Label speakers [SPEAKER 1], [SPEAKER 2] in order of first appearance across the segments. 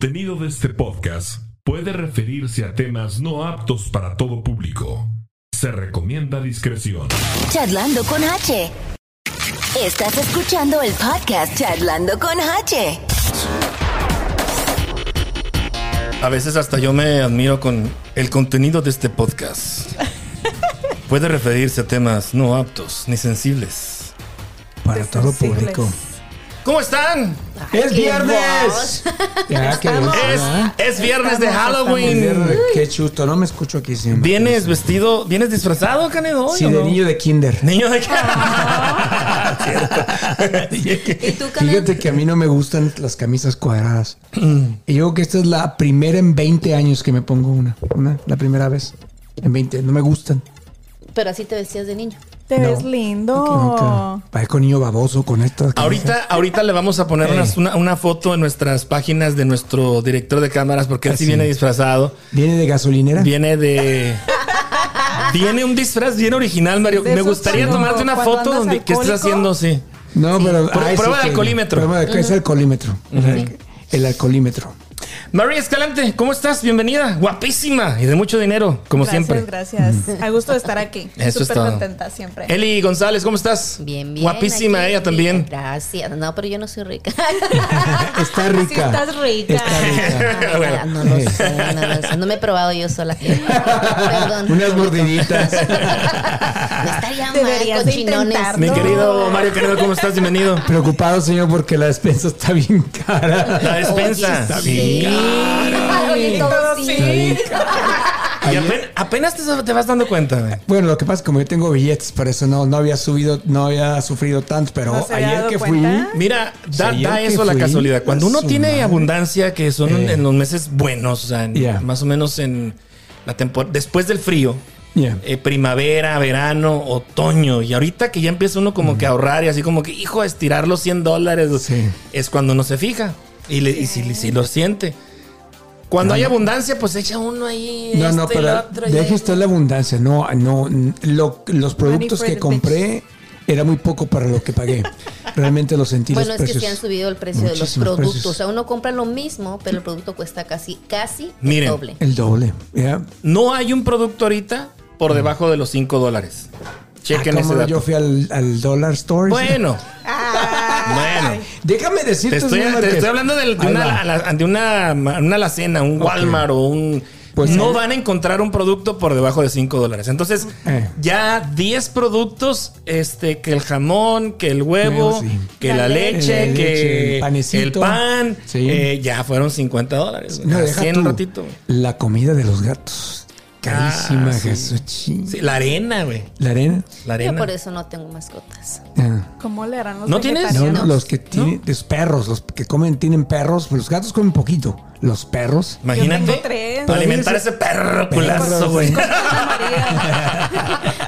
[SPEAKER 1] contenido de este podcast puede referirse a temas no aptos para todo público. Se recomienda discreción.
[SPEAKER 2] Charlando con H. Estás escuchando el podcast Charlando con H.
[SPEAKER 3] A veces hasta yo me admiro con el contenido de este podcast. Puede referirse a temas no aptos ni sensibles.
[SPEAKER 4] para todo público.
[SPEAKER 3] ¿Cómo están?
[SPEAKER 4] ¡Es viernes! ah, Ya, qué gusto,
[SPEAKER 3] Es,
[SPEAKER 4] ¿verdad?
[SPEAKER 3] es viernes de
[SPEAKER 4] Es viernes,
[SPEAKER 3] Halloween.
[SPEAKER 4] Qué chusto, no me escucho aquí siempre.
[SPEAKER 3] ¿Vienes vestido, vienes disfrazado, Canedo? hoy
[SPEAKER 4] Sí,
[SPEAKER 3] o
[SPEAKER 4] de
[SPEAKER 3] no?
[SPEAKER 4] niño de kinder.
[SPEAKER 3] Niño de Cierto.
[SPEAKER 5] ¿Y tú, Canem?
[SPEAKER 4] Fíjate que a mí no me gustan las camisas cuadradas.
[SPEAKER 3] Mm.
[SPEAKER 4] Y yo creo que esta es la primera en 20 años que me pongo una. una la primera vez. En 20, no me gustan.
[SPEAKER 5] Pero así te vestías de niño.
[SPEAKER 6] Te
[SPEAKER 4] No.
[SPEAKER 6] ves lindo.
[SPEAKER 4] Parezco niño baboso con estas. camisas.
[SPEAKER 3] Ahorita, ahorita le vamos a poner
[SPEAKER 4] Ey.
[SPEAKER 3] unas- una, una foto en nuestras páginas de nuestro director de cámaras porque él sí
[SPEAKER 4] Así.
[SPEAKER 3] viene disfrazado.
[SPEAKER 4] ¿Viene de gasolinera?
[SPEAKER 3] Viene de. Viene un disfraz bien original, Mario.
[SPEAKER 6] De
[SPEAKER 3] Me
[SPEAKER 6] esos
[SPEAKER 3] gustaría
[SPEAKER 6] cuando-
[SPEAKER 3] tomarte una
[SPEAKER 6] cuando
[SPEAKER 3] foto
[SPEAKER 6] andas
[SPEAKER 3] donde que estés
[SPEAKER 6] alcohólico.
[SPEAKER 3] haciendo, sí.
[SPEAKER 4] No, pero.
[SPEAKER 3] Pru-
[SPEAKER 4] ay,
[SPEAKER 3] prueba de
[SPEAKER 4] que-
[SPEAKER 3] alcoholímetro.
[SPEAKER 4] Prueba de es alcoholímetro. El alcoholímetro.
[SPEAKER 3] María Escalante, ¿cómo estás? Bienvenida, guapísima y de mucho dinero, como
[SPEAKER 6] gracias,
[SPEAKER 3] siempre.
[SPEAKER 6] gracias. A gusto de estar aquí.
[SPEAKER 3] Eso es
[SPEAKER 6] Súper
[SPEAKER 3] todo.
[SPEAKER 6] contenta siempre.
[SPEAKER 3] Eli González, ¿cómo estás?
[SPEAKER 5] Bien, bien.
[SPEAKER 3] Guapísima
[SPEAKER 5] aquí,
[SPEAKER 3] ella también.
[SPEAKER 5] Gracias. No, pero yo no soy rica.
[SPEAKER 4] Está rica.
[SPEAKER 6] Sí, estás rica.
[SPEAKER 4] Está rica.
[SPEAKER 5] Ah,
[SPEAKER 3] Bueno.
[SPEAKER 5] no lo sé, no lo sé. No me he probado yo sola. Perdón.
[SPEAKER 4] Unas
[SPEAKER 5] público.
[SPEAKER 4] mordiditas.
[SPEAKER 5] No estaría mal,
[SPEAKER 6] Deberías de
[SPEAKER 5] cochinones.
[SPEAKER 6] intentarlo.
[SPEAKER 3] Mi
[SPEAKER 6] No.
[SPEAKER 3] querido Mario Querido, ¿cómo estás? Bienvenido.
[SPEAKER 4] Preocupado, señor, porque la despensa está bien cara.
[SPEAKER 3] La despensa.
[SPEAKER 5] Oye,
[SPEAKER 3] Sí.
[SPEAKER 5] sí. Ay, oye, todo
[SPEAKER 6] Sí.
[SPEAKER 5] sí.
[SPEAKER 3] Y apen- apenas te, te vas dando cuenta. güey.
[SPEAKER 4] Bueno, lo que pasa es que como yo tengo billetes, por eso no, no había subido, no había sufrido tanto, pero
[SPEAKER 6] ¿No se había
[SPEAKER 4] ayer
[SPEAKER 6] dado
[SPEAKER 4] que
[SPEAKER 6] cuenta?
[SPEAKER 4] fui.
[SPEAKER 3] Mira, da,
[SPEAKER 4] Ayer
[SPEAKER 3] da
[SPEAKER 4] que
[SPEAKER 3] eso la
[SPEAKER 4] fui,
[SPEAKER 3] casualidad. Cuando uno
[SPEAKER 4] su
[SPEAKER 3] tiene
[SPEAKER 4] madre.
[SPEAKER 3] abundancia, que son
[SPEAKER 4] Eh.
[SPEAKER 3] en los meses buenos, o sea, en-
[SPEAKER 4] Yeah.
[SPEAKER 3] más o menos en la temporada, después del frío,
[SPEAKER 4] Yeah.
[SPEAKER 3] eh, primavera, verano, otoño, y ahorita que ya empieza uno como que a ahorrar y así como que, hijo, a estirar los 100 dólares,
[SPEAKER 4] Mm. Sí.
[SPEAKER 3] es cuando no se fija y, le, y si, si lo siente. Cuando hay abundancia, pues echa uno ahí.
[SPEAKER 4] No, no,
[SPEAKER 3] esto y lo
[SPEAKER 4] pero
[SPEAKER 3] otro, y ahí.
[SPEAKER 4] deje usted la abundancia. No, no, n- lo- los productos
[SPEAKER 6] for
[SPEAKER 4] que
[SPEAKER 6] the
[SPEAKER 4] compré era muy poco para lo que pagué. Realmente lo sentí
[SPEAKER 5] Bueno,
[SPEAKER 4] los
[SPEAKER 5] es que
[SPEAKER 4] precios.
[SPEAKER 5] se han subido el precio de
[SPEAKER 4] Muchísimos
[SPEAKER 5] los productos.
[SPEAKER 4] precios.
[SPEAKER 5] O sea, uno compra lo mismo, pero el producto cuesta casi, casi
[SPEAKER 3] Miren.
[SPEAKER 5] el doble.
[SPEAKER 4] El doble. ¿ya?
[SPEAKER 3] No hay un producto ahorita por debajo de los 5 dólares. Chequen
[SPEAKER 4] Mm. Ah,
[SPEAKER 3] ese
[SPEAKER 4] cómo
[SPEAKER 3] dato.
[SPEAKER 4] Yo fui al, al Dollar Store.
[SPEAKER 3] Bueno,
[SPEAKER 6] Ah,
[SPEAKER 3] bueno.
[SPEAKER 4] Déjame decirte.
[SPEAKER 3] Te estoy,
[SPEAKER 4] señor
[SPEAKER 3] te
[SPEAKER 4] Márquez.
[SPEAKER 3] estoy hablando del- de,
[SPEAKER 4] Ahí
[SPEAKER 3] una,
[SPEAKER 4] va.
[SPEAKER 3] ala- de una, una alacena, un Walmart o un...
[SPEAKER 4] Pues
[SPEAKER 3] no
[SPEAKER 4] sí.
[SPEAKER 3] van a encontrar un producto por debajo de 5 dólares. Entonces,
[SPEAKER 4] Eh.
[SPEAKER 3] ya 10 productos, este, que el jamón, que el huevo,
[SPEAKER 4] Huevo, sí.
[SPEAKER 3] que la,
[SPEAKER 6] La
[SPEAKER 3] leche,
[SPEAKER 4] leche,
[SPEAKER 3] que
[SPEAKER 4] el panecito.
[SPEAKER 3] el pan,
[SPEAKER 4] Sí.
[SPEAKER 3] eh, ya fueron 50 dólares.
[SPEAKER 4] No, deja
[SPEAKER 3] Así en
[SPEAKER 4] tú.
[SPEAKER 3] un ratito.
[SPEAKER 4] La comida de los gatos. Carísima,
[SPEAKER 3] Ah, sí.
[SPEAKER 4] Jesús. ching.
[SPEAKER 3] Sí, la arena, güey.
[SPEAKER 4] La arena.
[SPEAKER 3] La
[SPEAKER 5] Yo
[SPEAKER 3] arena.
[SPEAKER 5] por eso no tengo mascotas.
[SPEAKER 4] Ah.
[SPEAKER 6] ¿Cómo le harán los
[SPEAKER 3] ¿No tienes?
[SPEAKER 4] No,
[SPEAKER 6] vegetarianos?
[SPEAKER 4] no, los que tienen, los perros, los que comen, tienen perros, pues los gatos comen poquito. Los perros.
[SPEAKER 6] Yo
[SPEAKER 3] Imagínate.
[SPEAKER 6] tengo tres.
[SPEAKER 3] Para alimentar ese perro culazo, güey.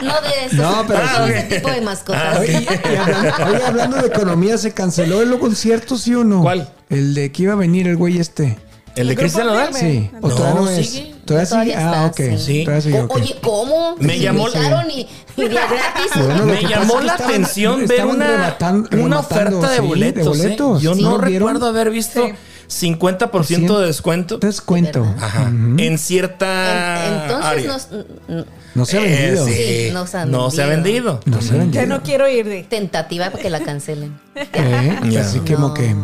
[SPEAKER 5] No de eso.
[SPEAKER 4] No, pero
[SPEAKER 5] de
[SPEAKER 3] sí.
[SPEAKER 5] ese tipo de mascotas.
[SPEAKER 3] Ah,
[SPEAKER 4] Oye, y hablando, oye, hablando de economía, ¿se canceló el concierto, sí o no?
[SPEAKER 3] ¿Cuál?
[SPEAKER 4] El de que iba a venir el güey este.
[SPEAKER 3] El de
[SPEAKER 6] El grupo
[SPEAKER 3] Cristian Nodal.
[SPEAKER 6] firme.
[SPEAKER 4] Sí. ¿O
[SPEAKER 3] No,
[SPEAKER 4] todavía no es?
[SPEAKER 3] sigue.
[SPEAKER 4] ¿Todavía sigue?
[SPEAKER 5] Todavía
[SPEAKER 4] ah,
[SPEAKER 5] está,
[SPEAKER 4] ok.
[SPEAKER 5] sí.
[SPEAKER 4] Todavía sigue,
[SPEAKER 5] O-
[SPEAKER 4] ok.
[SPEAKER 5] Oye, ¿cómo?
[SPEAKER 3] Me
[SPEAKER 5] Sí,
[SPEAKER 3] llamó-
[SPEAKER 5] invitaron y, y día gratis.
[SPEAKER 4] Bueno, lo
[SPEAKER 3] Me
[SPEAKER 4] que pasa
[SPEAKER 3] llamó
[SPEAKER 4] es que
[SPEAKER 3] la
[SPEAKER 4] estaban-
[SPEAKER 3] atención ver
[SPEAKER 4] estaban
[SPEAKER 3] una,
[SPEAKER 4] rematan-
[SPEAKER 3] una
[SPEAKER 4] rematando,
[SPEAKER 3] oferta
[SPEAKER 4] sí,
[SPEAKER 3] de boletos. ¿eh?
[SPEAKER 4] boletos.
[SPEAKER 3] Yo
[SPEAKER 4] ¿Sí
[SPEAKER 3] no
[SPEAKER 4] lo vieron?
[SPEAKER 3] recuerdo haber visto 50% de descuento.
[SPEAKER 4] Descuento.
[SPEAKER 3] Ajá. En cierta.
[SPEAKER 4] Ah,
[SPEAKER 5] En- entonces
[SPEAKER 3] área.
[SPEAKER 5] nos, n-
[SPEAKER 4] No se ha
[SPEAKER 3] Eh,
[SPEAKER 4] vendido.
[SPEAKER 3] sí,
[SPEAKER 5] Sí,
[SPEAKER 3] no
[SPEAKER 5] no
[SPEAKER 3] se
[SPEAKER 5] se
[SPEAKER 3] ha
[SPEAKER 5] ha
[SPEAKER 3] vendido.
[SPEAKER 5] vendido.
[SPEAKER 4] No se ha vendido.
[SPEAKER 6] Ya no quiero ir de.
[SPEAKER 5] tentativa para que la cancelen.
[SPEAKER 4] Eh,
[SPEAKER 3] Ya.
[SPEAKER 4] Así que como
[SPEAKER 5] No.
[SPEAKER 4] que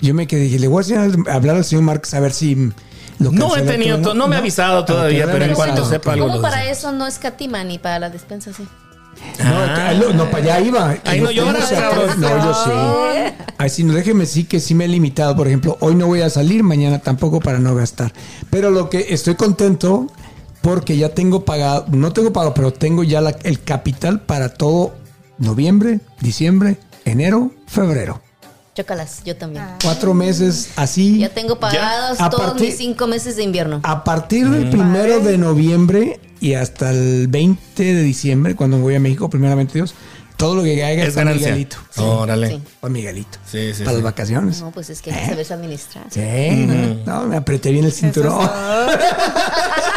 [SPEAKER 4] yo me quedé dije, le voy a enseñar- a hablar al señor Marx a ver si lo
[SPEAKER 3] No he
[SPEAKER 4] cancela
[SPEAKER 3] tenido,
[SPEAKER 4] todo,
[SPEAKER 3] to- no me ha avisado todavía,
[SPEAKER 4] Ah,
[SPEAKER 3] pero en
[SPEAKER 4] no,
[SPEAKER 3] cuanto
[SPEAKER 4] no,
[SPEAKER 3] sepa
[SPEAKER 4] ok.
[SPEAKER 3] algo.
[SPEAKER 5] ¿Cómo
[SPEAKER 3] lo
[SPEAKER 5] para
[SPEAKER 3] dice.
[SPEAKER 5] eso no escatiman y para las despensas sí?
[SPEAKER 4] No,
[SPEAKER 3] Ah.
[SPEAKER 4] ahí lo- no, para allá iba.
[SPEAKER 3] Ahí no
[SPEAKER 4] Nos
[SPEAKER 3] lloras,
[SPEAKER 4] fuimos a-
[SPEAKER 3] cabrón.
[SPEAKER 4] No, yo sí. Así no, déjeme sí que sí me he limitado. Por ejemplo, hoy no voy a salir, mañana tampoco para no gastar. Pero lo que estoy contento porque ya tengo pagado, no tengo pagado, pero tengo ya la- el capital para todo noviembre, diciembre, enero, febrero.
[SPEAKER 5] Chócalas, yo también.
[SPEAKER 4] Cuatro meses así.
[SPEAKER 5] Ya tengo pagados
[SPEAKER 4] A
[SPEAKER 5] todos
[SPEAKER 4] partir- Ah.
[SPEAKER 5] mis cinco meses de invierno.
[SPEAKER 4] A partir del primero de noviembre y hasta el 20 de diciembre, cuando voy a México, primeramente Dios, todo lo que caiga
[SPEAKER 3] Es
[SPEAKER 4] es para
[SPEAKER 3] ganancia.
[SPEAKER 4] Miguelito.
[SPEAKER 3] Sí, Órale.
[SPEAKER 5] sí.
[SPEAKER 4] Para Miguelito.
[SPEAKER 3] Sí, sí,
[SPEAKER 4] Para
[SPEAKER 3] sí.
[SPEAKER 4] las vacaciones.
[SPEAKER 5] No, pues es que hay que saberse administrar.
[SPEAKER 4] ¿Eh? Sí, no, no, me apreté bien el cinturón.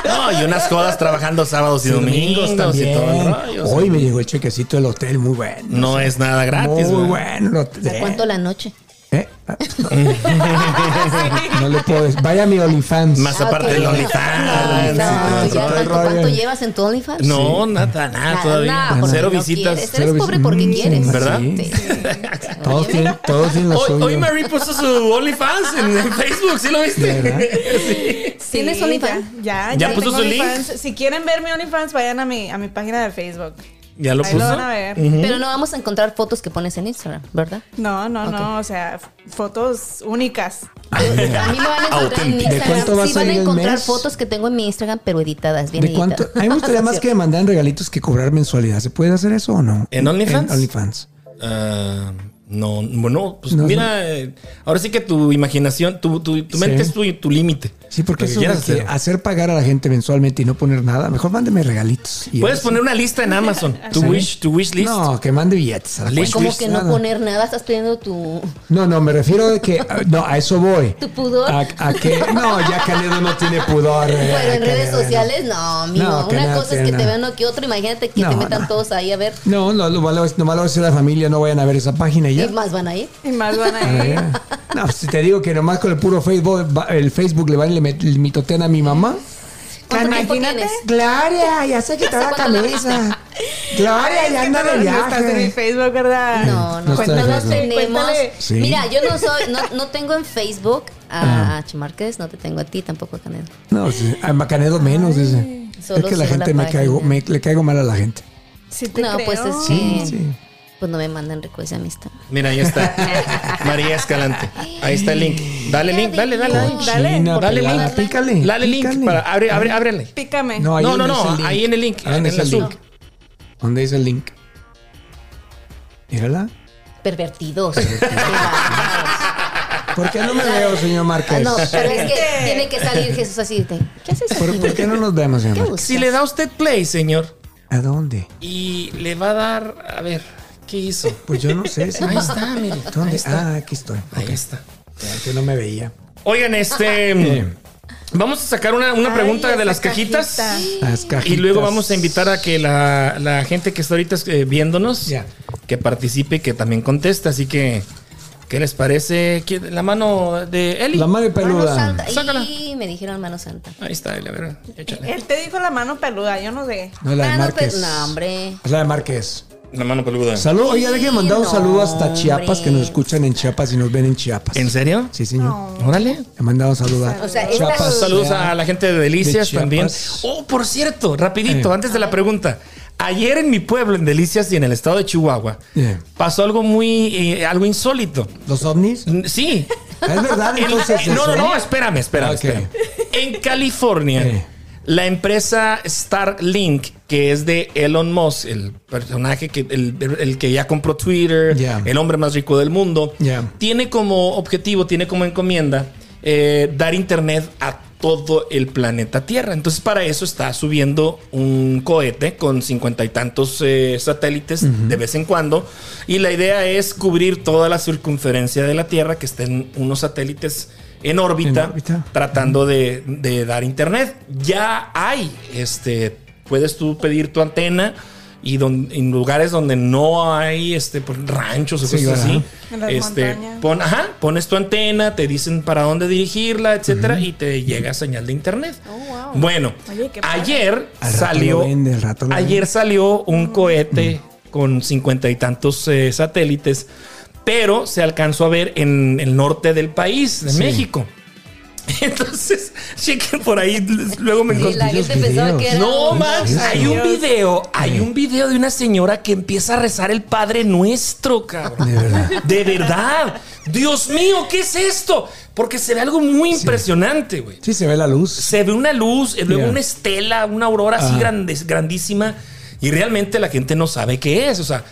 [SPEAKER 3] No, y unas jodas trabajando sábados y
[SPEAKER 4] Sí,
[SPEAKER 3] domingos, también. Y todo el rollo, o sea,
[SPEAKER 4] Hoy me llegó el chequecito del hotel, muy bueno.
[SPEAKER 3] no es nada gratis. güey.
[SPEAKER 4] muy bueno. el
[SPEAKER 5] ¿A
[SPEAKER 4] hotel.
[SPEAKER 5] cuánto la noche?
[SPEAKER 4] Eh, No le puedo decir. Vaya a mi OnlyFans.
[SPEAKER 3] Más
[SPEAKER 5] Ah,
[SPEAKER 3] aparte
[SPEAKER 5] ok.
[SPEAKER 3] del
[SPEAKER 5] Ah,
[SPEAKER 3] OnlyFans.
[SPEAKER 5] no,
[SPEAKER 3] y
[SPEAKER 5] ya,
[SPEAKER 3] todo eso.
[SPEAKER 5] ¿Cuánto
[SPEAKER 4] Roger.
[SPEAKER 5] cuánto llevas en tu OnlyFans?
[SPEAKER 3] No, nada, nada,
[SPEAKER 5] Nada,
[SPEAKER 3] todavía.
[SPEAKER 5] nada, porque
[SPEAKER 3] Cero
[SPEAKER 5] no
[SPEAKER 3] visitas.
[SPEAKER 5] quieres.
[SPEAKER 4] Cero
[SPEAKER 5] Eres
[SPEAKER 4] visi-
[SPEAKER 5] pobre porque
[SPEAKER 4] Mm,
[SPEAKER 5] quieres.
[SPEAKER 3] ¿verdad?
[SPEAKER 5] Sí.
[SPEAKER 4] Todos tienen, todos tienen la
[SPEAKER 3] Hoy,
[SPEAKER 4] suya.
[SPEAKER 3] hoy Mary puso su OnlyFans en, en Facebook, ¿sí lo
[SPEAKER 4] ¿Verdad?
[SPEAKER 3] viste?
[SPEAKER 5] ¿Tienes
[SPEAKER 6] Sí,
[SPEAKER 5] OnlyFans?
[SPEAKER 6] Ya, ya.
[SPEAKER 3] ¿Ya
[SPEAKER 6] tengo
[SPEAKER 3] puso su link?
[SPEAKER 6] OnlyFans. Si quieren ver mi OnlyFans, vayan a mi, a mi página de Facebook.
[SPEAKER 3] Ya lo
[SPEAKER 6] Ahí lo
[SPEAKER 3] puso.
[SPEAKER 6] van a ver.
[SPEAKER 5] Pero no vamos a encontrar fotos que pones en Instagram, ¿verdad?
[SPEAKER 6] No, no, no. O sea, f- fotos únicas.
[SPEAKER 5] A mí me van a encontrar en mi
[SPEAKER 3] Auténtica.
[SPEAKER 4] ¿De
[SPEAKER 5] Instagram.
[SPEAKER 4] cuánto va a
[SPEAKER 5] Sí van a
[SPEAKER 4] salir el
[SPEAKER 5] encontrar
[SPEAKER 4] mes?
[SPEAKER 5] fotos que tengo en mi Instagram, pero editadas, bien
[SPEAKER 4] ¿De cuánto?
[SPEAKER 5] editadas.
[SPEAKER 4] A mí me gustaría más que me mandaran regalitos que cobrar mensualidad. ¿Se puede hacer eso o no?
[SPEAKER 3] ¿En OnlyFans?
[SPEAKER 4] OnlyFans.
[SPEAKER 3] Ah, no, bueno, pues
[SPEAKER 4] No,
[SPEAKER 3] mira, eh, ahora sí que tu imaginación, tu, tu, tu mente es tu, tu límite.
[SPEAKER 4] Sí, porque
[SPEAKER 3] Lo que
[SPEAKER 4] eso de
[SPEAKER 3] quieras
[SPEAKER 4] que
[SPEAKER 3] hacer.
[SPEAKER 4] hacer pagar a la gente mensualmente y no poner nada, mejor mándeme regalitos. Y
[SPEAKER 3] Puedes
[SPEAKER 4] eso.
[SPEAKER 3] poner una lista en Amazon, tu wish, tu wish list.
[SPEAKER 4] No, que mande billetes. a la
[SPEAKER 3] Listo.
[SPEAKER 4] cuenta.
[SPEAKER 5] Como que no
[SPEAKER 4] Pues Nada.
[SPEAKER 5] poner nada, estás pidiendo tu.
[SPEAKER 4] No, no, me refiero de que no, a eso voy.
[SPEAKER 5] ¿Tu pudor?
[SPEAKER 4] A, a que no, ya Canedo no tiene pudor. eh,
[SPEAKER 5] Pero en redes
[SPEAKER 4] Canedo, no.
[SPEAKER 5] sociales, no, amigo.
[SPEAKER 4] No, que
[SPEAKER 5] Una
[SPEAKER 4] nada,
[SPEAKER 5] cosa
[SPEAKER 4] que
[SPEAKER 5] es que te
[SPEAKER 4] nada.
[SPEAKER 5] vean uno que otro. Imagínate que
[SPEAKER 4] No,
[SPEAKER 5] te metan
[SPEAKER 4] no.
[SPEAKER 5] todos ahí a ver.
[SPEAKER 4] No, no, lo malo es, lo malo es que la familia no vayan a ver esa página y ya.
[SPEAKER 5] ¿Y más van a ir?
[SPEAKER 6] Y más van a ir.
[SPEAKER 4] Ah, ya. No, si te digo que nomás con el puro Facebook, va- el Facebook le van y le, met- le mitotean a mi mamá.
[SPEAKER 5] ¿Cuánto tiempo tienes?
[SPEAKER 4] Gloria, ya se quitó la
[SPEAKER 5] ¿Cuánto le-
[SPEAKER 4] camisa. Gloria, ya anda
[SPEAKER 6] no,
[SPEAKER 4] de
[SPEAKER 6] no estás en mi
[SPEAKER 4] viaje.
[SPEAKER 6] Facebook, ¿verdad?
[SPEAKER 5] No,
[SPEAKER 4] No
[SPEAKER 5] no,
[SPEAKER 4] está
[SPEAKER 5] no
[SPEAKER 4] de
[SPEAKER 5] nos
[SPEAKER 4] acuerdo.
[SPEAKER 5] tenemos.
[SPEAKER 6] Cuéntale.
[SPEAKER 4] Sí.
[SPEAKER 5] Mira, yo no soy, no, no tengo en Facebook a
[SPEAKER 4] Ah.
[SPEAKER 5] H. Márquez, no te tengo a ti tampoco, Canedo.
[SPEAKER 4] No, sí, a Macanedo menos, dice.
[SPEAKER 5] solo
[SPEAKER 4] es que la
[SPEAKER 5] sigo la
[SPEAKER 4] gente me
[SPEAKER 5] página.
[SPEAKER 4] caigo, me- le caigo mal a la gente.
[SPEAKER 6] Sí te
[SPEAKER 5] No,
[SPEAKER 6] creo.
[SPEAKER 5] pues es
[SPEAKER 4] Sí,
[SPEAKER 5] que
[SPEAKER 4] sí.
[SPEAKER 5] pues no me mandan recuerdos de amistad.
[SPEAKER 3] Mira, ahí está. María Escalante. Ahí está el link. Dale link, dale, dale. dale.
[SPEAKER 5] Dios.
[SPEAKER 6] Dale,
[SPEAKER 4] China,
[SPEAKER 3] dale
[SPEAKER 4] pelada,
[SPEAKER 3] link,
[SPEAKER 4] pícale.
[SPEAKER 3] Dale link.
[SPEAKER 4] pícale.
[SPEAKER 3] Para, abre, abre, ábrele.
[SPEAKER 6] Pícame.
[SPEAKER 4] No, ahí
[SPEAKER 3] No, no,
[SPEAKER 4] donde dice
[SPEAKER 3] no.
[SPEAKER 4] el link.
[SPEAKER 3] Ahí en el link.
[SPEAKER 4] Ah,
[SPEAKER 3] En
[SPEAKER 4] ¿dónde
[SPEAKER 3] el
[SPEAKER 4] dice el
[SPEAKER 3] azul.
[SPEAKER 4] link? ¿Dónde dice el link? Mírala.
[SPEAKER 5] Pervertidos. Qué bárbaros.
[SPEAKER 4] ¿Por qué no me veo, señor Márquez?
[SPEAKER 5] Ah, no, pero es que tiene que salir Jesús así de, ¿qué haces aquí?
[SPEAKER 4] ¿Por, por qué no nos vemos, señor
[SPEAKER 5] ¿Qué
[SPEAKER 4] Márquez?
[SPEAKER 5] buscas?
[SPEAKER 3] Si le da usted play, señor,
[SPEAKER 4] ¿A dónde?
[SPEAKER 3] y le va a dar. A ver, ¿qué hizo?
[SPEAKER 4] Pues yo no sé. señor.
[SPEAKER 3] Ahí está, mire.
[SPEAKER 4] ¿Dónde?
[SPEAKER 3] Ahí está.
[SPEAKER 4] Ah, aquí estoy.
[SPEAKER 3] Ahí está.
[SPEAKER 4] Que no me veía.
[SPEAKER 3] Oigan, este. Vamos a sacar una, una
[SPEAKER 6] Ay,
[SPEAKER 3] pregunta
[SPEAKER 6] esa
[SPEAKER 3] de las cajitas.
[SPEAKER 6] cajita.
[SPEAKER 4] Las
[SPEAKER 3] Y
[SPEAKER 4] cajitas.
[SPEAKER 3] luego vamos a invitar a que la, la gente que está ahorita eh, viéndonos
[SPEAKER 4] Ya.
[SPEAKER 3] que participe y que también conteste. Así que, ¿qué les parece? ¿Quién- La mano de Eli.
[SPEAKER 4] La madre
[SPEAKER 5] Mano
[SPEAKER 4] peluda.
[SPEAKER 3] Ah,
[SPEAKER 5] santa.
[SPEAKER 3] Sácala.
[SPEAKER 5] Y me dijeron mano santa.
[SPEAKER 3] Ahí está, Eli, a ver, échale.
[SPEAKER 6] Él te dijo la mano peluda, yo no sé.
[SPEAKER 4] No,
[SPEAKER 3] Ah,
[SPEAKER 4] la de
[SPEAKER 3] pues,
[SPEAKER 5] Mano
[SPEAKER 4] Márquez.
[SPEAKER 5] pe- No, hombre.
[SPEAKER 4] Es la de Márquez.
[SPEAKER 3] La mano peluda.
[SPEAKER 4] Salud. Oye, déjenme mandar un
[SPEAKER 5] no,
[SPEAKER 4] saludo hasta Chiapas,
[SPEAKER 5] hombre.
[SPEAKER 4] que nos escuchan en Chiapas y nos ven en Chiapas.
[SPEAKER 3] ¿En serio?
[SPEAKER 4] Sí, señor.
[SPEAKER 3] Órale.
[SPEAKER 4] He mandado un saludo. a
[SPEAKER 5] O sea, esta-
[SPEAKER 4] Chiapas.
[SPEAKER 3] Saludos a la gente de Delicias
[SPEAKER 4] De
[SPEAKER 3] también.
[SPEAKER 4] Chiapas.
[SPEAKER 3] Oh, por cierto, rapidito,
[SPEAKER 4] Eh.
[SPEAKER 3] antes de la pregunta. Ayer en mi pueblo, en Delicias y en el estado de Chihuahua,
[SPEAKER 4] Yeah.
[SPEAKER 3] pasó algo muy, eh, algo insólito.
[SPEAKER 4] ¿Los ovnis? Ah,
[SPEAKER 3] Mm, Sí.
[SPEAKER 4] Es verdad,
[SPEAKER 3] En-
[SPEAKER 4] entonces.
[SPEAKER 3] no, no,
[SPEAKER 4] eso?
[SPEAKER 3] no, espérame, espérame.
[SPEAKER 4] Ok.
[SPEAKER 3] espérame. En California,
[SPEAKER 4] Eh.
[SPEAKER 3] la empresa Starlink, que es de Elon Musk, el personaje que el, el que ya compró Twitter,
[SPEAKER 4] Ya.
[SPEAKER 3] el hombre más rico del mundo,
[SPEAKER 4] Ya.
[SPEAKER 3] tiene como objetivo, tiene como encomienda eh, dar internet a todo el planeta Tierra. Entonces, para eso está subiendo un cohete con cincuenta y tantos eh, satélites de vez en cuando. Y la idea es cubrir toda la circunferencia de la Tierra, que estén unos satélites en órbita,
[SPEAKER 4] En órbita.
[SPEAKER 3] tratando de, de dar internet. Ya hay, este, puedes tú pedir tu antena. Y don- en lugares donde no hay este, por- ranchos o
[SPEAKER 4] Sí,
[SPEAKER 3] cosas así,
[SPEAKER 4] ¿verdad?
[SPEAKER 6] En las
[SPEAKER 3] este,
[SPEAKER 6] montañas.
[SPEAKER 3] pon- ajá, pones tu antena, te dicen para dónde dirigirla, etcétera, y te llega señal de internet.
[SPEAKER 6] Oh, wow.
[SPEAKER 3] Bueno,
[SPEAKER 6] Oye, qué padre.
[SPEAKER 3] ayer
[SPEAKER 4] Al rato
[SPEAKER 3] salió,
[SPEAKER 4] lo vende, al rato lo
[SPEAKER 3] ayer
[SPEAKER 4] vende.
[SPEAKER 3] salió un cohete con cincuenta y tantos eh, satélites, pero se alcanzó a ver en el norte del país, de
[SPEAKER 4] Sí.
[SPEAKER 3] México. Entonces, chequen por ahí, luego me
[SPEAKER 5] Y
[SPEAKER 3] encontré.
[SPEAKER 5] la
[SPEAKER 4] videos,
[SPEAKER 5] gente pensaba que
[SPEAKER 4] videos.
[SPEAKER 5] era.
[SPEAKER 3] No,
[SPEAKER 5] un-
[SPEAKER 3] Max,
[SPEAKER 4] Dios.
[SPEAKER 3] hay un video, hay un video de una señora que empieza a rezar el Padre Nuestro, cabrón.
[SPEAKER 4] De verdad.
[SPEAKER 3] De verdad. Dios mío, ¿qué es esto? Porque se ve algo muy impresionante, güey.
[SPEAKER 4] Sí, se ve la luz.
[SPEAKER 3] Se ve una luz, y luego
[SPEAKER 4] Yeah.
[SPEAKER 3] una estela, una aurora así
[SPEAKER 4] Ah.
[SPEAKER 3] grandes- grandísima. Y realmente la gente no sabe qué es. O sea,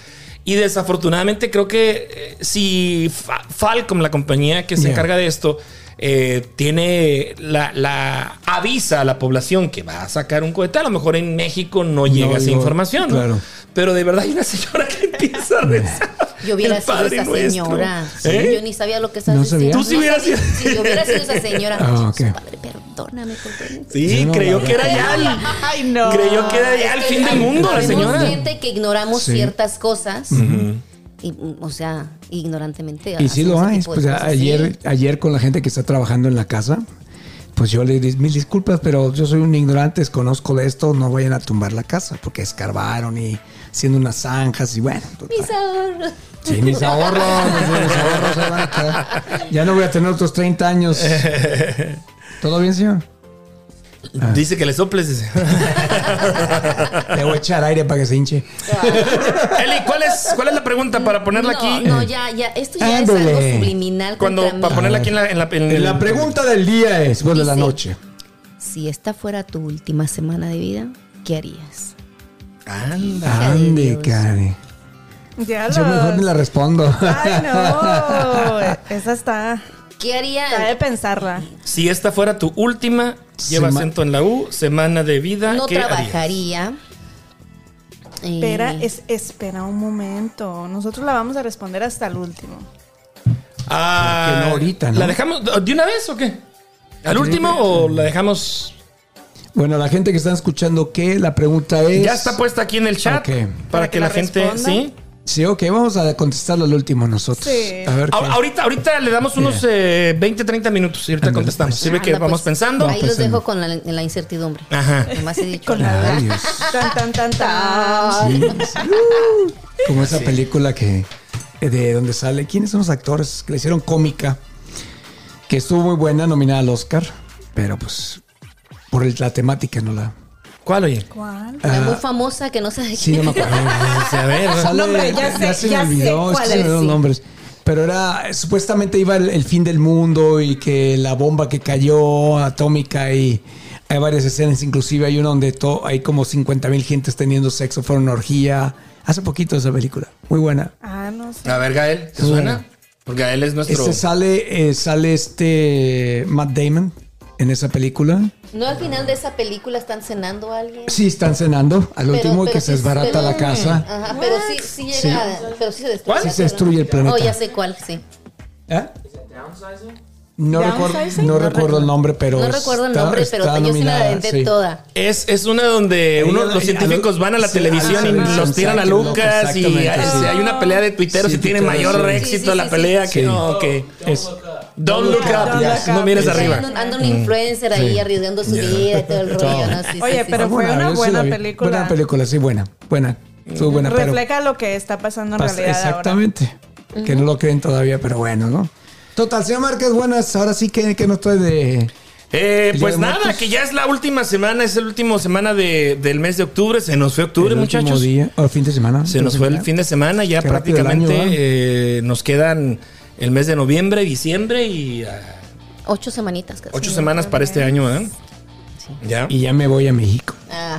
[SPEAKER 3] y desafortunadamente creo que eh, si Fa- Falcom, la compañía que se
[SPEAKER 4] Yeah.
[SPEAKER 3] encarga de esto, eh, tiene la, la- avisa a la población que va a sacar un cohete. A lo mejor en México no llega esa
[SPEAKER 4] llegó,
[SPEAKER 3] información. ¿no?
[SPEAKER 4] claro.
[SPEAKER 3] Pero de verdad hay una señora que empieza a rezar.
[SPEAKER 5] Yo hubiera
[SPEAKER 3] el
[SPEAKER 5] sido
[SPEAKER 3] Padre
[SPEAKER 5] esa
[SPEAKER 3] Nuestro.
[SPEAKER 5] señora. Sí,
[SPEAKER 3] ¿Eh?
[SPEAKER 5] Yo ni sabía lo que estaba
[SPEAKER 4] No
[SPEAKER 5] diciendo.
[SPEAKER 4] sabía.
[SPEAKER 3] Tú sí hubieras
[SPEAKER 5] sabía.
[SPEAKER 3] sido-
[SPEAKER 5] Sí, yo hubiera sido esa señora.
[SPEAKER 4] Ah, ok.
[SPEAKER 5] Padre, perdóname por todo.
[SPEAKER 3] Sí,
[SPEAKER 4] Yo no
[SPEAKER 3] creyó
[SPEAKER 4] la
[SPEAKER 3] que era ya el,
[SPEAKER 6] Ay, no.
[SPEAKER 3] creyó que era ya el fin del mundo la
[SPEAKER 5] Tenemos
[SPEAKER 3] señora.
[SPEAKER 5] gente que ignoramos
[SPEAKER 4] Sí.
[SPEAKER 5] ciertas cosas y, mm, o sea, ignorantemente.
[SPEAKER 4] Y
[SPEAKER 5] hacen
[SPEAKER 4] sí lo
[SPEAKER 5] ese
[SPEAKER 4] hay.
[SPEAKER 5] tipo de
[SPEAKER 4] Pues
[SPEAKER 5] cosas,
[SPEAKER 4] ayer,
[SPEAKER 5] sí.
[SPEAKER 4] ayer con la gente que está trabajando en la casa, pues yo le dije mil disculpas, pero yo soy un ignorante, desconozco de esto, no vayan a tumbar la casa porque escarbaron y haciendo unas zanjas y bueno. total.
[SPEAKER 5] Mis ahorros.
[SPEAKER 4] Sí, mis ahorros, mis mis ahorros ahí van a quedar. Ya no voy a tener otros 30 años. ¿Todo bien, señor? Ah.
[SPEAKER 3] Dice que le soples. dice.
[SPEAKER 4] Le voy a echar aire para que se hinche.
[SPEAKER 3] Eli, ¿cuál es, ¿cuál es la pregunta para ponerla
[SPEAKER 5] no,
[SPEAKER 3] aquí?
[SPEAKER 5] No, ya, ya. Esto ya es
[SPEAKER 4] Ándale.
[SPEAKER 5] algo subliminal.
[SPEAKER 3] Cuando,
[SPEAKER 5] contra
[SPEAKER 3] para
[SPEAKER 5] mí.
[SPEAKER 3] ponerla aquí en la, en la, en el-
[SPEAKER 4] La pregunta del día es, bueno, de la
[SPEAKER 5] Dice-
[SPEAKER 4] noche.
[SPEAKER 5] Si esta fuera tu última semana de vida, ¿qué harías?
[SPEAKER 3] Anda.
[SPEAKER 4] Ande, Karen.
[SPEAKER 6] Ya
[SPEAKER 4] Yo mejor
[SPEAKER 6] los-
[SPEAKER 4] me la respondo.
[SPEAKER 6] Ay, no. Esa está.
[SPEAKER 5] ¿Qué
[SPEAKER 6] Está de
[SPEAKER 5] harías?
[SPEAKER 6] pensarla.
[SPEAKER 3] Si esta fuera tu última, lleva
[SPEAKER 4] Sema-
[SPEAKER 3] acento en la U, semana de vida.
[SPEAKER 5] No
[SPEAKER 3] ¿qué harías?
[SPEAKER 5] trabajaría. Eh,
[SPEAKER 6] Espera, es, espera un momento. Nosotros la vamos a responder hasta el último.
[SPEAKER 3] Ah,
[SPEAKER 4] Porque no ahorita, ¿no?
[SPEAKER 3] ¿La dejamos de una vez o qué? ¿Al último o la dejamos?
[SPEAKER 4] Bueno, la gente que está escuchando, ¿qué? La pregunta es...
[SPEAKER 3] Ya está pues. puesta aquí en el chat
[SPEAKER 4] Ok.
[SPEAKER 3] para, que, la, gente.
[SPEAKER 6] responda.
[SPEAKER 3] Sí.
[SPEAKER 4] Sí, ok, vamos a contestarlo al último nosotros.
[SPEAKER 6] Sí.
[SPEAKER 4] A ver,
[SPEAKER 3] A-
[SPEAKER 4] qué-
[SPEAKER 3] ahorita, ahorita le damos unos eh, 20, 30 minutos y ahorita
[SPEAKER 4] Ándale,
[SPEAKER 3] contestamos.
[SPEAKER 4] pues.
[SPEAKER 3] Sirve Ah, que
[SPEAKER 5] anda,
[SPEAKER 3] vamos
[SPEAKER 5] pues,
[SPEAKER 3] pensando.
[SPEAKER 5] Ahí los
[SPEAKER 4] Pensando.
[SPEAKER 5] dejo con la, en la incertidumbre.
[SPEAKER 3] Ajá.
[SPEAKER 5] Nomás he dicho.
[SPEAKER 6] Con la
[SPEAKER 4] Ay,
[SPEAKER 6] verdad.
[SPEAKER 4] Dios.
[SPEAKER 6] Tan, tan, tan, tan.
[SPEAKER 4] Sí, sí. Uh, Como esa película que eh, de donde sale, ¿quiénes son los actores que le hicieron cómica? Que estuvo muy buena, nominada al Oscar, pero pues por el- la temática no la.
[SPEAKER 3] ¿Cuál, oye?
[SPEAKER 6] ¿Cuál?
[SPEAKER 5] La muy
[SPEAKER 4] Ah,
[SPEAKER 5] famosa que no sabe
[SPEAKER 4] sí, no me acuerdo.
[SPEAKER 3] Pues, A ver.
[SPEAKER 4] Sale-
[SPEAKER 6] No, hombre, ya sé,
[SPEAKER 4] se
[SPEAKER 6] ya
[SPEAKER 4] me
[SPEAKER 6] sé
[SPEAKER 4] olvidó, es que
[SPEAKER 6] cuál
[SPEAKER 4] se me
[SPEAKER 6] es,
[SPEAKER 4] olvidaron
[SPEAKER 6] sí.
[SPEAKER 4] los nombres. Pero era, supuestamente iba el, el fin del mundo y que la bomba que cayó atómica y hay varias escenas, inclusive hay una donde to- hay como 50 mil gentes teniendo sexo, fue una orgía. Hace poquito esa película, muy buena.
[SPEAKER 6] Ah, no sé.
[SPEAKER 3] A ver, Gael, ¿te suena? Porque Gael es nuestro.
[SPEAKER 4] Este sale, eh, sale este Matt Damon en esa película.
[SPEAKER 5] No al final de esa película están cenando a alguien.
[SPEAKER 4] Sí, están cenando al Pues, último y que se
[SPEAKER 5] sí-
[SPEAKER 4] desbarata
[SPEAKER 5] pero-
[SPEAKER 4] la casa.
[SPEAKER 5] Ajá, pero sí, sí llega. Pero sí se destruye.
[SPEAKER 3] ¿Cuál?
[SPEAKER 5] la
[SPEAKER 4] Sí se
[SPEAKER 5] tierra.
[SPEAKER 4] destruye el planeta.
[SPEAKER 5] Oh, ya sé cuál, sí.
[SPEAKER 4] ¿Eh? No, recuerdo,
[SPEAKER 6] ¿Downsizing?
[SPEAKER 4] no
[SPEAKER 6] No
[SPEAKER 4] recuerdo el nombre, pero.
[SPEAKER 5] No recuerdo el
[SPEAKER 4] está-
[SPEAKER 5] nombre,
[SPEAKER 4] está
[SPEAKER 5] pero yo sí la
[SPEAKER 4] nominada,
[SPEAKER 5] aventé
[SPEAKER 4] sí.
[SPEAKER 5] toda.
[SPEAKER 3] Es, es una donde
[SPEAKER 4] Ahí
[SPEAKER 3] uno,
[SPEAKER 4] a la-
[SPEAKER 3] los
[SPEAKER 4] a
[SPEAKER 3] científicos
[SPEAKER 4] los-
[SPEAKER 3] van a la
[SPEAKER 4] sí,
[SPEAKER 3] televisión
[SPEAKER 4] a
[SPEAKER 3] y
[SPEAKER 4] los-
[SPEAKER 3] los tiran a
[SPEAKER 4] exacto,
[SPEAKER 3] Lucas y
[SPEAKER 4] exactamente,
[SPEAKER 3] hay,
[SPEAKER 4] sí.
[SPEAKER 3] hay una pelea de tuiteros
[SPEAKER 4] Sí,
[SPEAKER 3] y tiene
[SPEAKER 4] tuiteros,
[SPEAKER 3] mayor
[SPEAKER 4] sí.
[SPEAKER 3] éxito
[SPEAKER 5] Sí, sí,
[SPEAKER 3] la
[SPEAKER 5] sí,
[SPEAKER 3] pelea
[SPEAKER 4] sí.
[SPEAKER 3] que
[SPEAKER 4] Sí.
[SPEAKER 3] no, que
[SPEAKER 4] Es-
[SPEAKER 3] Don't look up,
[SPEAKER 4] Don't
[SPEAKER 6] look
[SPEAKER 3] no
[SPEAKER 6] up.
[SPEAKER 3] mires
[SPEAKER 6] Sí.
[SPEAKER 3] arriba.
[SPEAKER 5] Anda un- anda un
[SPEAKER 4] Mm.
[SPEAKER 5] influencer ahí arriesgando su vida y todo el rollo. ¿no? Sí, sí,
[SPEAKER 6] Oye,
[SPEAKER 5] sí,
[SPEAKER 6] pero
[SPEAKER 5] sí.
[SPEAKER 6] fue
[SPEAKER 4] Alguna
[SPEAKER 6] una
[SPEAKER 4] vez sí
[SPEAKER 6] buena
[SPEAKER 4] la vi.
[SPEAKER 6] película.
[SPEAKER 4] Buena película, sí, buena. Buena. Fue buena, pero.
[SPEAKER 6] Refleja lo que está pasando en
[SPEAKER 4] pasa-
[SPEAKER 6] realidad
[SPEAKER 4] exactamente. Que no lo creen todavía, pero bueno, ¿no? Total, señor Márquez, buenas. Ahora sí que, que no estoy de.
[SPEAKER 3] Eh,
[SPEAKER 4] Día
[SPEAKER 3] pues
[SPEAKER 4] de
[SPEAKER 3] nada,
[SPEAKER 4] Muertos.
[SPEAKER 3] que ya es la última semana, es la última semana de- del mes de octubre. Se nos fue octubre,
[SPEAKER 4] el último
[SPEAKER 3] muchachos.
[SPEAKER 4] día, o fin de semana.
[SPEAKER 3] Se nos fue el fin de semana, ya
[SPEAKER 4] Qué rápido el
[SPEAKER 3] prácticamente
[SPEAKER 4] año,
[SPEAKER 3] eh, nos quedan el mes de noviembre, diciembre y ah,
[SPEAKER 5] Ocho semanitas casi.
[SPEAKER 3] ocho semanas para este año, ¿eh? Ya.
[SPEAKER 4] Y ya me voy a México.
[SPEAKER 5] Ah,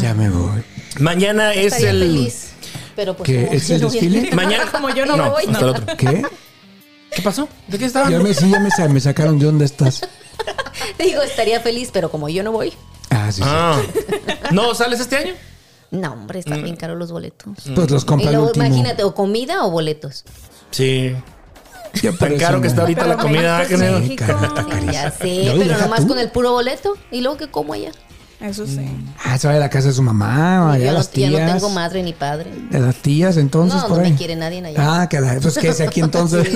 [SPEAKER 4] Ya me voy.
[SPEAKER 3] mañana es
[SPEAKER 5] estaría
[SPEAKER 3] el.
[SPEAKER 5] feliz. Pero pues.
[SPEAKER 4] ¿Qué?
[SPEAKER 5] como
[SPEAKER 4] ¿Es
[SPEAKER 5] yo
[SPEAKER 4] el
[SPEAKER 5] no voy a-
[SPEAKER 4] desfile?
[SPEAKER 3] Mañana.
[SPEAKER 5] Como yo no me voy,
[SPEAKER 3] hasta
[SPEAKER 5] no.
[SPEAKER 3] el otro.
[SPEAKER 4] ¿Qué?
[SPEAKER 3] ¿Qué pasó? ¿De qué estaba?
[SPEAKER 4] Ya me, sí, ya me, sa- me sacaron de dónde estás.
[SPEAKER 5] Digo, estaría feliz, pero como yo no voy.
[SPEAKER 4] Ah, sí, sí.
[SPEAKER 3] Ah. ¿No sales este año?
[SPEAKER 5] No, hombre, están
[SPEAKER 4] Mm.
[SPEAKER 5] bien caros los boletos.
[SPEAKER 4] Pues los
[SPEAKER 5] Y
[SPEAKER 4] compré al
[SPEAKER 5] luego,
[SPEAKER 4] último.
[SPEAKER 5] imagínate, o comida o boletos.
[SPEAKER 3] Sí.
[SPEAKER 4] Ya por
[SPEAKER 3] Tan
[SPEAKER 4] eso
[SPEAKER 3] caro que
[SPEAKER 4] no.
[SPEAKER 3] está ahorita
[SPEAKER 6] Pero
[SPEAKER 3] la comida. ah,
[SPEAKER 6] México es
[SPEAKER 3] Ángel.
[SPEAKER 6] México.
[SPEAKER 4] Cara, está carísimo.
[SPEAKER 5] Ya sé,
[SPEAKER 4] Luego,
[SPEAKER 5] pero
[SPEAKER 4] deja
[SPEAKER 5] nomás
[SPEAKER 4] tú.
[SPEAKER 5] con el puro boleto. ¿Y luego qué como allá?
[SPEAKER 6] ahora. Eso sí.
[SPEAKER 4] Ah, se va de la casa de su mamá, allá
[SPEAKER 5] yo no,
[SPEAKER 4] Ah, las tías.
[SPEAKER 5] ya no tengo madre ni padre.
[SPEAKER 4] De las tías, entonces,
[SPEAKER 5] No, no
[SPEAKER 4] por
[SPEAKER 5] me
[SPEAKER 4] ahí.
[SPEAKER 5] quiere nadie allá.
[SPEAKER 4] Ah, que la, pues quédese aquí entonces.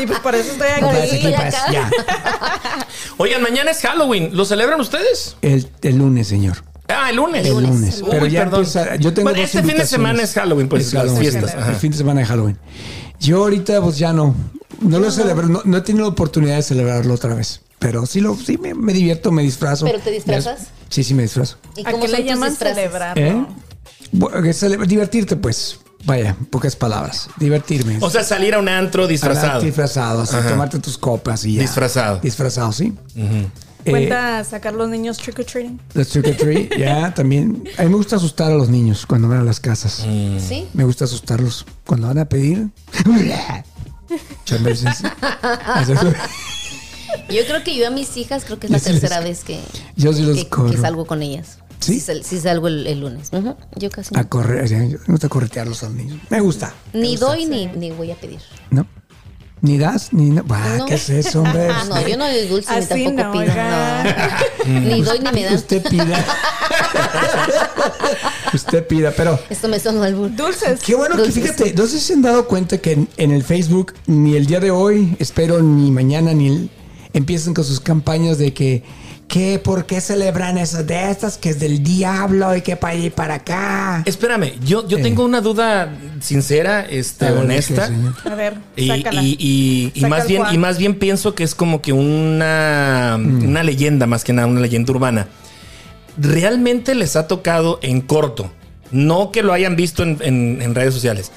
[SPEAKER 6] Y pues por eso estoy
[SPEAKER 5] Por
[SPEAKER 4] Quédese aquí,
[SPEAKER 5] ahí,
[SPEAKER 6] aquí.
[SPEAKER 5] acá.
[SPEAKER 4] pues, ya.
[SPEAKER 3] Oigan, mañana es Halloween. ¿Lo celebran ustedes?
[SPEAKER 4] El, el lunes, señor.
[SPEAKER 3] Ah, el lunes.
[SPEAKER 4] El lunes.
[SPEAKER 3] Uy,
[SPEAKER 4] Pero ya
[SPEAKER 3] perdón.
[SPEAKER 4] empieza- yo tengo
[SPEAKER 3] Bueno,
[SPEAKER 4] dos
[SPEAKER 3] este fin de
[SPEAKER 4] invitaciones.
[SPEAKER 3] semana es Halloween, pues
[SPEAKER 4] Es
[SPEAKER 3] las
[SPEAKER 4] Halloween,
[SPEAKER 3] fiestas.
[SPEAKER 4] sí,
[SPEAKER 3] ajá.
[SPEAKER 4] El fin de semana de Halloween. Yo ahorita, pues ya no. No lo celebro, no, no he tenido la oportunidad de celebrarlo otra vez. Pero sí, lo, sí me, me divierto, me disfrazo.
[SPEAKER 5] ¿Pero te disfrazas?
[SPEAKER 4] Ya- Sí, sí, me disfrazo.
[SPEAKER 5] ¿Y
[SPEAKER 6] ¿A
[SPEAKER 5] cómo
[SPEAKER 6] qué
[SPEAKER 5] son
[SPEAKER 6] le
[SPEAKER 5] tus
[SPEAKER 6] llaman
[SPEAKER 5] disfraces?
[SPEAKER 6] celebrar?
[SPEAKER 4] ¿Eh? Bueno, que cele- divertirte, pues. Vaya, en pocas palabras. Divertirme.
[SPEAKER 3] O sea, salir a un antro disfrazado.
[SPEAKER 4] Andar disfrazado, así, tomarte tus copas y ya.
[SPEAKER 3] Disfrazado.
[SPEAKER 4] Disfrazado, sí. Eh,
[SPEAKER 6] Cuenta sacar los niños trick or treating.
[SPEAKER 4] Let's trick or treat, ya también. A mí me gusta asustar a los niños cuando van a las casas.
[SPEAKER 5] ¿Sí?
[SPEAKER 4] Me gusta asustarlos cuando van a pedir. Muchas veces.
[SPEAKER 5] Yo creo que yo a mis hijas creo que es la
[SPEAKER 4] Yo sí
[SPEAKER 5] tercera
[SPEAKER 4] les-
[SPEAKER 5] vez que,
[SPEAKER 4] Yo sí los
[SPEAKER 5] que,
[SPEAKER 4] corro.
[SPEAKER 5] que salgo con ellas.
[SPEAKER 4] ¿Sí?
[SPEAKER 5] sal- sí salgo el, el lunes. Ujú, Yo casi no.
[SPEAKER 4] A correr, o sea, me gusta corretearlos a los niños. Me gusta,
[SPEAKER 5] Ni doy ni, ni voy a pedir.
[SPEAKER 4] ¿no? Ni das, ni... No. Bah,
[SPEAKER 5] No.
[SPEAKER 4] Ah, ¿Qué es eso, hombre?
[SPEAKER 5] Ah, no, yo no doy dulce ni
[SPEAKER 6] Así
[SPEAKER 5] tampoco
[SPEAKER 6] no,
[SPEAKER 5] pido.
[SPEAKER 6] oiga.
[SPEAKER 5] no.
[SPEAKER 4] Mm.
[SPEAKER 5] ni doy ni me dan.
[SPEAKER 4] Usted pida. Usted pida, pero...
[SPEAKER 5] Esto me sonó al burdo.
[SPEAKER 6] Dulces.
[SPEAKER 4] Qué bueno que
[SPEAKER 5] Dulces.
[SPEAKER 4] fíjate, no sé si se han dado cuenta que en, en el Facebook ni el día de hoy, espero ni mañana ni el- empiecen con sus campañas de que ¿qué, por qué celebran esas de estas que es del diablo y que para allá y para acá.
[SPEAKER 3] Espérame, yo, yo
[SPEAKER 4] Eh.
[SPEAKER 3] tengo una duda sincera, este,
[SPEAKER 4] A ver,
[SPEAKER 3] honesta.
[SPEAKER 4] ¿qué, señor?
[SPEAKER 6] A ver,
[SPEAKER 3] Y,
[SPEAKER 6] sácala.
[SPEAKER 3] y- y- y
[SPEAKER 6] Saca
[SPEAKER 3] más
[SPEAKER 6] el
[SPEAKER 3] bien,
[SPEAKER 6] Juan.
[SPEAKER 3] y más bien pienso que es como que una,
[SPEAKER 4] Mm.
[SPEAKER 3] una leyenda, más que nada, una leyenda urbana. Realmente les ha tocado en corto. No que lo hayan visto en, en- en redes sociales.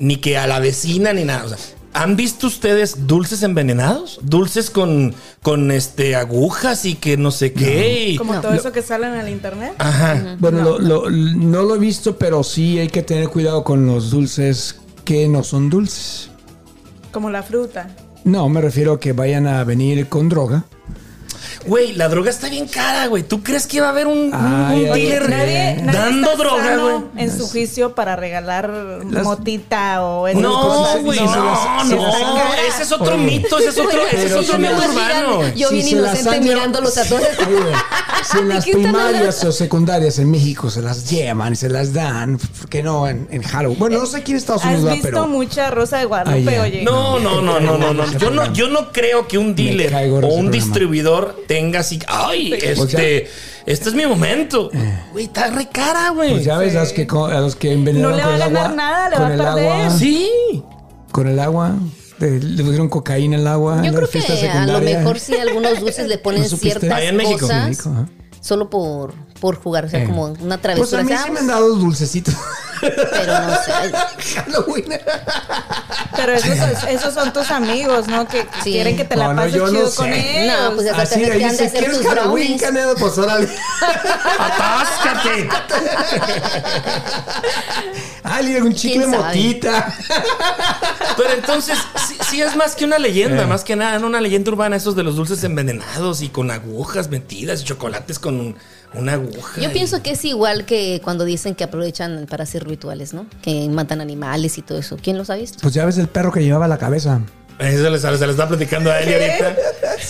[SPEAKER 3] Ni que a la vecina ni nada. O sea, ¿Han visto ustedes dulces envenenados? Dulces con, con este agujas y que no sé qué. y-
[SPEAKER 6] Como
[SPEAKER 5] No.
[SPEAKER 6] todo eso que sale en el internet.
[SPEAKER 3] Ajá.
[SPEAKER 4] Bueno, lo- lo- no lo he visto, pero sí hay que tener cuidado con los dulces que no son dulces.
[SPEAKER 6] Como la fruta.
[SPEAKER 4] No, me refiero a que vayan a venir con droga.
[SPEAKER 3] Güey, la droga está bien cara, güey. ¿Tú crees que va a haber un, un-
[SPEAKER 4] Ay,
[SPEAKER 3] un
[SPEAKER 4] ay,
[SPEAKER 3] dealer
[SPEAKER 6] Nadie, nadie
[SPEAKER 3] dando
[SPEAKER 6] está
[SPEAKER 3] droga,
[SPEAKER 6] sano
[SPEAKER 3] güey?
[SPEAKER 6] En su juicio para regalar
[SPEAKER 4] Las-
[SPEAKER 6] motita o esas
[SPEAKER 3] No,
[SPEAKER 4] pues,
[SPEAKER 6] cosas.
[SPEAKER 3] güey,
[SPEAKER 4] no,
[SPEAKER 3] no,
[SPEAKER 6] sí,
[SPEAKER 3] no.
[SPEAKER 6] sí, sí.
[SPEAKER 3] Ese es otro
[SPEAKER 4] Oye.
[SPEAKER 3] mito, ese es otro, ese es
[SPEAKER 4] Pero
[SPEAKER 3] otro
[SPEAKER 4] si
[SPEAKER 3] mito
[SPEAKER 4] las-
[SPEAKER 3] urbano. güey.
[SPEAKER 5] Yo bien
[SPEAKER 4] se las
[SPEAKER 5] inocente
[SPEAKER 4] han llevado-
[SPEAKER 5] mirándolos a todos.
[SPEAKER 4] Oye, Si en
[SPEAKER 5] ¿De
[SPEAKER 4] las
[SPEAKER 5] qué están
[SPEAKER 4] primarias o secundarias en México se las llevan y se las dan, ¿por qué no en, en Halloween? Bueno, no sé aquí en Estados
[SPEAKER 6] Has
[SPEAKER 4] Unidos, va,
[SPEAKER 6] visto
[SPEAKER 4] pero
[SPEAKER 6] mucha Rosa de Guadalupe,
[SPEAKER 4] Ay, ya.
[SPEAKER 6] oye.
[SPEAKER 3] No, no, no, no, no, no.
[SPEAKER 4] Ese
[SPEAKER 3] Yo no,
[SPEAKER 4] programa.
[SPEAKER 3] yo no creo que un dealer
[SPEAKER 4] caigo en
[SPEAKER 3] o
[SPEAKER 4] ese
[SPEAKER 3] un
[SPEAKER 4] programa.
[SPEAKER 3] distribuidor tenga así. Ay,
[SPEAKER 4] Pues ya.
[SPEAKER 3] este, este es mi momento. Güey, está re cara, güey.
[SPEAKER 4] eh. pues ya ves a los que, co- a los que envenenaron
[SPEAKER 6] No le
[SPEAKER 4] con
[SPEAKER 6] va a
[SPEAKER 4] el
[SPEAKER 6] ganar
[SPEAKER 4] agua.
[SPEAKER 6] nada, le
[SPEAKER 4] con
[SPEAKER 6] va a
[SPEAKER 4] el
[SPEAKER 6] perder.
[SPEAKER 4] agua.
[SPEAKER 3] Sí.
[SPEAKER 4] Con el agua. Le, le pusieron cocaína al agua. en
[SPEAKER 5] Yo
[SPEAKER 4] la
[SPEAKER 5] creo
[SPEAKER 4] Ah, fiesta
[SPEAKER 5] que a lo
[SPEAKER 4] secundaria.
[SPEAKER 5] mejor sí algunos dulces le ponen
[SPEAKER 4] ¿No supiste?
[SPEAKER 5] ciertas
[SPEAKER 3] Allá en México.
[SPEAKER 5] cosas
[SPEAKER 4] En México, ajá.
[SPEAKER 5] solo por, por jugar, o sea,
[SPEAKER 4] Eh.
[SPEAKER 5] como una
[SPEAKER 4] Pues a
[SPEAKER 5] travesura.
[SPEAKER 4] mí
[SPEAKER 5] ¿sabes?
[SPEAKER 4] sí me han dado dulcecitos.
[SPEAKER 5] Pero no sé.
[SPEAKER 4] Halloween.
[SPEAKER 6] Pero esos, esos son tus amigos, ¿no? Que
[SPEAKER 5] Sí.
[SPEAKER 6] quieren que te
[SPEAKER 4] No,
[SPEAKER 6] la
[SPEAKER 4] no,
[SPEAKER 6] pases
[SPEAKER 4] yo no
[SPEAKER 6] chido
[SPEAKER 4] sé.
[SPEAKER 6] con ellos.
[SPEAKER 5] No, pues,
[SPEAKER 4] Así
[SPEAKER 5] te
[SPEAKER 4] de ahí
[SPEAKER 5] han de
[SPEAKER 4] dice,
[SPEAKER 5] hacer
[SPEAKER 4] ¿quieres
[SPEAKER 5] tus
[SPEAKER 4] Halloween,
[SPEAKER 5] brownies".
[SPEAKER 4] Canedo? Pues órale.
[SPEAKER 3] Atáscate.
[SPEAKER 4] Ah, le dieron un chicle
[SPEAKER 5] ¿Quién sabe?
[SPEAKER 4] motita.
[SPEAKER 3] Pero entonces, sí, sí es más que una
[SPEAKER 4] Eh.
[SPEAKER 3] leyenda, más que nada, ¿no? una leyenda urbana, esos de los dulces envenenados y con agujas metidas y chocolates con un- una aguja.
[SPEAKER 5] Yo
[SPEAKER 3] y-
[SPEAKER 5] pienso que es igual que cuando dicen que aprovechan para hacer rituales, ¿no? Que matan animales y todo eso. ¿Quién los ha visto?
[SPEAKER 4] Pues ya ves el perro que llevaba la cabeza.
[SPEAKER 3] Eso les- se les está platicando a él ahorita.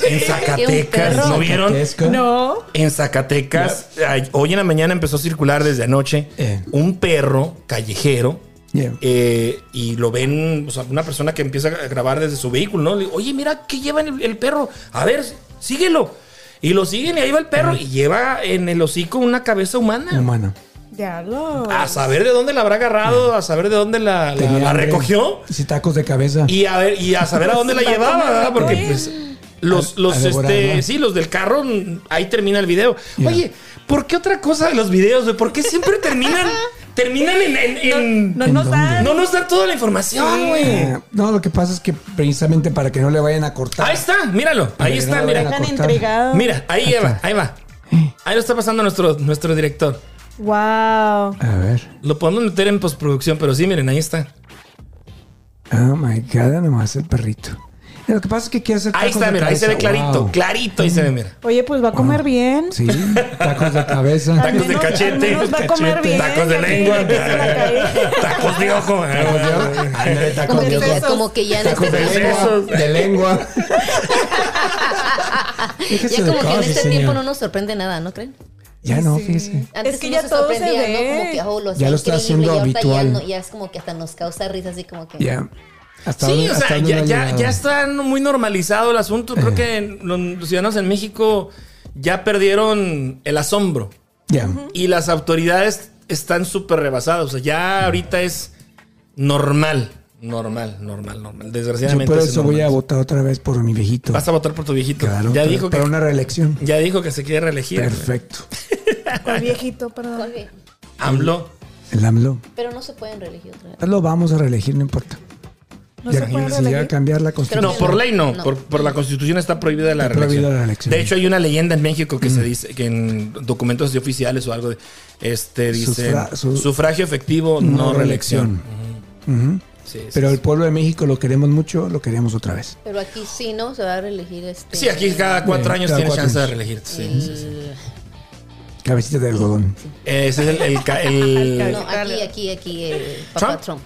[SPEAKER 3] En Zacatecas,
[SPEAKER 5] perro.
[SPEAKER 3] ¿no vieron?
[SPEAKER 4] Catesco.
[SPEAKER 6] No.
[SPEAKER 3] En Zacatecas, ay, hoy en la mañana empezó a circular desde anoche
[SPEAKER 4] Eh.
[SPEAKER 3] un perro callejero.
[SPEAKER 4] Yeah.
[SPEAKER 3] eh, y lo ven, o sea, una persona que empieza a grabar desde su vehículo, ¿no? Le digo, oye, mira que lleva el, el perro. A ver, síguelo. Y lo siguen y ahí va el perro y lleva en el hocico una cabeza humana.
[SPEAKER 4] Humano.
[SPEAKER 6] Diablo.
[SPEAKER 3] A saber de dónde la habrá agarrado, a saber de dónde la, la-
[SPEAKER 4] Tenía
[SPEAKER 3] la
[SPEAKER 4] hambre.
[SPEAKER 3] recogió.
[SPEAKER 4] Sí, tacos de cabeza.
[SPEAKER 3] Y a ver, y a saber a dónde la
[SPEAKER 6] Va
[SPEAKER 3] llevaba,
[SPEAKER 6] comiendo
[SPEAKER 3] ¿verdad? Porque
[SPEAKER 6] pollo.
[SPEAKER 3] pues, los,
[SPEAKER 4] A-
[SPEAKER 3] los,
[SPEAKER 4] a devorar,
[SPEAKER 3] este,
[SPEAKER 4] ¿no?
[SPEAKER 3] sí, los del carro, mm, ahí termina el video.
[SPEAKER 4] Ya.
[SPEAKER 3] Oye, ¿por qué otra cosa de los videos, güey? ¿Por qué siempre terminan, terminan en, en- en-
[SPEAKER 6] No
[SPEAKER 4] ¿En
[SPEAKER 6] nos
[SPEAKER 4] dónde?
[SPEAKER 6] dan.
[SPEAKER 3] no nos dan toda la información, güey?
[SPEAKER 4] Eh, no, lo que pasa es que precisamente para que no le vayan a cortar.
[SPEAKER 3] Ahí está, míralo, ahí
[SPEAKER 4] que
[SPEAKER 3] está,
[SPEAKER 4] no lo
[SPEAKER 3] mira.
[SPEAKER 4] vayan
[SPEAKER 6] Están
[SPEAKER 4] cortar.
[SPEAKER 6] intrigados.
[SPEAKER 3] Mira, ahí va, ahí va. Ahí lo está pasando nuestro, nuestro director.
[SPEAKER 6] Wow.
[SPEAKER 4] A ver.
[SPEAKER 3] Lo podemos meter en postproducción, pero sí, miren, ahí está.
[SPEAKER 4] Oh my god, nomás el perrito. Eh, Lo que pasa es que quiere hacer
[SPEAKER 3] Ahí
[SPEAKER 4] tacos
[SPEAKER 3] está,
[SPEAKER 4] de
[SPEAKER 3] mira, ahí se ve
[SPEAKER 4] cabeza.
[SPEAKER 3] clarito,
[SPEAKER 4] Wow.
[SPEAKER 3] clarito, ahí se ve, mira.
[SPEAKER 6] Oye, pues va a comer bien.
[SPEAKER 4] Ah, Sí, tacos de cabeza.
[SPEAKER 6] Al
[SPEAKER 3] Tacos de
[SPEAKER 6] menos- al
[SPEAKER 3] cachete,
[SPEAKER 6] menos va a comer bien,
[SPEAKER 3] tacos de
[SPEAKER 6] ya que
[SPEAKER 3] lengua,
[SPEAKER 6] empieza la caída.
[SPEAKER 4] Pues
[SPEAKER 3] tacos de ojo.
[SPEAKER 4] Ándale,
[SPEAKER 5] Como
[SPEAKER 4] tacos
[SPEAKER 5] que,
[SPEAKER 4] de
[SPEAKER 5] ya,
[SPEAKER 6] sesos.
[SPEAKER 5] como que ya en este
[SPEAKER 4] tacos de lengua.
[SPEAKER 3] sesos.
[SPEAKER 4] De lengua. Déjese
[SPEAKER 5] Ya
[SPEAKER 4] de
[SPEAKER 5] como que en
[SPEAKER 4] cosas,
[SPEAKER 5] este
[SPEAKER 4] señor.
[SPEAKER 5] tiempo no nos sorprende nada, ¿no creen?
[SPEAKER 4] Ya no, fíjese.
[SPEAKER 5] Antes
[SPEAKER 6] Es que
[SPEAKER 5] uno
[SPEAKER 6] ya
[SPEAKER 5] se
[SPEAKER 6] todo se
[SPEAKER 5] sorprendía,
[SPEAKER 6] ve.
[SPEAKER 5] ¿no? Como que, oh, lo
[SPEAKER 4] Ya
[SPEAKER 5] sé,
[SPEAKER 4] lo está
[SPEAKER 5] increíble,
[SPEAKER 4] haciendo
[SPEAKER 5] y ahorita
[SPEAKER 4] habitual.
[SPEAKER 5] Ya, no- ya es como que hasta nos causa risa, así como que.
[SPEAKER 4] Ya. Hasta
[SPEAKER 3] Sí,
[SPEAKER 4] dónde-
[SPEAKER 3] o
[SPEAKER 4] hasta
[SPEAKER 3] sea,
[SPEAKER 4] dónde
[SPEAKER 3] ya,
[SPEAKER 4] ha
[SPEAKER 3] ya,
[SPEAKER 4] llegado.
[SPEAKER 3] ya está muy normalizado el asunto. Creo
[SPEAKER 4] Eh.
[SPEAKER 3] que los, los ciudadanos en México ya perdieron el asombro
[SPEAKER 4] Ya.
[SPEAKER 3] y las autoridades están súper rebasadas. O sea, ya ahorita es normal, normal, normal, normal.
[SPEAKER 4] Yo
[SPEAKER 3] Desgraciadamente.
[SPEAKER 4] por
[SPEAKER 3] es
[SPEAKER 4] eso voy a
[SPEAKER 3] normal.
[SPEAKER 4] votar otra vez por mi viejito.
[SPEAKER 3] Vas a votar por tu viejito.
[SPEAKER 4] Claro,
[SPEAKER 3] ya,
[SPEAKER 4] para-
[SPEAKER 3] dijo que,
[SPEAKER 4] Para una reelección.
[SPEAKER 3] ya dijo que se quiere reelegir.
[SPEAKER 4] Perfecto.
[SPEAKER 6] Con viejito, perdón.
[SPEAKER 5] Oye,
[SPEAKER 3] AMLO.
[SPEAKER 4] El AMLO.
[SPEAKER 5] Pero no se pueden reelegir otra vez.
[SPEAKER 4] Lo vamos a reelegir, no importa.
[SPEAKER 6] No
[SPEAKER 4] ya,
[SPEAKER 6] se puede
[SPEAKER 4] si llega a
[SPEAKER 6] elegir.
[SPEAKER 4] cambiar la
[SPEAKER 5] Creo
[SPEAKER 4] constitución.
[SPEAKER 3] No,
[SPEAKER 5] que
[SPEAKER 3] por
[SPEAKER 5] no.
[SPEAKER 3] ley no.
[SPEAKER 5] No.
[SPEAKER 3] Por, por la constitución está prohibida la
[SPEAKER 4] Está
[SPEAKER 3] reelección.
[SPEAKER 4] prohibida la Mm. reelección.
[SPEAKER 3] De hecho, hay una leyenda en México que se dice que en documentos así oficiales o algo de, este dice
[SPEAKER 4] Sufra- su-
[SPEAKER 3] sufragio efectivo, no, reelección. Sí, sí,
[SPEAKER 4] Pero
[SPEAKER 3] sí.
[SPEAKER 4] el pueblo de México lo queremos mucho, lo queremos otra vez.
[SPEAKER 5] Pero aquí sí, ¿no? Se va a reelegir este.
[SPEAKER 3] Sí, aquí cada cuatro
[SPEAKER 4] Eh,
[SPEAKER 3] años
[SPEAKER 4] cada
[SPEAKER 3] tienes
[SPEAKER 4] cuatro
[SPEAKER 3] chance de
[SPEAKER 4] años.
[SPEAKER 3] reelegirte. Sí,
[SPEAKER 5] el-
[SPEAKER 3] sí, sí.
[SPEAKER 4] Cabecita de algodón.
[SPEAKER 3] Ese es el, el ca- el
[SPEAKER 5] No, aquí, aquí, aquí. eh, papá Trump.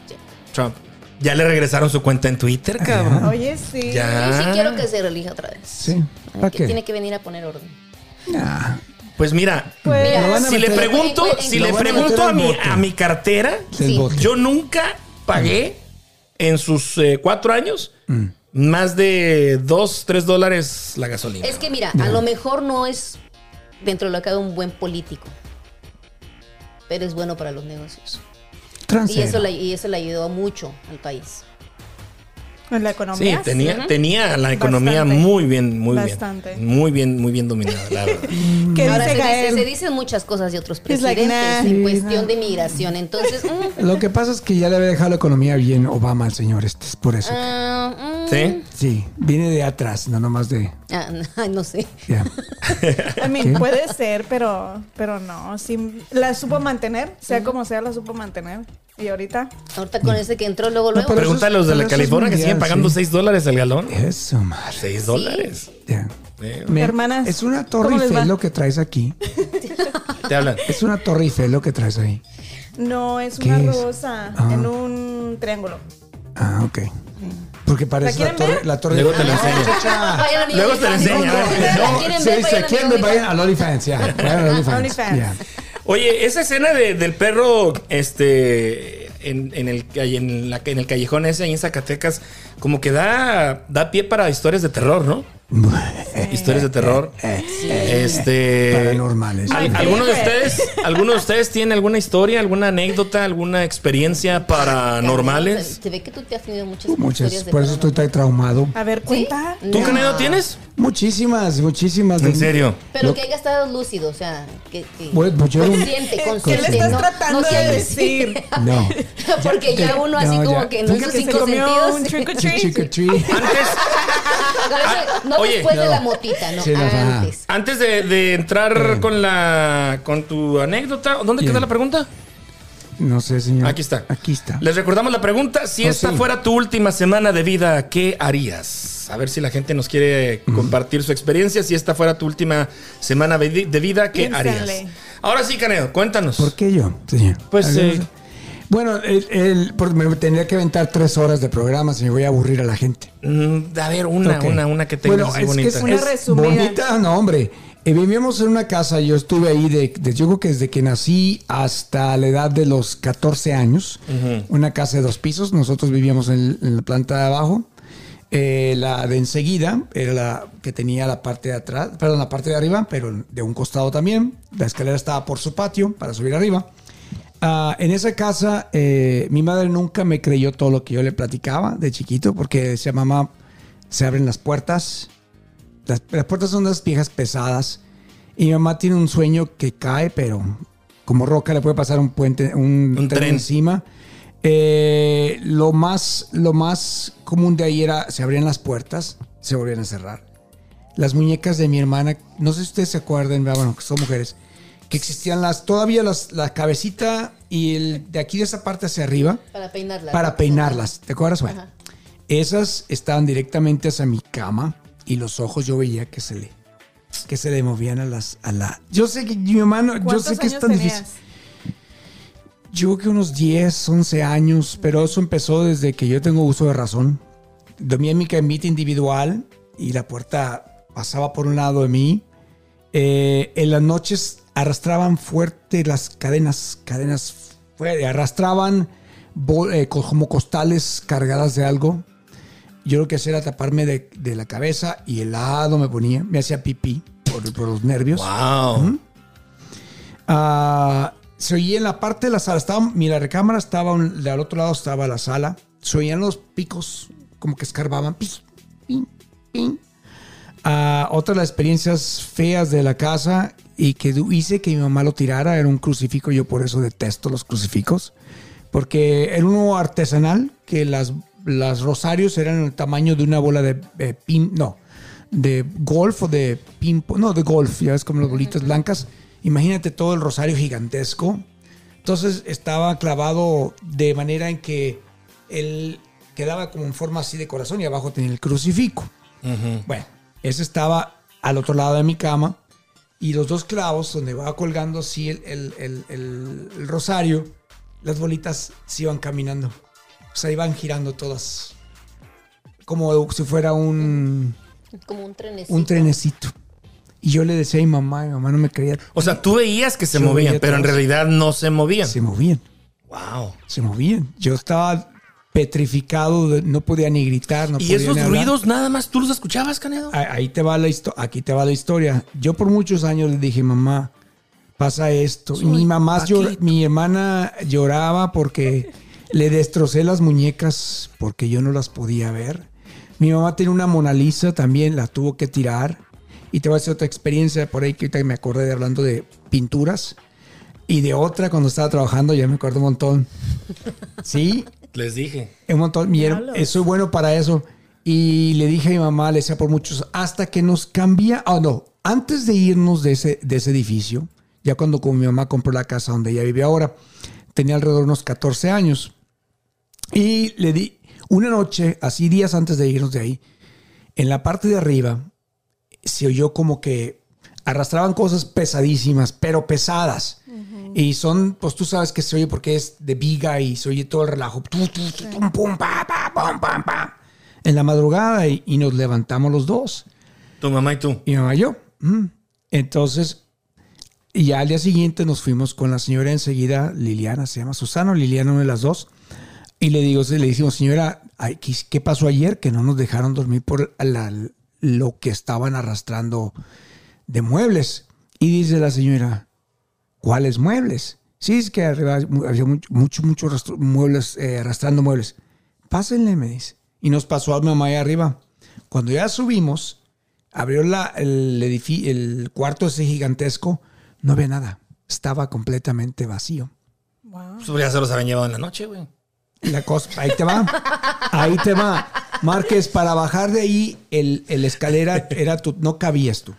[SPEAKER 3] Trump. Ya le regresaron su cuenta en Twitter, cabrón.
[SPEAKER 6] Oye, sí.
[SPEAKER 3] Ya.
[SPEAKER 5] Yo sí quiero que se relija otra vez.
[SPEAKER 4] Sí. ¿Para
[SPEAKER 5] Aquí
[SPEAKER 4] qué? Ah,
[SPEAKER 5] tiene que venir a poner orden.
[SPEAKER 4] Nah.
[SPEAKER 3] Pues mira,
[SPEAKER 6] Pues,
[SPEAKER 5] Mira,
[SPEAKER 4] Lo van a
[SPEAKER 3] si le
[SPEAKER 4] meter-
[SPEAKER 3] pregunto,
[SPEAKER 5] Lo
[SPEAKER 3] si
[SPEAKER 5] van
[SPEAKER 3] le
[SPEAKER 4] a meter
[SPEAKER 3] pregunto a
[SPEAKER 4] al
[SPEAKER 3] mi,
[SPEAKER 4] bote.
[SPEAKER 3] a mi cartera,
[SPEAKER 4] Del
[SPEAKER 5] Sí.
[SPEAKER 4] bote.
[SPEAKER 3] yo nunca pagué en sus eh, cuatro años más de dos, tres dólares la gasolina.
[SPEAKER 5] Es que mira, a lo mejor no es dentro de lo que haga un buen político, pero es bueno para los negocios. Y
[SPEAKER 4] Transero.
[SPEAKER 5] eso, le, y eso le ayudó mucho al país.
[SPEAKER 6] en la
[SPEAKER 3] Sí,
[SPEAKER 6] economía.
[SPEAKER 3] tenía, tenía la economía
[SPEAKER 6] Bastante.
[SPEAKER 3] muy bien, muy
[SPEAKER 6] Bastante.
[SPEAKER 3] bien. Muy bien, muy bien dominada, la verdad.
[SPEAKER 6] ¿Qué
[SPEAKER 5] Ahora se,
[SPEAKER 6] dice
[SPEAKER 5] dice-
[SPEAKER 6] Gael?
[SPEAKER 5] se dicen muchas cosas de otros
[SPEAKER 6] It's like,
[SPEAKER 5] presidentes
[SPEAKER 6] nah.
[SPEAKER 5] en cuestión de migración. Entonces, mm,
[SPEAKER 4] Lo que pasa es que ya le había dejado la economía bien Obama al señor este, es por eso.
[SPEAKER 5] ah, mm,
[SPEAKER 3] ¿Sí?
[SPEAKER 4] Sí, viene de atrás, no nomás de...
[SPEAKER 5] ah, no, no sé.
[SPEAKER 4] ya.
[SPEAKER 6] I mean, puede ser, pero, pero no. Sí, la supo mantener, sea como sea, la supo mantener. Y ahorita,
[SPEAKER 5] Ahorita con ese que entró luego, luego.
[SPEAKER 4] pero-
[SPEAKER 3] Pregúntale a los de
[SPEAKER 4] pero
[SPEAKER 3] la
[SPEAKER 4] eso es
[SPEAKER 3] California que
[SPEAKER 4] mundial,
[SPEAKER 3] siguen pagando
[SPEAKER 4] sí.
[SPEAKER 3] 6 dólares el galón.
[SPEAKER 4] Eso, madre.
[SPEAKER 3] 6 dólares.
[SPEAKER 4] Ya.
[SPEAKER 3] Eh,
[SPEAKER 4] Me-
[SPEAKER 6] Hermanas,
[SPEAKER 4] Es una torre
[SPEAKER 6] ¿cómo les va?
[SPEAKER 4] Eiffel lo que traes aquí.
[SPEAKER 3] Te hablan.
[SPEAKER 4] Es una torre Eiffel lo que traes ahí.
[SPEAKER 6] no es
[SPEAKER 4] ¿Qué
[SPEAKER 6] una
[SPEAKER 4] es?
[SPEAKER 6] rosa
[SPEAKER 4] Ah.
[SPEAKER 6] en un triángulo.
[SPEAKER 4] Ah, ok. Porque parece
[SPEAKER 6] ¿La
[SPEAKER 4] la,
[SPEAKER 6] quieren
[SPEAKER 4] torre,
[SPEAKER 6] ver?
[SPEAKER 4] la torre
[SPEAKER 3] Luego te la enseño.
[SPEAKER 5] Vayan a mi
[SPEAKER 3] Luego te la
[SPEAKER 5] OnlyFans.
[SPEAKER 3] enseño, a ver.
[SPEAKER 5] Ustedes la
[SPEAKER 3] No,
[SPEAKER 5] quieren
[SPEAKER 4] Se
[SPEAKER 5] ver,
[SPEAKER 4] dice,
[SPEAKER 5] vayan a mi
[SPEAKER 4] ¿quién me
[SPEAKER 5] OnlyFans.
[SPEAKER 4] vayan al OnlyFans? Ya, vayan al OnlyFans.
[SPEAKER 6] OnlyFans.
[SPEAKER 4] Ya.
[SPEAKER 3] Oye, esa escena de- del perro, este, en, en el, calle- en, la- en el callejón ese ahí en Zacatecas, como que da, da pie para historias de terror, ¿no? Historias de terror. Este.
[SPEAKER 4] Paranormales.
[SPEAKER 3] ¿al-
[SPEAKER 6] My
[SPEAKER 3] ¿Alguno de
[SPEAKER 6] favorite.
[SPEAKER 3] ustedes, alguno de ustedes tiene alguna historia, alguna anécdota, alguna experiencia paranormales?
[SPEAKER 5] Se ve que tú te has tenido muchas
[SPEAKER 4] Uh, Muchas,
[SPEAKER 5] historias de
[SPEAKER 4] por eso estoy
[SPEAKER 5] paranormal.
[SPEAKER 4] tan traumado.
[SPEAKER 6] A ver, cuenta.
[SPEAKER 3] ¿Tú qué anécdota tienes?
[SPEAKER 4] Muchísimas, muchísimas.
[SPEAKER 3] En serio.
[SPEAKER 5] Pero
[SPEAKER 4] Lo-
[SPEAKER 5] que haya estado lúcido, o sea, que, que
[SPEAKER 4] Bueno, pues yo era un-
[SPEAKER 5] consciente,
[SPEAKER 6] ¿Qué le
[SPEAKER 5] consciente.
[SPEAKER 6] estás
[SPEAKER 5] no,
[SPEAKER 6] tratando
[SPEAKER 5] no siempre.
[SPEAKER 6] de decir?
[SPEAKER 4] No.
[SPEAKER 5] Porque ya, uno así
[SPEAKER 4] no,
[SPEAKER 5] como
[SPEAKER 4] ya.
[SPEAKER 5] que no en
[SPEAKER 6] Que
[SPEAKER 5] sus
[SPEAKER 6] se
[SPEAKER 5] cinco
[SPEAKER 6] comió
[SPEAKER 5] sentidos.
[SPEAKER 6] un trick or treat.
[SPEAKER 4] Trick or treat.
[SPEAKER 3] Antes,
[SPEAKER 5] Agárrese, no
[SPEAKER 3] Oye,
[SPEAKER 5] después de
[SPEAKER 4] no.
[SPEAKER 5] la motita, no,
[SPEAKER 4] Sí, no, ajá.
[SPEAKER 5] antes.
[SPEAKER 3] antes de, de entrar con la con tu anécdota, ¿dónde queda
[SPEAKER 4] Bien.
[SPEAKER 3] la pregunta?
[SPEAKER 4] No sé, señor.
[SPEAKER 3] Aquí está.
[SPEAKER 4] Aquí está.
[SPEAKER 3] Les recordamos la pregunta. Si
[SPEAKER 4] Oh,
[SPEAKER 3] esta
[SPEAKER 4] sí.
[SPEAKER 3] fuera tu última semana de vida, ¿qué harías? A ver si la gente nos quiere compartir su experiencia. Si esta fuera tu última semana de de vida, ¿qué
[SPEAKER 6] Piénsale.
[SPEAKER 3] harías? Ahora sí, Caneo, cuéntanos.
[SPEAKER 4] ¿Por qué yo, señor?
[SPEAKER 3] Pues,
[SPEAKER 4] Algo-
[SPEAKER 3] eh,
[SPEAKER 4] Bueno, el, el- porque me tendría que aventar tres horas de programa si me voy a aburrir a la gente.
[SPEAKER 3] Mm, a ver, una,
[SPEAKER 4] Ok.
[SPEAKER 3] una, una que tengas
[SPEAKER 4] Bueno,
[SPEAKER 3] así
[SPEAKER 4] es que
[SPEAKER 3] bonita.
[SPEAKER 4] es una
[SPEAKER 6] Una resumida.
[SPEAKER 4] bonita, no, hombre. Eh, vivíamos en una casa, yo estuve ahí, de, de- yo creo que desde que nací hasta la edad de los 14 años. Una casa de dos pisos, nosotros vivíamos en, en la planta de abajo. Eh, la de enseguida era la que tenía la parte de atrás, perdón, la parte de arriba, pero de un costado también. La escalera estaba por su patio para subir arriba. Ah, en esa casa, eh, mi madre nunca me creyó todo lo que yo le platicaba de chiquito, porque decía, mamá, se abren las puertas. Las, las puertas son unas viejas pesadas. Y mi mamá tiene un sueño que cae, pero como roca le puede pasar un puente, un,
[SPEAKER 3] Un
[SPEAKER 4] tren,
[SPEAKER 3] tren.
[SPEAKER 4] encima. Eh, lo, más, lo más común de ahí era, se abrían las puertas, se volvían a cerrar. Las muñecas de mi hermana, no sé si ustedes se acuerdan, bueno, que son mujeres, que existían las, todavía las, la cabecita y el, de aquí de esa parte hacia arriba,
[SPEAKER 5] Para peinarla.
[SPEAKER 4] para peinarlas. ¿Te acuerdas? Bueno,
[SPEAKER 5] Ajá.
[SPEAKER 4] esas estaban directamente hacia mi cama y los ojos yo veía que se le que se le movían a las a la. Yo sé que mi hermano, yo
[SPEAKER 6] ¿Cuántos
[SPEAKER 4] sé que es
[SPEAKER 6] años
[SPEAKER 4] tan
[SPEAKER 6] tenías?
[SPEAKER 4] difícil. Yo creo que unos 10, 11 años, pero eso empezó desde que yo tengo uso de razón. Dormía en mi camita individual y la puerta pasaba por un lado de mí. Eh, en las noches arrastraban fuerte las cadenas, cadenas, fuerte, arrastraban bol- eh, co- como costales cargadas de algo. Yo lo que hacía era taparme de, de la cabeza y helado me ponía, me hacía pipí por, por los nervios.
[SPEAKER 3] Wow.
[SPEAKER 4] Ah, se oía en la parte de la sala. Estaba, mi la recámara estaba un- del otro lado, estaba la sala. Se oían los picos, como que escarbaban. Pis, pin, pin. Ah, otra de las experiencias feas de la casa y que du- hice que mi mamá lo tirara era un crucifijo. Yo por eso detesto los crucifijos. Porque era uno artesanal que las, las rosarios eran el tamaño de una bola de eh, pin. No, de golf o de pin. No, de golf. Ya ves como las bolitas blancas. Imagínate todo el rosario gigantesco. Entonces estaba clavado de manera en que él quedaba como en forma así de corazón y abajo tenía el crucifijo. Bueno, ese estaba al otro lado de mi cama y los dos clavos donde va colgando así el, el- el- el- el rosario, las bolitas se iban caminando. pues ahí van girando todas. Como si fuera un,
[SPEAKER 5] Como un trenecito.
[SPEAKER 4] un trenecito. Y yo le decía a mi mamá, mi mamá no me creía.
[SPEAKER 3] O sea, tú veías que se
[SPEAKER 4] Yo
[SPEAKER 3] movían,
[SPEAKER 4] veía
[SPEAKER 3] pero en
[SPEAKER 4] todos.
[SPEAKER 3] realidad no se movían.
[SPEAKER 4] Se movían,
[SPEAKER 3] Wow.
[SPEAKER 4] se movían. Yo estaba petrificado, de- no podía ni gritar, no
[SPEAKER 3] ¿Y
[SPEAKER 4] podía
[SPEAKER 3] esos
[SPEAKER 4] ni hablar. Ah.
[SPEAKER 3] ruidos nada más tú los escuchabas, Canedo?
[SPEAKER 4] A- Ahí te va la histo- aquí te va la historia. Yo por muchos años le dije, mamá, pasa esto. Y mi mamá, llor- mi hermana lloraba porque le destrocé las muñecas porque yo no las podía ver. Mi mamá tiene una Mona Lisa también, la tuvo que tirar. Y te voy a hacer otra experiencia por ahí que ahorita me acordé de hablando de pinturas. Y de otra cuando estaba trabajando, ya me acuerdo un montón. Sí,
[SPEAKER 3] Les dije.
[SPEAKER 4] un montón. Mi her- eh, soy bueno para eso. Y le dije a mi mamá, le decía por muchos, hasta que nos cambia, oh no, antes de irnos de ese, de ese edificio, ya cuando con mi mamá compró la casa donde ella vive ahora, tenía alrededor de unos 14 años. Y le di una noche, así días antes de irnos de ahí, en la parte de arriba, se oyó como que arrastraban cosas pesadísimas, pero pesadas. Y son, pues tú sabes que se oye porque es de viga y se oye todo el relajo. Tu, tu, tu, tum, pum, pa, pa, pam, pam, pam. En la madrugada y, y nos levantamos los dos.
[SPEAKER 3] Tu mamá y tú.
[SPEAKER 4] Y mi mamá y yo. Mm. Entonces, y ya al día siguiente nos fuimos con la señora enseguida, Liliana, se llama Susana o Liliana, una de las dos. Y le digo, le dijimos, señora, ay, ¿qué qué pasó ayer? Que no nos dejaron dormir por la- lo que estaban arrastrando de muebles. Y dice la señora, ¿cuáles muebles? Sí, es que arriba mu- había mucho, mucho, mucho arrastro- muebles, eh, arrastrando muebles. Pásenle, me dice. Y nos pasó a mi mamá ahí arriba. Cuando ya subimos, abrió la- el, edifi- el cuarto ese gigantesco, no había nada. Estaba completamente vacío.
[SPEAKER 6] Wow.
[SPEAKER 3] Pues ya se los habían llevado en la noche, güey.
[SPEAKER 4] La cosa, ahí te va. Ahí te va. Márquez, para bajar de ahí, el, el escalera era tu, no cabías tú.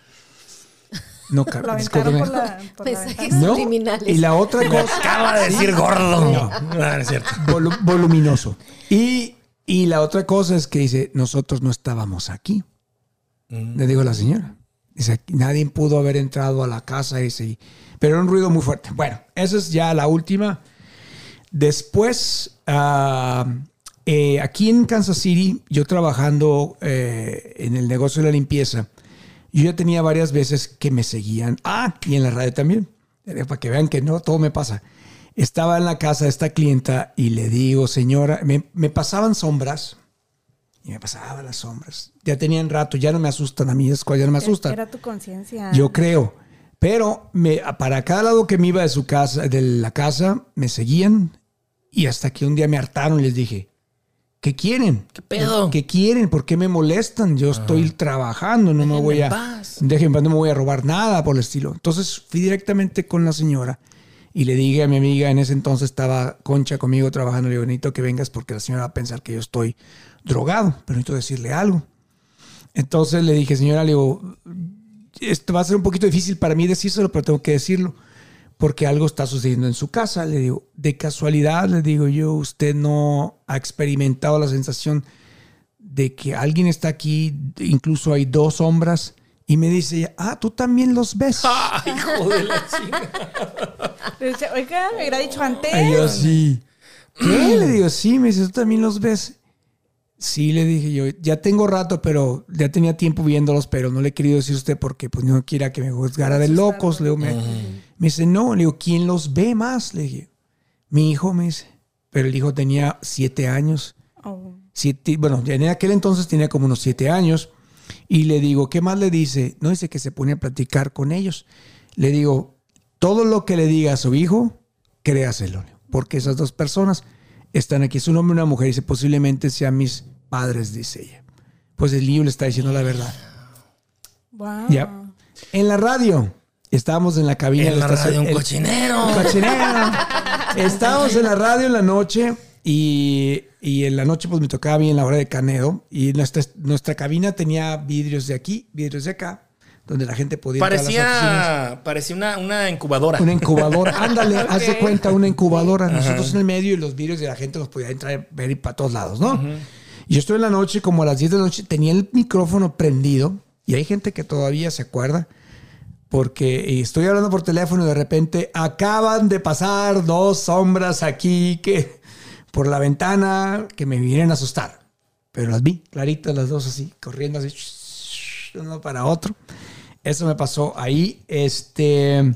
[SPEAKER 4] No
[SPEAKER 6] Lo
[SPEAKER 4] cabías.
[SPEAKER 6] aventaron por la, por la
[SPEAKER 5] Mensajes
[SPEAKER 6] ventana.
[SPEAKER 4] No.
[SPEAKER 5] subliminales.
[SPEAKER 4] Y la otra cosa.
[SPEAKER 3] Acaba de decir gordo. No, no es cierto.
[SPEAKER 4] volu- voluminoso. Y, y la otra cosa es que dice, nosotros no estábamos aquí. Le digo a la señora. Dice, "Aquí nadie pudo haber entrado a la casa. Dice, "y-". pero era un ruido muy fuerte. Bueno, esa es ya la última. Después, ah, eh, aquí en Kansas City, yo trabajando eh, en el negocio de la limpieza, yo ya tenía varias veces que me seguían. Ah, y en la radio también. Eh, Para que vean que no, todo me pasa. Estaba en la casa de esta clienta y le digo, señora, me, me pasaban sombras. Y me pasaban las sombras. Ya tenían rato, ya no me asustan a mí, es cual, ya no me asustan.
[SPEAKER 6] Era tu conciencia.
[SPEAKER 4] Yo creo. Pero me, para cada lado que me iba de su casa, de la casa, me seguían y hasta que un día me hartaron les dije, ¿qué quieren?
[SPEAKER 3] ¿Qué pedo?
[SPEAKER 4] ¿Qué quieren? ¿Por qué me molestan? Yo estoy trabajando, no me voy
[SPEAKER 3] en
[SPEAKER 4] a
[SPEAKER 3] paz.
[SPEAKER 4] déjenme en paz, no me voy a robar nada por el estilo. Entonces fui directamente con la señora y le dije a mi amiga, en ese entonces estaba Concha conmigo trabajando, le digo, necesito que vengas porque la señora va a pensar que yo estoy drogado, pero necesito decirle algo. Entonces le dije, señora, le digo, esto va a ser un poquito difícil para mí decírselo, pero tengo que decirlo, porque algo está sucediendo en su casa. Le digo, de casualidad, le digo yo, usted no ha experimentado la sensación de que alguien está aquí, incluso hay dos sombras, y me dice, ella, ah, tú también los ves.
[SPEAKER 3] Ay, hijo de la chica.
[SPEAKER 6] Le dice, Oiga, me hubiera dicho antes.
[SPEAKER 4] Y yo sí. ¿Qué? Le digo, sí, me dice, tú también los ves. Sí, le dije yo, ya tengo rato, pero ya tenía tiempo viéndolos, pero no le he querido decir a usted porque pues no quiera que me juzgara de locos. Le digo, me, me dice, no, le digo, ¿quién los ve más? Le dije, mi hijo me dice, pero el hijo tenía siete años
[SPEAKER 6] Oh.
[SPEAKER 4] siete- bueno, ya en aquel entonces tenía como unos siete años, y le digo, ¿qué más le dice? No dice que se pone a platicar con ellos. Le digo, todo lo que le diga a su hijo, créaselo, porque esas dos personas están aquí, es un hombre y una mujer, y dice, posiblemente sean mis padres, dice ella. Pues el niño le está diciendo la verdad.
[SPEAKER 6] Wow.
[SPEAKER 4] Ya. En la radio, estábamos en la cabina de
[SPEAKER 3] Ah. En la
[SPEAKER 4] estación-
[SPEAKER 3] radio un
[SPEAKER 4] el-
[SPEAKER 3] cochinero.
[SPEAKER 4] Cochinero. Estábamos en la radio en la noche y, y en la noche pues me tocaba bien la hora de Canedo y nuestra, nuestra cabina tenía vidrios de aquí, vidrios de acá, donde la gente podía entrar a las oficinas.
[SPEAKER 3] Parecía, parecía una, una incubadora.
[SPEAKER 4] Una incubadora, ándale,
[SPEAKER 6] Ok.
[SPEAKER 4] haz de cuenta, una incubadora. Nosotros en el medio y los vidrios de la gente los podía entrar, ver y para todos lados, ¿no? Y Yo estuve en la noche, como a las 10 de la noche, tenía el micrófono prendido y hay gente que todavía se acuerda porque estoy hablando por teléfono y de repente acaban de pasar dos sombras aquí que por la ventana que me vinieron a asustar. Pero las vi claritas las dos así, corriendo así, de uno para otro. Eso me pasó ahí. Este,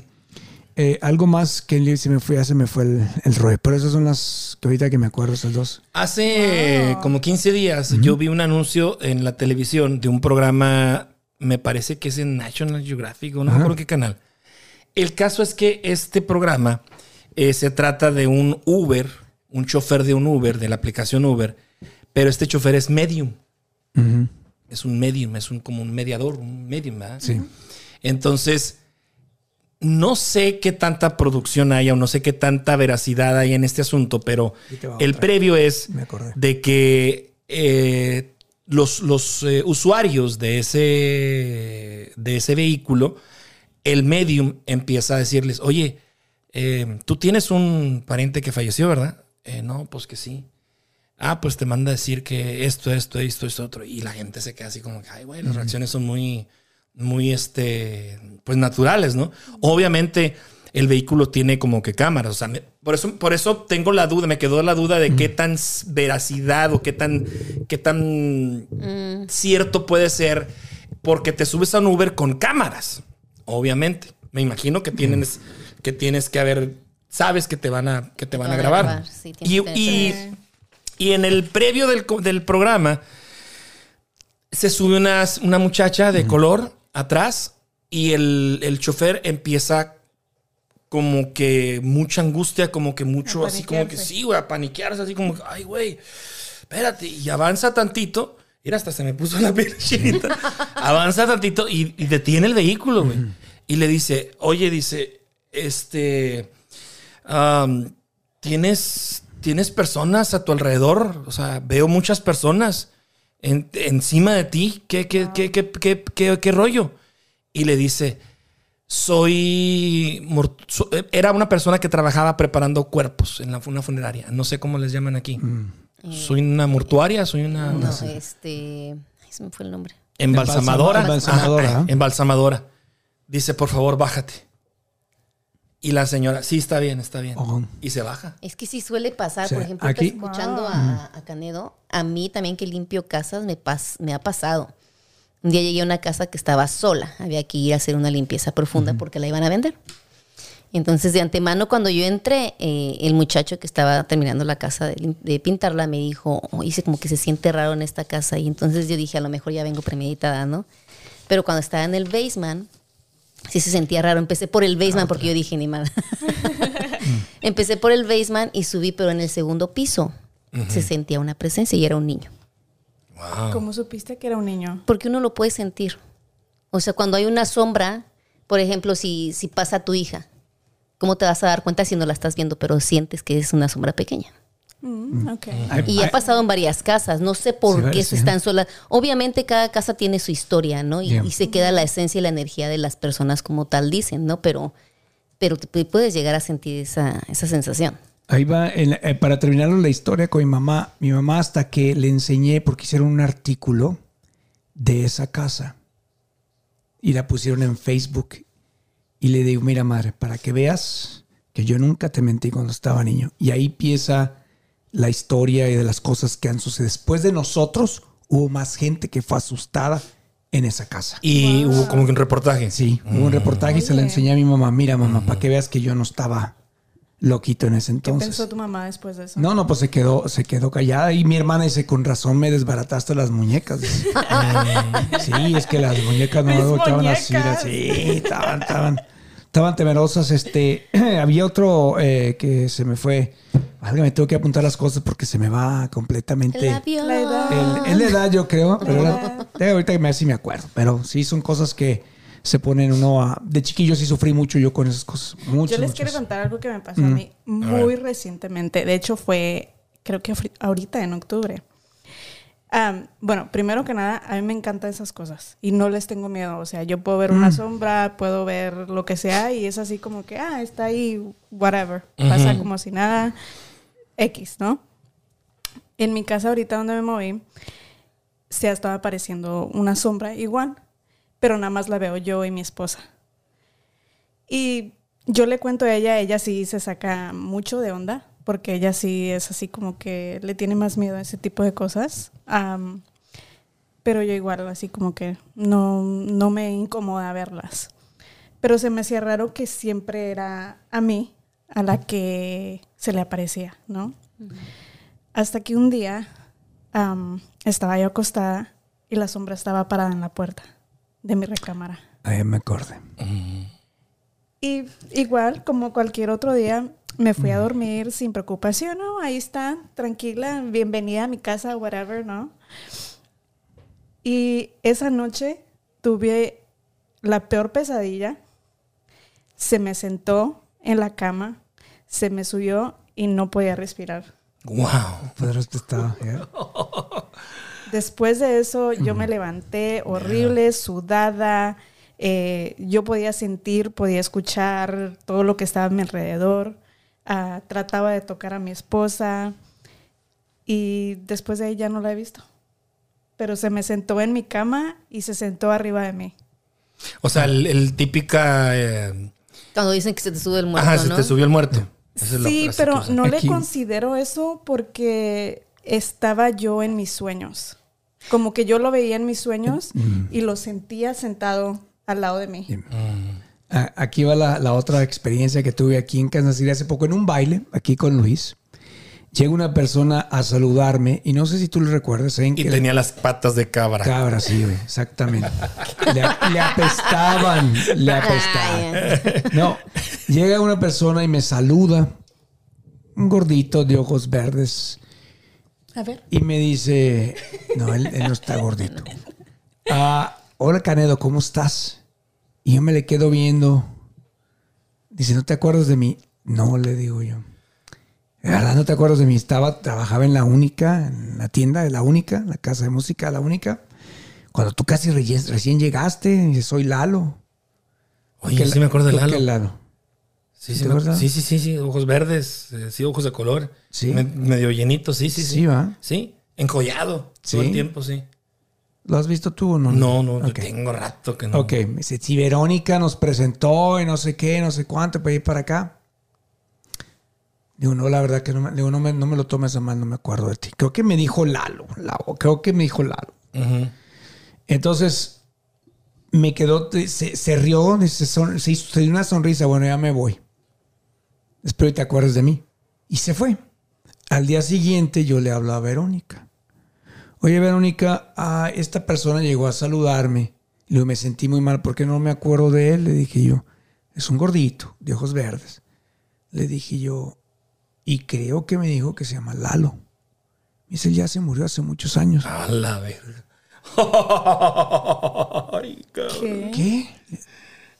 [SPEAKER 4] eh, algo más que se me fue, ya se me fue el, el rollo. Pero esas son las que ahorita que me acuerdo, esas dos.
[SPEAKER 3] Hace eh, como 15 días yo vi un anuncio en la televisión de un programa, me parece que es en National Geographic o no me acuerdo qué canal. El caso es que este programa eh, se trata de un Uber, un chofer de un Uber, de la aplicación Uber, pero este chofer es medium. Es un medium, es un, como un mediador, un medium, ¿verdad?
[SPEAKER 4] Sí.
[SPEAKER 3] Entonces, no sé qué tanta producción haya o no sé qué tanta veracidad hay en este asunto, pero
[SPEAKER 4] Ahí te va
[SPEAKER 3] el
[SPEAKER 4] otra.
[SPEAKER 3] previo es
[SPEAKER 4] Me acordé.
[SPEAKER 3] de que eh, los, los, eh, usuarios de ese, de ese vehículo, el medium empieza a decirles, oye, eh, tú tienes un pariente que falleció, ¿verdad? "Eh, no, pues que sí. Ah, pues te manda a decir que esto, esto, esto, esto, otro. Y la gente se queda así como que, ay, güey, las reacciones son muy, muy, este, pues naturales, ¿no? Obviamente el vehículo tiene como que cámaras, o sea, me- por eso, por eso tengo la duda, me quedó la duda de qué tan s- veracidad o qué tan, qué tan cierto puede ser, porque te subes a un Uber con cámaras, obviamente. Me imagino que tienes, que tienes que haber, sabes que te van a, que te van a grabar.
[SPEAKER 5] sí, tienes
[SPEAKER 3] y,
[SPEAKER 5] que tener
[SPEAKER 3] y,
[SPEAKER 5] permiso.
[SPEAKER 3] y en el previo del, co- del programa se sube una, una muchacha de color atrás y el, el chofer empieza como que mucha angustia, como que mucho
[SPEAKER 6] A
[SPEAKER 3] así, como que
[SPEAKER 6] paniquearse.
[SPEAKER 3] sí, güey, a paniquearse, así como, que, ay, güey, espérate, y avanza tantito. Mira, hasta se me puso la piel chinita. avanza tantito y, y detiene el vehículo, güey. Y le dice, oye, dice, este, am, tienes, tienes personas a tu alrededor, o sea, veo muchas personas en- encima de ti, ¿Qué, qué, qué, qué, qué, qué- qué rollo? Y le dice, soy, mor- so- eh, era una persona que trabajaba preparando cuerpos en la, una funeraria, no sé cómo les llaman aquí. Soy una mortuaria, soy una...
[SPEAKER 5] No, este. Ay, se me fue el nombre.
[SPEAKER 3] Embalsamadora.
[SPEAKER 4] Embalsamadora,
[SPEAKER 3] Ajá,
[SPEAKER 4] ajá.
[SPEAKER 3] embalsamadora. Dice, por favor, bájate. Y la señora, sí, está bien, está bien.
[SPEAKER 4] Ojo.
[SPEAKER 3] Y se baja.
[SPEAKER 5] Es que sí suele pasar,
[SPEAKER 4] Sí,
[SPEAKER 5] por ejemplo,
[SPEAKER 4] aquí-
[SPEAKER 5] ahorita escuchando a, a Canedo, a mí también que limpio casas me, pas- me ha pasado. Un día llegué a una casa que estaba sola, había que ir a hacer una limpieza profunda porque la iban a vender. Entonces, de antemano, cuando yo entré, eh, el muchacho que estaba terminando la casa de, lim- de pintarla me dijo, "Oh, hice como que se siente raro en esta casa. Y entonces yo dije, a lo mejor ya vengo premeditada, ¿no? Pero cuando estaba en el basement, sí se sentía raro. Empecé por el
[SPEAKER 4] Ah,
[SPEAKER 5] basement porque yo dije, ni madre. Empecé por el basement y subí, pero en el segundo piso se sentía una presencia y era un niño.
[SPEAKER 6] ¿Cómo supiste que era un niño?
[SPEAKER 5] Porque uno lo puede sentir. O sea, cuando hay una sombra, por ejemplo, si, si pasa tu hija, ¿cómo te vas a dar cuenta si no la estás viendo, pero sientes que es una sombra pequeña?
[SPEAKER 6] Mm, ok.
[SPEAKER 4] Ah,
[SPEAKER 5] Y ha pasado en varias casas, no sé por
[SPEAKER 4] Sí,
[SPEAKER 5] qué
[SPEAKER 4] varias,
[SPEAKER 5] se
[SPEAKER 4] sí.
[SPEAKER 5] están solas. Obviamente cada casa tiene su historia, ¿no? Y,
[SPEAKER 4] Yeah.
[SPEAKER 5] y se queda la esencia y la energía de las personas como tal dicen, ¿no? Pero, pero te pu- puedes llegar a sentir esa, esa sensación.
[SPEAKER 4] Ahí va, en la- eh, para terminar la historia con mi mamá, mi mamá hasta que le enseñé, porque hicieron un artículo de esa casa y la pusieron en Facebook y le digo, mira madre, para que veas que yo nunca te mentí cuando estaba niño. Y ahí empieza la historia y de las cosas que han sucedido. Después de nosotros hubo más gente que fue asustada en esa casa.
[SPEAKER 3] Y hubo como que un reportaje.
[SPEAKER 4] Sí, hubo un reportaje y se la enseñé a mi mamá, mira mamá, para que veas que yo no estaba loquito en ese
[SPEAKER 6] ¿Qué
[SPEAKER 4] entonces.
[SPEAKER 6] pensó tu mamá después de eso?
[SPEAKER 4] No, no, pues se quedó, se quedó callada y mi hermana dice, con razón me desbarataste las muñecas. Dice. sí, es que las muñecas no
[SPEAKER 6] Mis
[SPEAKER 4] estaban así,
[SPEAKER 6] muñecas.
[SPEAKER 4] así, estaban, estaban, estaban temerosas. Este, había otro eh, que se me fue. Válgame, tengo que apuntar las cosas porque se me va completamente.
[SPEAKER 5] El avión.
[SPEAKER 6] La edad.
[SPEAKER 4] El- Es la edad, yo creo, pero era- de ahorita que me sí me acuerdo, pero sí son cosas que se ponen uno a... De chiquillo sí sufrí mucho yo con esas cosas. Muchas,
[SPEAKER 6] Yo les
[SPEAKER 4] muchas.
[SPEAKER 6] quiero contar algo que me pasó a mí muy recientemente. De hecho, fue, creo que fri- ahorita en octubre. Am, bueno, primero que nada, a mí me encantan esas cosas y no les tengo miedo. O sea, yo puedo ver una sombra, puedo ver lo que sea y es así como que, ah, está ahí, whatever. Pasa como si nada, X, ¿no? En mi casa ahorita donde me moví, se ha estado apareciendo una sombra igual, pero nada más la veo yo y mi esposa. Y yo le cuento a ella, ella sí se saca mucho de onda, porque ella sí es así como que le tiene más miedo a ese tipo de cosas. Am, pero yo igual así como que no, no me incomoda verlas. Pero se me hacía raro que siempre era a mí a la que se le aparecía, ¿no? Hasta que un día am, estaba yo acostada y la sombra estaba parada en la puerta de mi recámara.
[SPEAKER 4] Ahí me acordé.
[SPEAKER 6] Y igual, como cualquier otro día, me fui a dormir sin preocupación, ¿no? Ahí está, tranquila, bienvenida a mi casa, whatever, ¿no? Y esa noche tuve la peor pesadilla. Se me sentó en la cama, se me subió y no podía respirar.
[SPEAKER 3] Wow.
[SPEAKER 4] Pedro este estaba. ¿ya?
[SPEAKER 6] Después de eso, yo me levanté horrible, sudada. eh, yo podía sentir, podía escuchar todo lo que estaba a mi alrededor. Ah, trataba de tocar a mi esposa. Y después de ahí ya no la he visto. Pero se me sentó en mi cama y se sentó arriba de mí.
[SPEAKER 3] O sea, el, el típica. eh,
[SPEAKER 5] Cuando dicen que se te sube el muerto,
[SPEAKER 3] ajá, se
[SPEAKER 5] ¿no?
[SPEAKER 3] te subió el muerto. Esa es la
[SPEAKER 6] Sí,
[SPEAKER 3] frase que
[SPEAKER 6] pero
[SPEAKER 3] usa.
[SPEAKER 6] no
[SPEAKER 4] Aquí.
[SPEAKER 6] le considero eso porque estaba yo en mis sueños. Como que yo lo veía en mis sueños y lo sentía sentado al lado de mí.
[SPEAKER 4] A- Aquí va la, la otra experiencia que tuve aquí en Kansas City hace poco en un baile, aquí con Luis. Llega una persona a saludarme y no sé si tú lo recuerdas. ¿eh? En
[SPEAKER 3] Y
[SPEAKER 4] que-
[SPEAKER 3] tenía las patas de cabra.
[SPEAKER 4] Cabra, sí, güey, exactamente. Le, le apestaban, le apestaban. No, llega una persona y me saluda, un gordito de ojos verdes,
[SPEAKER 6] A ver.
[SPEAKER 4] y me dice, no, él, él no está gordito. Ah, hola Canedo, ¿cómo estás? Y yo me le quedo viendo. Dice, ¿no te acuerdas de mí? No, le digo yo. De verdad, no te acuerdas de mí. Estaba, trabajaba en la única, en la tienda de la única, la casa de música de la única. Cuando tú casi reye- recién llegaste, dice, soy Lalo.
[SPEAKER 3] Oye,
[SPEAKER 4] Que
[SPEAKER 3] sí me acuerdo de
[SPEAKER 4] ¿tú qué
[SPEAKER 3] Lalo.
[SPEAKER 4] Lalo?
[SPEAKER 3] Sí, sí,
[SPEAKER 4] ¿Te
[SPEAKER 3] me-
[SPEAKER 4] acuerdas?
[SPEAKER 3] sí, sí, sí, sí, ojos verdes, eh, sí, ojos de color.
[SPEAKER 4] Sí.
[SPEAKER 3] Me- medio llenito, sí, sí, sí.
[SPEAKER 4] Sí, ¿va?
[SPEAKER 3] Sí, encollado. Todo
[SPEAKER 4] Sí.
[SPEAKER 3] el tiempo, sí.
[SPEAKER 4] ¿Lo has visto tú o no?
[SPEAKER 3] No, no,
[SPEAKER 4] Ok.
[SPEAKER 3] tengo rato que no.
[SPEAKER 4] Ok, me dice, si Verónica nos presentó y no sé qué, no sé cuánto, para ir para acá. Digo, no, la verdad que no me, digo, no me, no me lo tomes a mal, no me acuerdo de ti. Creo que me dijo Lalo, Lalo, creo que me dijo Lalo.
[SPEAKER 3] Ujú.
[SPEAKER 4] Entonces, me quedó, se, se rió, se, son- se hizo se dio una sonrisa, bueno, ya me voy. Espero que te acuerdes de mí. Y se fue. Al día siguiente yo le hablo a Verónica. Oye, Verónica, ah, esta persona llegó a saludarme. Y luego me sentí muy mal porque no me acuerdo de él. Le dije yo, es un gordito, de ojos verdes. Le dije yo, y creo que me dijo que se llama Lalo. Me dice, él ya se murió hace muchos años.
[SPEAKER 3] A la verga. Ay, cabrón.
[SPEAKER 4] ¿Qué?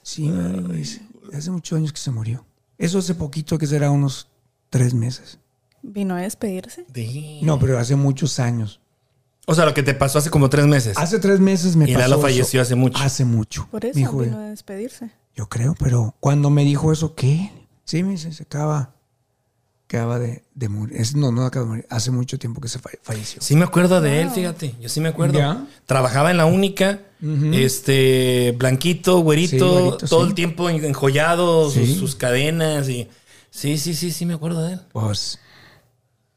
[SPEAKER 4] Sí, me digo, dice, hace muchos años que se murió. Eso hace poquito, que será unos tres meses.
[SPEAKER 6] ¿Vino a despedirse?
[SPEAKER 3] Sí.
[SPEAKER 4] No, pero hace muchos años.
[SPEAKER 3] O sea, lo que te pasó hace como tres meses.
[SPEAKER 4] Hace tres meses me
[SPEAKER 3] Y
[SPEAKER 4] pasó
[SPEAKER 3] Lalo
[SPEAKER 4] eso.
[SPEAKER 3] falleció hace mucho.
[SPEAKER 4] Hace mucho.
[SPEAKER 6] Por eso
[SPEAKER 4] Me dijo,
[SPEAKER 6] vino a despedirse.
[SPEAKER 4] yo creo, pero cuando me dijo eso, ¿qué? Sí, me dice, se acaba, acaba de, de morir. Es- no, no acaba de morir. Hace mucho tiempo que se fa- falleció.
[SPEAKER 3] Sí me acuerdo de él, fíjate. Yo sí me acuerdo.
[SPEAKER 4] Ya.
[SPEAKER 3] Trabajaba en la única, este, blanquito, güerito,
[SPEAKER 4] Sí, güerito,
[SPEAKER 3] todo
[SPEAKER 4] sí.
[SPEAKER 3] el tiempo en- enjollado, sus-
[SPEAKER 4] Sí.
[SPEAKER 3] sus, cadenas y... Sí, sí, sí, sí me acuerdo de él.
[SPEAKER 4] Pues,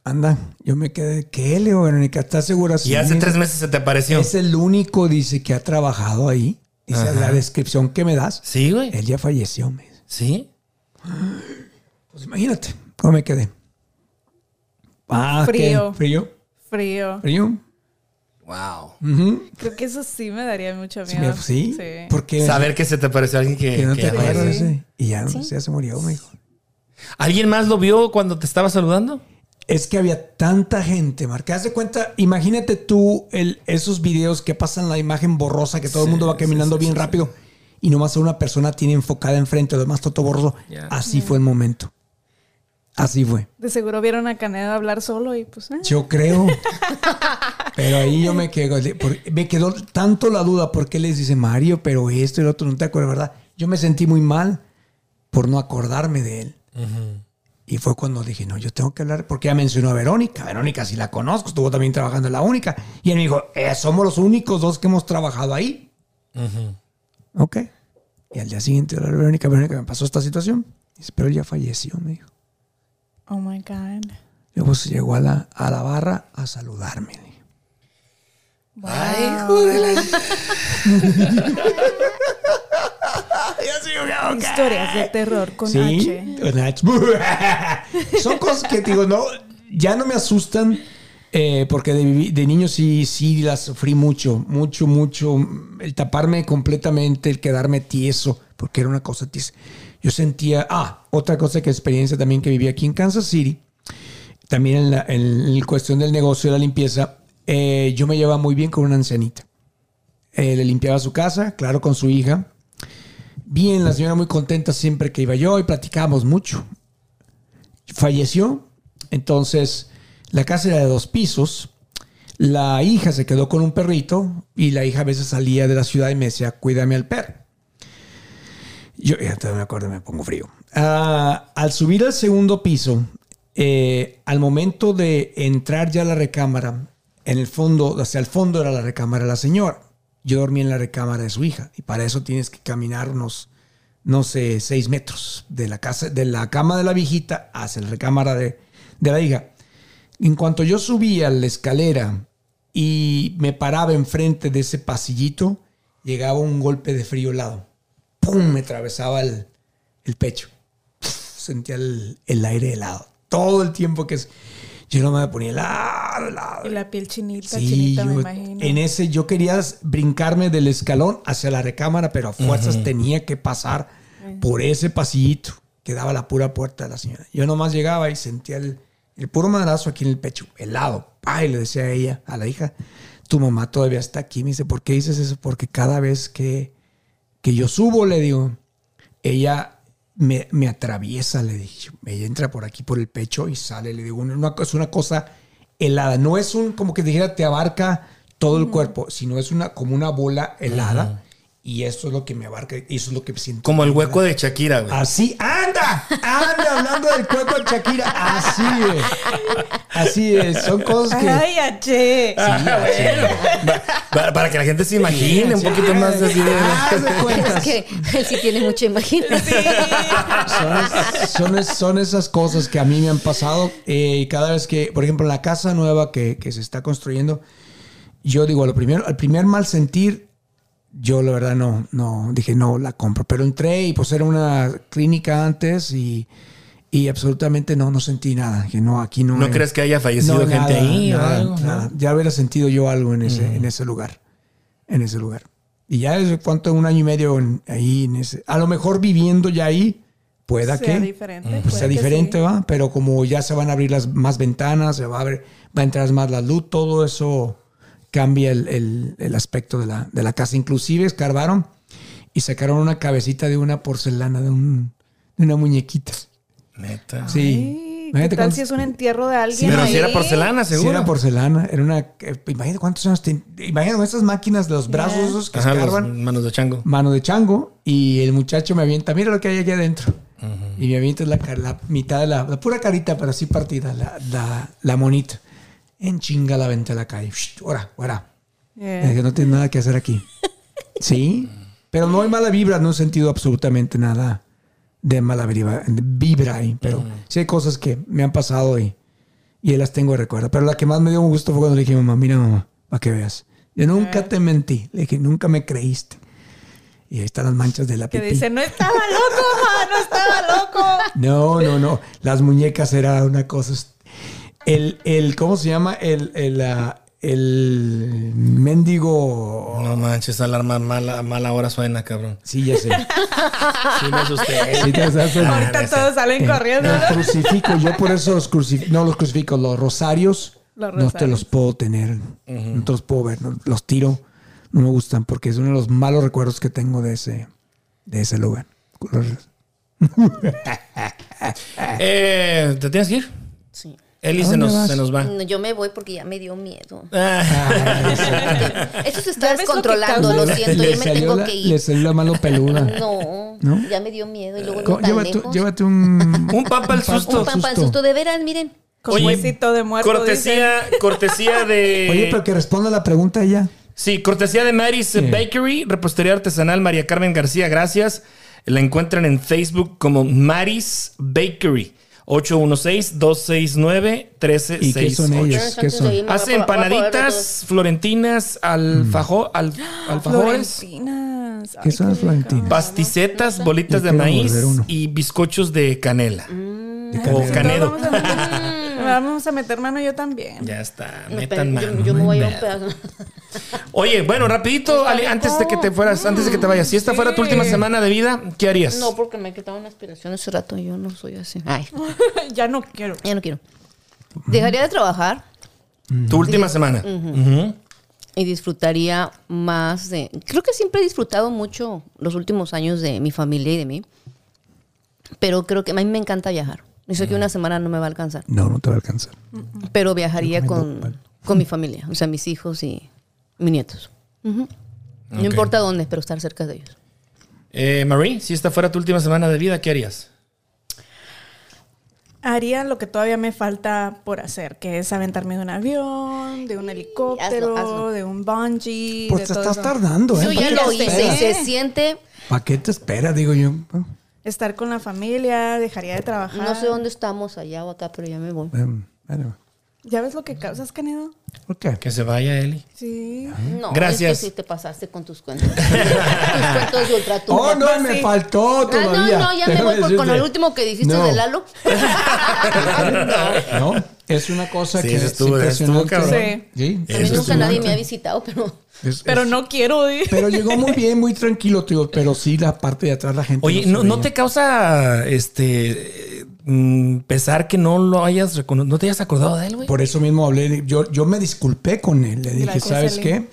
[SPEAKER 4] anda, yo me quedé, ¿qué, Leo Verónica? ¿Estás segura?
[SPEAKER 3] Y hace tres meses se te apareció.
[SPEAKER 4] Es el único, dice, que ha trabajado ahí. Dice,
[SPEAKER 3] Ajá.
[SPEAKER 4] la descripción que me das.
[SPEAKER 3] Sí, güey.
[SPEAKER 4] Él ya falleció, me dice.
[SPEAKER 3] Sí.
[SPEAKER 4] Pues imagínate cómo me quedé. Ah, ¿qué?
[SPEAKER 6] Frío.
[SPEAKER 4] Frío.
[SPEAKER 6] Frío.
[SPEAKER 4] Frío.
[SPEAKER 3] Wow.
[SPEAKER 4] Ujú.
[SPEAKER 6] Creo que eso sí me daría mucho
[SPEAKER 4] Sí,
[SPEAKER 6] miedo.
[SPEAKER 4] me- sí. Porque
[SPEAKER 3] Saber que se te apareció alguien que...
[SPEAKER 4] que no
[SPEAKER 3] Eh, que
[SPEAKER 4] te
[SPEAKER 3] ya falleció.
[SPEAKER 4] acuerdas. sí. Y ya, no, ya se murió, me dijo.
[SPEAKER 3] ¿Alguien más lo vio cuando te estaba saludando?
[SPEAKER 4] Es que había tanta gente, Marca. Haz de cuenta, imagínate tú el, esos videos que pasan la imagen borrosa, que todo el mundo va caminando bien rápido y nomás a una persona tiene enfocada enfrente, lo demás todo borroso.
[SPEAKER 3] Ya.
[SPEAKER 4] Así fue el momento. Así fue.
[SPEAKER 6] De seguro vieron a Canedo hablar solo y pues... eh.
[SPEAKER 4] Yo creo. Pero ahí yo me quedo, por- me quedó tanto la duda porque les dice Mario, pero esto y lo otro, no te acuerdas, ¿verdad? Yo me sentí muy mal por no acordarme de él. Y fue cuando dije, no, yo tengo que hablar, porque ya mencionó a Verónica. Verónica sí la conozco, estuvo también trabajando en la única. Y él me dijo, eh, somos los únicos dos que hemos trabajado ahí. Ok. Y al día siguiente, la Verónica, Verónica, me pasó esta situación. Dice, pero él ya falleció, me dijo.
[SPEAKER 6] Oh my God.
[SPEAKER 4] Luego se llegó a la, a la barra a saludarme.
[SPEAKER 3] Ay, hijo de la-
[SPEAKER 6] Historias de terror con
[SPEAKER 4] Sí,
[SPEAKER 6] H.
[SPEAKER 4] con H. Son cosas que te digo, no, ya no me asustan. eh, porque de, vivi- de niño sí, sí las sufrí mucho, mucho, mucho. El taparme completamente, el quedarme tieso, porque era una cosa tiesa. Yo sentía, ah, otra cosa que experiencia también que viví aquí en Kansas City, también en la en la cuestión del negocio de la limpieza, eh, yo me llevaba muy bien con una ancianita. Eh, le limpiaba su casa, claro, con su hija, Bien, la señora muy contenta siempre que iba yo y platicábamos mucho. Falleció, entonces la casa era de dos pisos. La hija se quedó con un perrito y la hija a veces salía de la ciudad y me decía, cuídame al perro. Yo ya todavía me acuerdo, me pongo frío. Ah, al subir al segundo piso, eh, al momento de entrar ya a la recámara, en el fondo, hacia el fondo era la recámara de la señora. Yo dormí en la recámara de su hija y para eso tienes que caminar unos, no sé, seis metros de la, casa, de la cama de la viejita hacia la recámara de, de la hija. En cuanto yo subía la escalera y me paraba enfrente de ese pasillito, llegaba un golpe de frío helado. ¡Pum! Me atravesaba el, el pecho. Sentía el, el aire helado. Todo el tiempo que... es- Yo no me ponía helado, helado.
[SPEAKER 6] Y la piel chinita,
[SPEAKER 4] Sí,
[SPEAKER 6] chinita, me
[SPEAKER 4] yo-
[SPEAKER 6] imagino.
[SPEAKER 4] en ese yo quería brincarme del escalón hacia la recámara, pero a fuerzas tenía que pasar por ese pasillito que daba la pura puerta de la señora. Yo nomás llegaba y sentía el, el puro madrazo aquí en el pecho, helado. Pa, y le decía a ella, a la hija, tu mamá todavía está aquí. Me dice, ¿por qué dices eso? Porque cada vez que, que yo subo, le digo, ella me, me atraviesa, le dije. Ella entra por aquí, por el pecho y sale. Le digo, una, es una cosa helada. No es un, como que dijera, te abarca todo el cuerpo, sino es una, como una bola helada. Y eso es lo que me abarca, y eso es lo que siento.
[SPEAKER 3] Como el hueco de Shakira, güey.
[SPEAKER 4] Así, anda, anda, hablando del cuerpo de Shakira. Así es. Así es. Son cosas que.
[SPEAKER 6] Ay, H.
[SPEAKER 4] ah,
[SPEAKER 3] Ah, Para, para que la gente se imagine un poquito más de así de-
[SPEAKER 4] Haz de
[SPEAKER 5] Es
[SPEAKER 4] cuentas.
[SPEAKER 5] que él sí tiene mucha imaginación.
[SPEAKER 4] Son, es- son es- son esas cosas que a mí me han pasado. eh, y cada vez que, por ejemplo, la casa nueva que, que se está construyendo, yo digo, lo primero, al primer mal sentir, yo la verdad no, no, dije, no, la compro. Pero entré y pues era una clínica antes y, y absolutamente no, no sentí nada. Que no, aquí no.
[SPEAKER 3] ¿No
[SPEAKER 4] hay-
[SPEAKER 3] crees que haya fallecido
[SPEAKER 4] no,
[SPEAKER 3] gente
[SPEAKER 4] nada,
[SPEAKER 3] ahí o
[SPEAKER 4] nada,
[SPEAKER 3] algo?
[SPEAKER 4] nada. Ya hubiera sentido yo algo en ese, en ese lugar. En ese lugar. Y ya es cuánto, un año y medio en- ahí en ese. A lo mejor viviendo ya ahí, pueda
[SPEAKER 6] Sea
[SPEAKER 4] que
[SPEAKER 6] diferente.
[SPEAKER 4] pues, sea
[SPEAKER 6] puede que
[SPEAKER 4] diferente,
[SPEAKER 6] sí.
[SPEAKER 4] ¿va? Pero como ya se van a abrir las más ventanas, se va a abrir, va a entrar más la luz, todo eso cambia el, el- el aspecto de la, de la casa. Inclusive escarbaron y sacaron una cabecita de una porcelana, de, un, de una muñequita.
[SPEAKER 3] Neta.
[SPEAKER 4] Sí.
[SPEAKER 6] ¿Qué
[SPEAKER 4] Imagínate
[SPEAKER 6] tal
[SPEAKER 4] cuántos-
[SPEAKER 6] si es un entierro de alguien?
[SPEAKER 3] Pero
[SPEAKER 6] ahí?
[SPEAKER 3] si era porcelana,
[SPEAKER 4] Ah. Sí,
[SPEAKER 3] seguro.
[SPEAKER 4] era porcelana, era una. eh, Imagínate cuántos años. ten- imagínate con esas máquinas, los brazos esos que
[SPEAKER 3] Ajá, los
[SPEAKER 4] escarban,
[SPEAKER 3] manos de chango.
[SPEAKER 4] mano de chango, y el muchacho me avienta, mira lo que hay aquí adentro. Y me avienta la, car- la mitad de la, la pura carita, pero así partida, la, la, la monita. En chinga la venta a la calle. Shh, ora, ora.
[SPEAKER 6] Yeah.
[SPEAKER 4] Eh, que no tiene nada que hacer aquí. Sí, pero no hay mala vibra, no he sentido absolutamente nada de mala vibra, vibra ahí, pero sí hay cosas que me han pasado y, y ahí las tengo de recuerdo. Pero la que más me dio gusto fue cuando le dije a mi mamá, mira mamá, para que veas. Yo nunca te mentí, le dije, nunca me creíste. Y ahí están las manchas de la
[SPEAKER 6] Que
[SPEAKER 4] pipí.
[SPEAKER 6] dice, no estaba loco, ma, no estaba loco.
[SPEAKER 4] No, no, no. Las muñecas era una cosa. est- El, el ¿cómo se llama? El, el, ah, el mendigo...
[SPEAKER 3] No manches, alarma mala, mala hora suena, cabrón.
[SPEAKER 4] Sí, ya sé.
[SPEAKER 3] Sí, me asusté.
[SPEAKER 4] Sí, te vas a hacer-
[SPEAKER 3] Ah,
[SPEAKER 6] Ahorita
[SPEAKER 3] ese-
[SPEAKER 6] todos
[SPEAKER 4] Eh,
[SPEAKER 6] salen corriendo.
[SPEAKER 4] Los
[SPEAKER 6] ¿no?
[SPEAKER 4] crucifico, yo por eso los crucifico, no los crucifico, los rosarios,
[SPEAKER 6] Los
[SPEAKER 4] no te los
[SPEAKER 6] rosarios.
[SPEAKER 4] puedo tener, no te los puedo ver, no- los tiro, no me gustan porque es uno de los malos recuerdos que tengo de ese, de ese lugar.
[SPEAKER 3] Eh, ¿Te tienes que ir?
[SPEAKER 5] Sí.
[SPEAKER 3] Eli
[SPEAKER 4] ¿A
[SPEAKER 3] se
[SPEAKER 4] dónde
[SPEAKER 3] nos,
[SPEAKER 4] vas?
[SPEAKER 3] se nos va.
[SPEAKER 5] No, yo me voy porque ya me dio miedo.
[SPEAKER 3] Ah,
[SPEAKER 5] Eso se está
[SPEAKER 6] ¿Ya ves lo que
[SPEAKER 5] descontrolando,
[SPEAKER 6] causa?
[SPEAKER 5] lo siento,
[SPEAKER 4] Le
[SPEAKER 5] yo me
[SPEAKER 4] salió
[SPEAKER 5] tengo
[SPEAKER 4] la-
[SPEAKER 5] que
[SPEAKER 4] Le
[SPEAKER 5] ir.
[SPEAKER 4] salió la mano peluda.
[SPEAKER 5] No,
[SPEAKER 4] ¿No?
[SPEAKER 5] ya me dio miedo y luego no
[SPEAKER 4] Co-
[SPEAKER 5] tan
[SPEAKER 4] Llévate,
[SPEAKER 5] lejos.
[SPEAKER 4] llévate un...
[SPEAKER 3] un papa al susto.
[SPEAKER 5] Un pan para el susto, de veras, miren.
[SPEAKER 6] Con huesito de muerto. dicen.
[SPEAKER 3] Cortesía, cortesía de.
[SPEAKER 4] Oye, pero que responda la pregunta ella.
[SPEAKER 3] Sí, cortesía de Mary's Bakery, repostería artesanal María Carmen García, gracias. La encuentran en Facebook como Mary's Bakery 816-269-1368.
[SPEAKER 4] ¿Y qué son ellos? ¿Qué son?
[SPEAKER 3] Hace empanaditas, florentinas,
[SPEAKER 4] Mm.
[SPEAKER 3] alfajo, al, alfajores,
[SPEAKER 6] Florentinas.
[SPEAKER 4] ¿Qué
[SPEAKER 6] Ay,
[SPEAKER 4] son las
[SPEAKER 6] rico.
[SPEAKER 4] florentinas?
[SPEAKER 3] pasticetas, bolitas de
[SPEAKER 4] Ya quiero
[SPEAKER 3] maíz
[SPEAKER 4] morder uno.
[SPEAKER 3] y bizcochos de canela.
[SPEAKER 4] De
[SPEAKER 3] O
[SPEAKER 4] canela.
[SPEAKER 3] canedo.
[SPEAKER 6] Vamos a, meter, vamos a meter mano yo también.
[SPEAKER 3] Ya está,
[SPEAKER 5] No,
[SPEAKER 3] metan
[SPEAKER 5] pero
[SPEAKER 3] mano,
[SPEAKER 5] yo, yo me
[SPEAKER 3] no
[SPEAKER 5] voy
[SPEAKER 3] hay
[SPEAKER 5] a un
[SPEAKER 3] pedo.
[SPEAKER 5] pedazo.
[SPEAKER 3] Oye, bueno, rapidito, Ale, antes de que te fueras, antes de que te vayas, si esta fuera tu última semana de vida, ¿qué harías?
[SPEAKER 5] No, porque me quitaron la aspiración hace rato. Yo no soy así. Ay,
[SPEAKER 6] ya no quiero.
[SPEAKER 5] ya no quiero. Dejaría de trabajar
[SPEAKER 3] tu última semana. Ujú.
[SPEAKER 5] y disfrutaría más de. Creo que siempre he disfrutado mucho los últimos años de mi familia y de mí. Pero creo que a mí me encanta viajar. Y sé que una semana no me va a alcanzar.
[SPEAKER 4] No, no te va a alcanzar.
[SPEAKER 5] Pero viajaría
[SPEAKER 4] Recomiendo
[SPEAKER 5] con,
[SPEAKER 4] pan.
[SPEAKER 5] con mi familia, o sea, mis hijos y mis nietos. Ujú. No
[SPEAKER 3] Ok.
[SPEAKER 5] importa dónde, pero estar cerca de ellos.
[SPEAKER 3] Eh, Marie, si esta fuera tu última semana de vida, ¿qué harías?
[SPEAKER 6] Haría lo que todavía me falta por hacer, que es aventarme de un avión, de un helicóptero,
[SPEAKER 5] hazlo.
[SPEAKER 6] de un bungee.
[SPEAKER 4] Pues
[SPEAKER 6] de
[SPEAKER 4] te
[SPEAKER 6] todo
[SPEAKER 4] estás
[SPEAKER 6] eso.
[SPEAKER 4] tardando, ¿eh?
[SPEAKER 5] Yo ya
[SPEAKER 6] qué
[SPEAKER 5] lo
[SPEAKER 6] te
[SPEAKER 5] hice y
[SPEAKER 6] esperas?
[SPEAKER 5] se siente,
[SPEAKER 4] ¿Para qué te espera? Digo yo.
[SPEAKER 6] Estar con la familia, dejaría de trabajar.
[SPEAKER 5] no sé dónde estamos, allá o acá, pero ya me voy.
[SPEAKER 4] Bueno, bueno.
[SPEAKER 6] ¿Ya ves lo que causas, Canedo?
[SPEAKER 4] Ok.
[SPEAKER 3] Que se vaya Eli.
[SPEAKER 6] Sí.
[SPEAKER 5] No,
[SPEAKER 3] Gracias.
[SPEAKER 5] es que sí te pasaste con tus cuentos. tus cuentos de ultratumba.
[SPEAKER 4] Oh, no, me faltó
[SPEAKER 5] Ah, no,
[SPEAKER 4] todavía.
[SPEAKER 5] no, ya me
[SPEAKER 4] Déjame
[SPEAKER 5] voy por- con
[SPEAKER 4] decirte.
[SPEAKER 5] el último que dijiste
[SPEAKER 4] No.
[SPEAKER 5] de Lalo. Ah, no.
[SPEAKER 4] No, es una cosa
[SPEAKER 3] Sí,
[SPEAKER 4] que
[SPEAKER 3] eso
[SPEAKER 4] es
[SPEAKER 3] estuvo- estuvo
[SPEAKER 4] impresionante.
[SPEAKER 3] cabrón.
[SPEAKER 6] Sí.
[SPEAKER 4] Sí,
[SPEAKER 5] A mí
[SPEAKER 3] Eso
[SPEAKER 5] nunca
[SPEAKER 3] estuvo
[SPEAKER 5] nadie me ha visitado, pero
[SPEAKER 4] es-
[SPEAKER 6] Pero
[SPEAKER 4] es-
[SPEAKER 6] no quiero ir.
[SPEAKER 4] Pero llegó muy bien, muy tranquilo, tío. Pero sí, la parte de atrás, la gente.
[SPEAKER 3] Oye,
[SPEAKER 4] se
[SPEAKER 3] ¿no, no
[SPEAKER 4] veía.
[SPEAKER 3] te causa este eh, mm, pesar que no lo hayas recono- no te hayas acordado de él, güey?
[SPEAKER 4] Por eso mismo hablé. Yo, yo me disculpé con él. Le dije,
[SPEAKER 6] Gracias,
[SPEAKER 4] ¿sabes
[SPEAKER 6] Eli.
[SPEAKER 4] qué?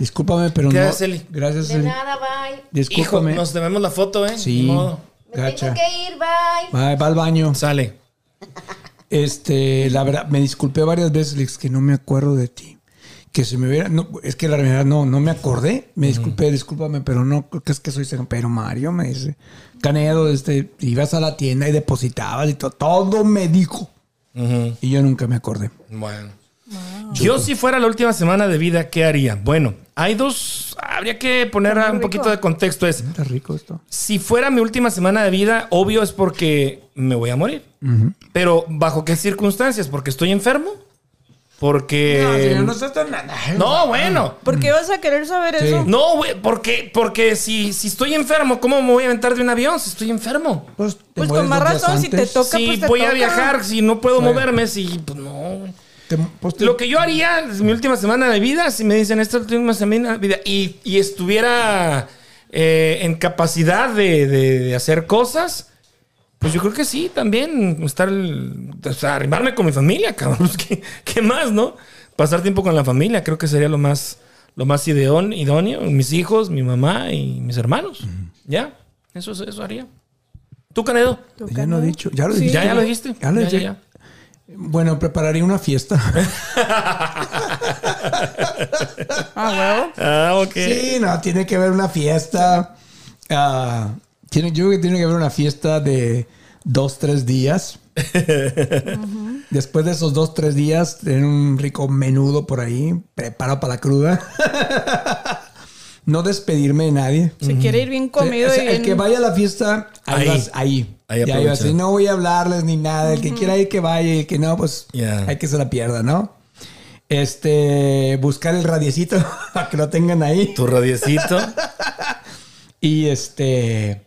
[SPEAKER 4] Discúlpame, pero
[SPEAKER 3] Gracias,
[SPEAKER 4] no.
[SPEAKER 3] Eli.
[SPEAKER 4] Gracias,
[SPEAKER 5] de
[SPEAKER 4] Eli.
[SPEAKER 5] nada, bye.
[SPEAKER 3] Hijo,
[SPEAKER 4] Discúlpame.
[SPEAKER 3] nos debemos la foto, ¿eh? Ni
[SPEAKER 4] Sí,
[SPEAKER 3] modo.
[SPEAKER 5] Me
[SPEAKER 4] gacha.
[SPEAKER 5] tengo que ir, bye.
[SPEAKER 4] Va, va al baño.
[SPEAKER 3] Sale.
[SPEAKER 4] Este, la verdad, me disculpé varias veces, le dije que no me acuerdo de ti. Que se me hubiera. No, es que la verdad no, no me acordé. Me disculpé, discúlpame, pero no creo que es que soy cero. Pero Mario me dice, Canedo, este, ibas a la tienda y depositabas y todo. Todo me dijo.
[SPEAKER 3] Ujú.
[SPEAKER 4] Y yo nunca me acordé.
[SPEAKER 3] Bueno. Yo si fuera la última semana de vida, ¿qué haría? Bueno, hay dos, habría que poner
[SPEAKER 6] Está muy
[SPEAKER 3] un poquito
[SPEAKER 6] rico.
[SPEAKER 3] de contexto. Es,
[SPEAKER 4] Está rico esto.
[SPEAKER 3] si fuera mi última semana de vida, obvio es porque me voy a morir. Pero ¿bajo qué circunstancias? ¿Porque estoy enfermo? Porque... No,
[SPEAKER 4] estás tan nada.
[SPEAKER 3] bueno.
[SPEAKER 6] ¿Por qué vas a querer saber
[SPEAKER 4] Sí.
[SPEAKER 6] eso?
[SPEAKER 3] No, güey, porque, porque si, si estoy enfermo, ¿cómo me voy a aventar de un avión si estoy enfermo?
[SPEAKER 4] Pues, te
[SPEAKER 6] Pues
[SPEAKER 4] mueres
[SPEAKER 6] con más
[SPEAKER 4] dos días
[SPEAKER 6] razón, si te
[SPEAKER 4] antes.
[SPEAKER 6] toca,
[SPEAKER 3] si
[SPEAKER 6] pues te
[SPEAKER 3] voy a
[SPEAKER 6] toca.
[SPEAKER 3] viajar, si no puedo
[SPEAKER 4] Bueno.
[SPEAKER 3] moverme, si... Pues no, güey.
[SPEAKER 4] Te- pues, te-
[SPEAKER 3] Lo que yo haría es mi última semana de vida, si me dicen esta última semana de vida y, y estuviera eh, en capacidad de, de- de hacer cosas, pues yo creo que sí, también estar, el- o sea, arrimarme con mi familia, cabrón. Pues, ¿Qué, qué más, no? Pasar tiempo con la familia, creo que sería lo más, lo más ideón- idóneo. Mis hijos, mi mamá y mis hermanos. Ya, eso, es- eso haría. ¿Tú, Canedo?
[SPEAKER 4] Ya no he dicho. Ya lo
[SPEAKER 6] Sí.
[SPEAKER 4] dije.
[SPEAKER 3] Ya, ya lo dijiste.
[SPEAKER 4] Ya lo dije.
[SPEAKER 3] ya.
[SPEAKER 4] Bueno, prepararía una fiesta.
[SPEAKER 6] Ah, huevo.
[SPEAKER 3] Ah, ok.
[SPEAKER 4] Sí, no, tiene que haber una fiesta. ah, tiene, yo creo que tiene que haber una fiesta de dos, tres días. Después de esos dos, tres días, tener un rico menudo por ahí, preparado para la cruda. no despedirme de nadie.
[SPEAKER 6] Se quiere ir bien comido
[SPEAKER 4] O sea,
[SPEAKER 6] y
[SPEAKER 4] el
[SPEAKER 6] bien-
[SPEAKER 4] que vaya a la fiesta, ahí.
[SPEAKER 3] Ahí.
[SPEAKER 4] vas- ahí.
[SPEAKER 3] Ahí
[SPEAKER 4] Y ahí vas,
[SPEAKER 3] aprovecha.
[SPEAKER 4] y no voy a hablarles ni nada. El que quiera ir, que vaya. Y el que no, pues
[SPEAKER 3] Ya.
[SPEAKER 4] hay que se la pierda, ¿no? Este, buscar el radiecito para que lo tengan ahí.
[SPEAKER 3] Tu radiecito.
[SPEAKER 4] Y este.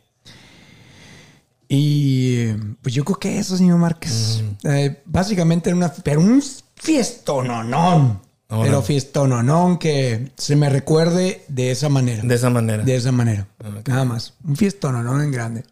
[SPEAKER 4] Y pues yo creo que eso, señor Márquez. Eh, básicamente era una. Pero un fiestononón.
[SPEAKER 3] Ahora.
[SPEAKER 4] Pero fiestononón que se me recuerde de esa manera.
[SPEAKER 3] De esa manera. Ah,
[SPEAKER 4] De esa manera. Nada más. Un fiestononón en grande.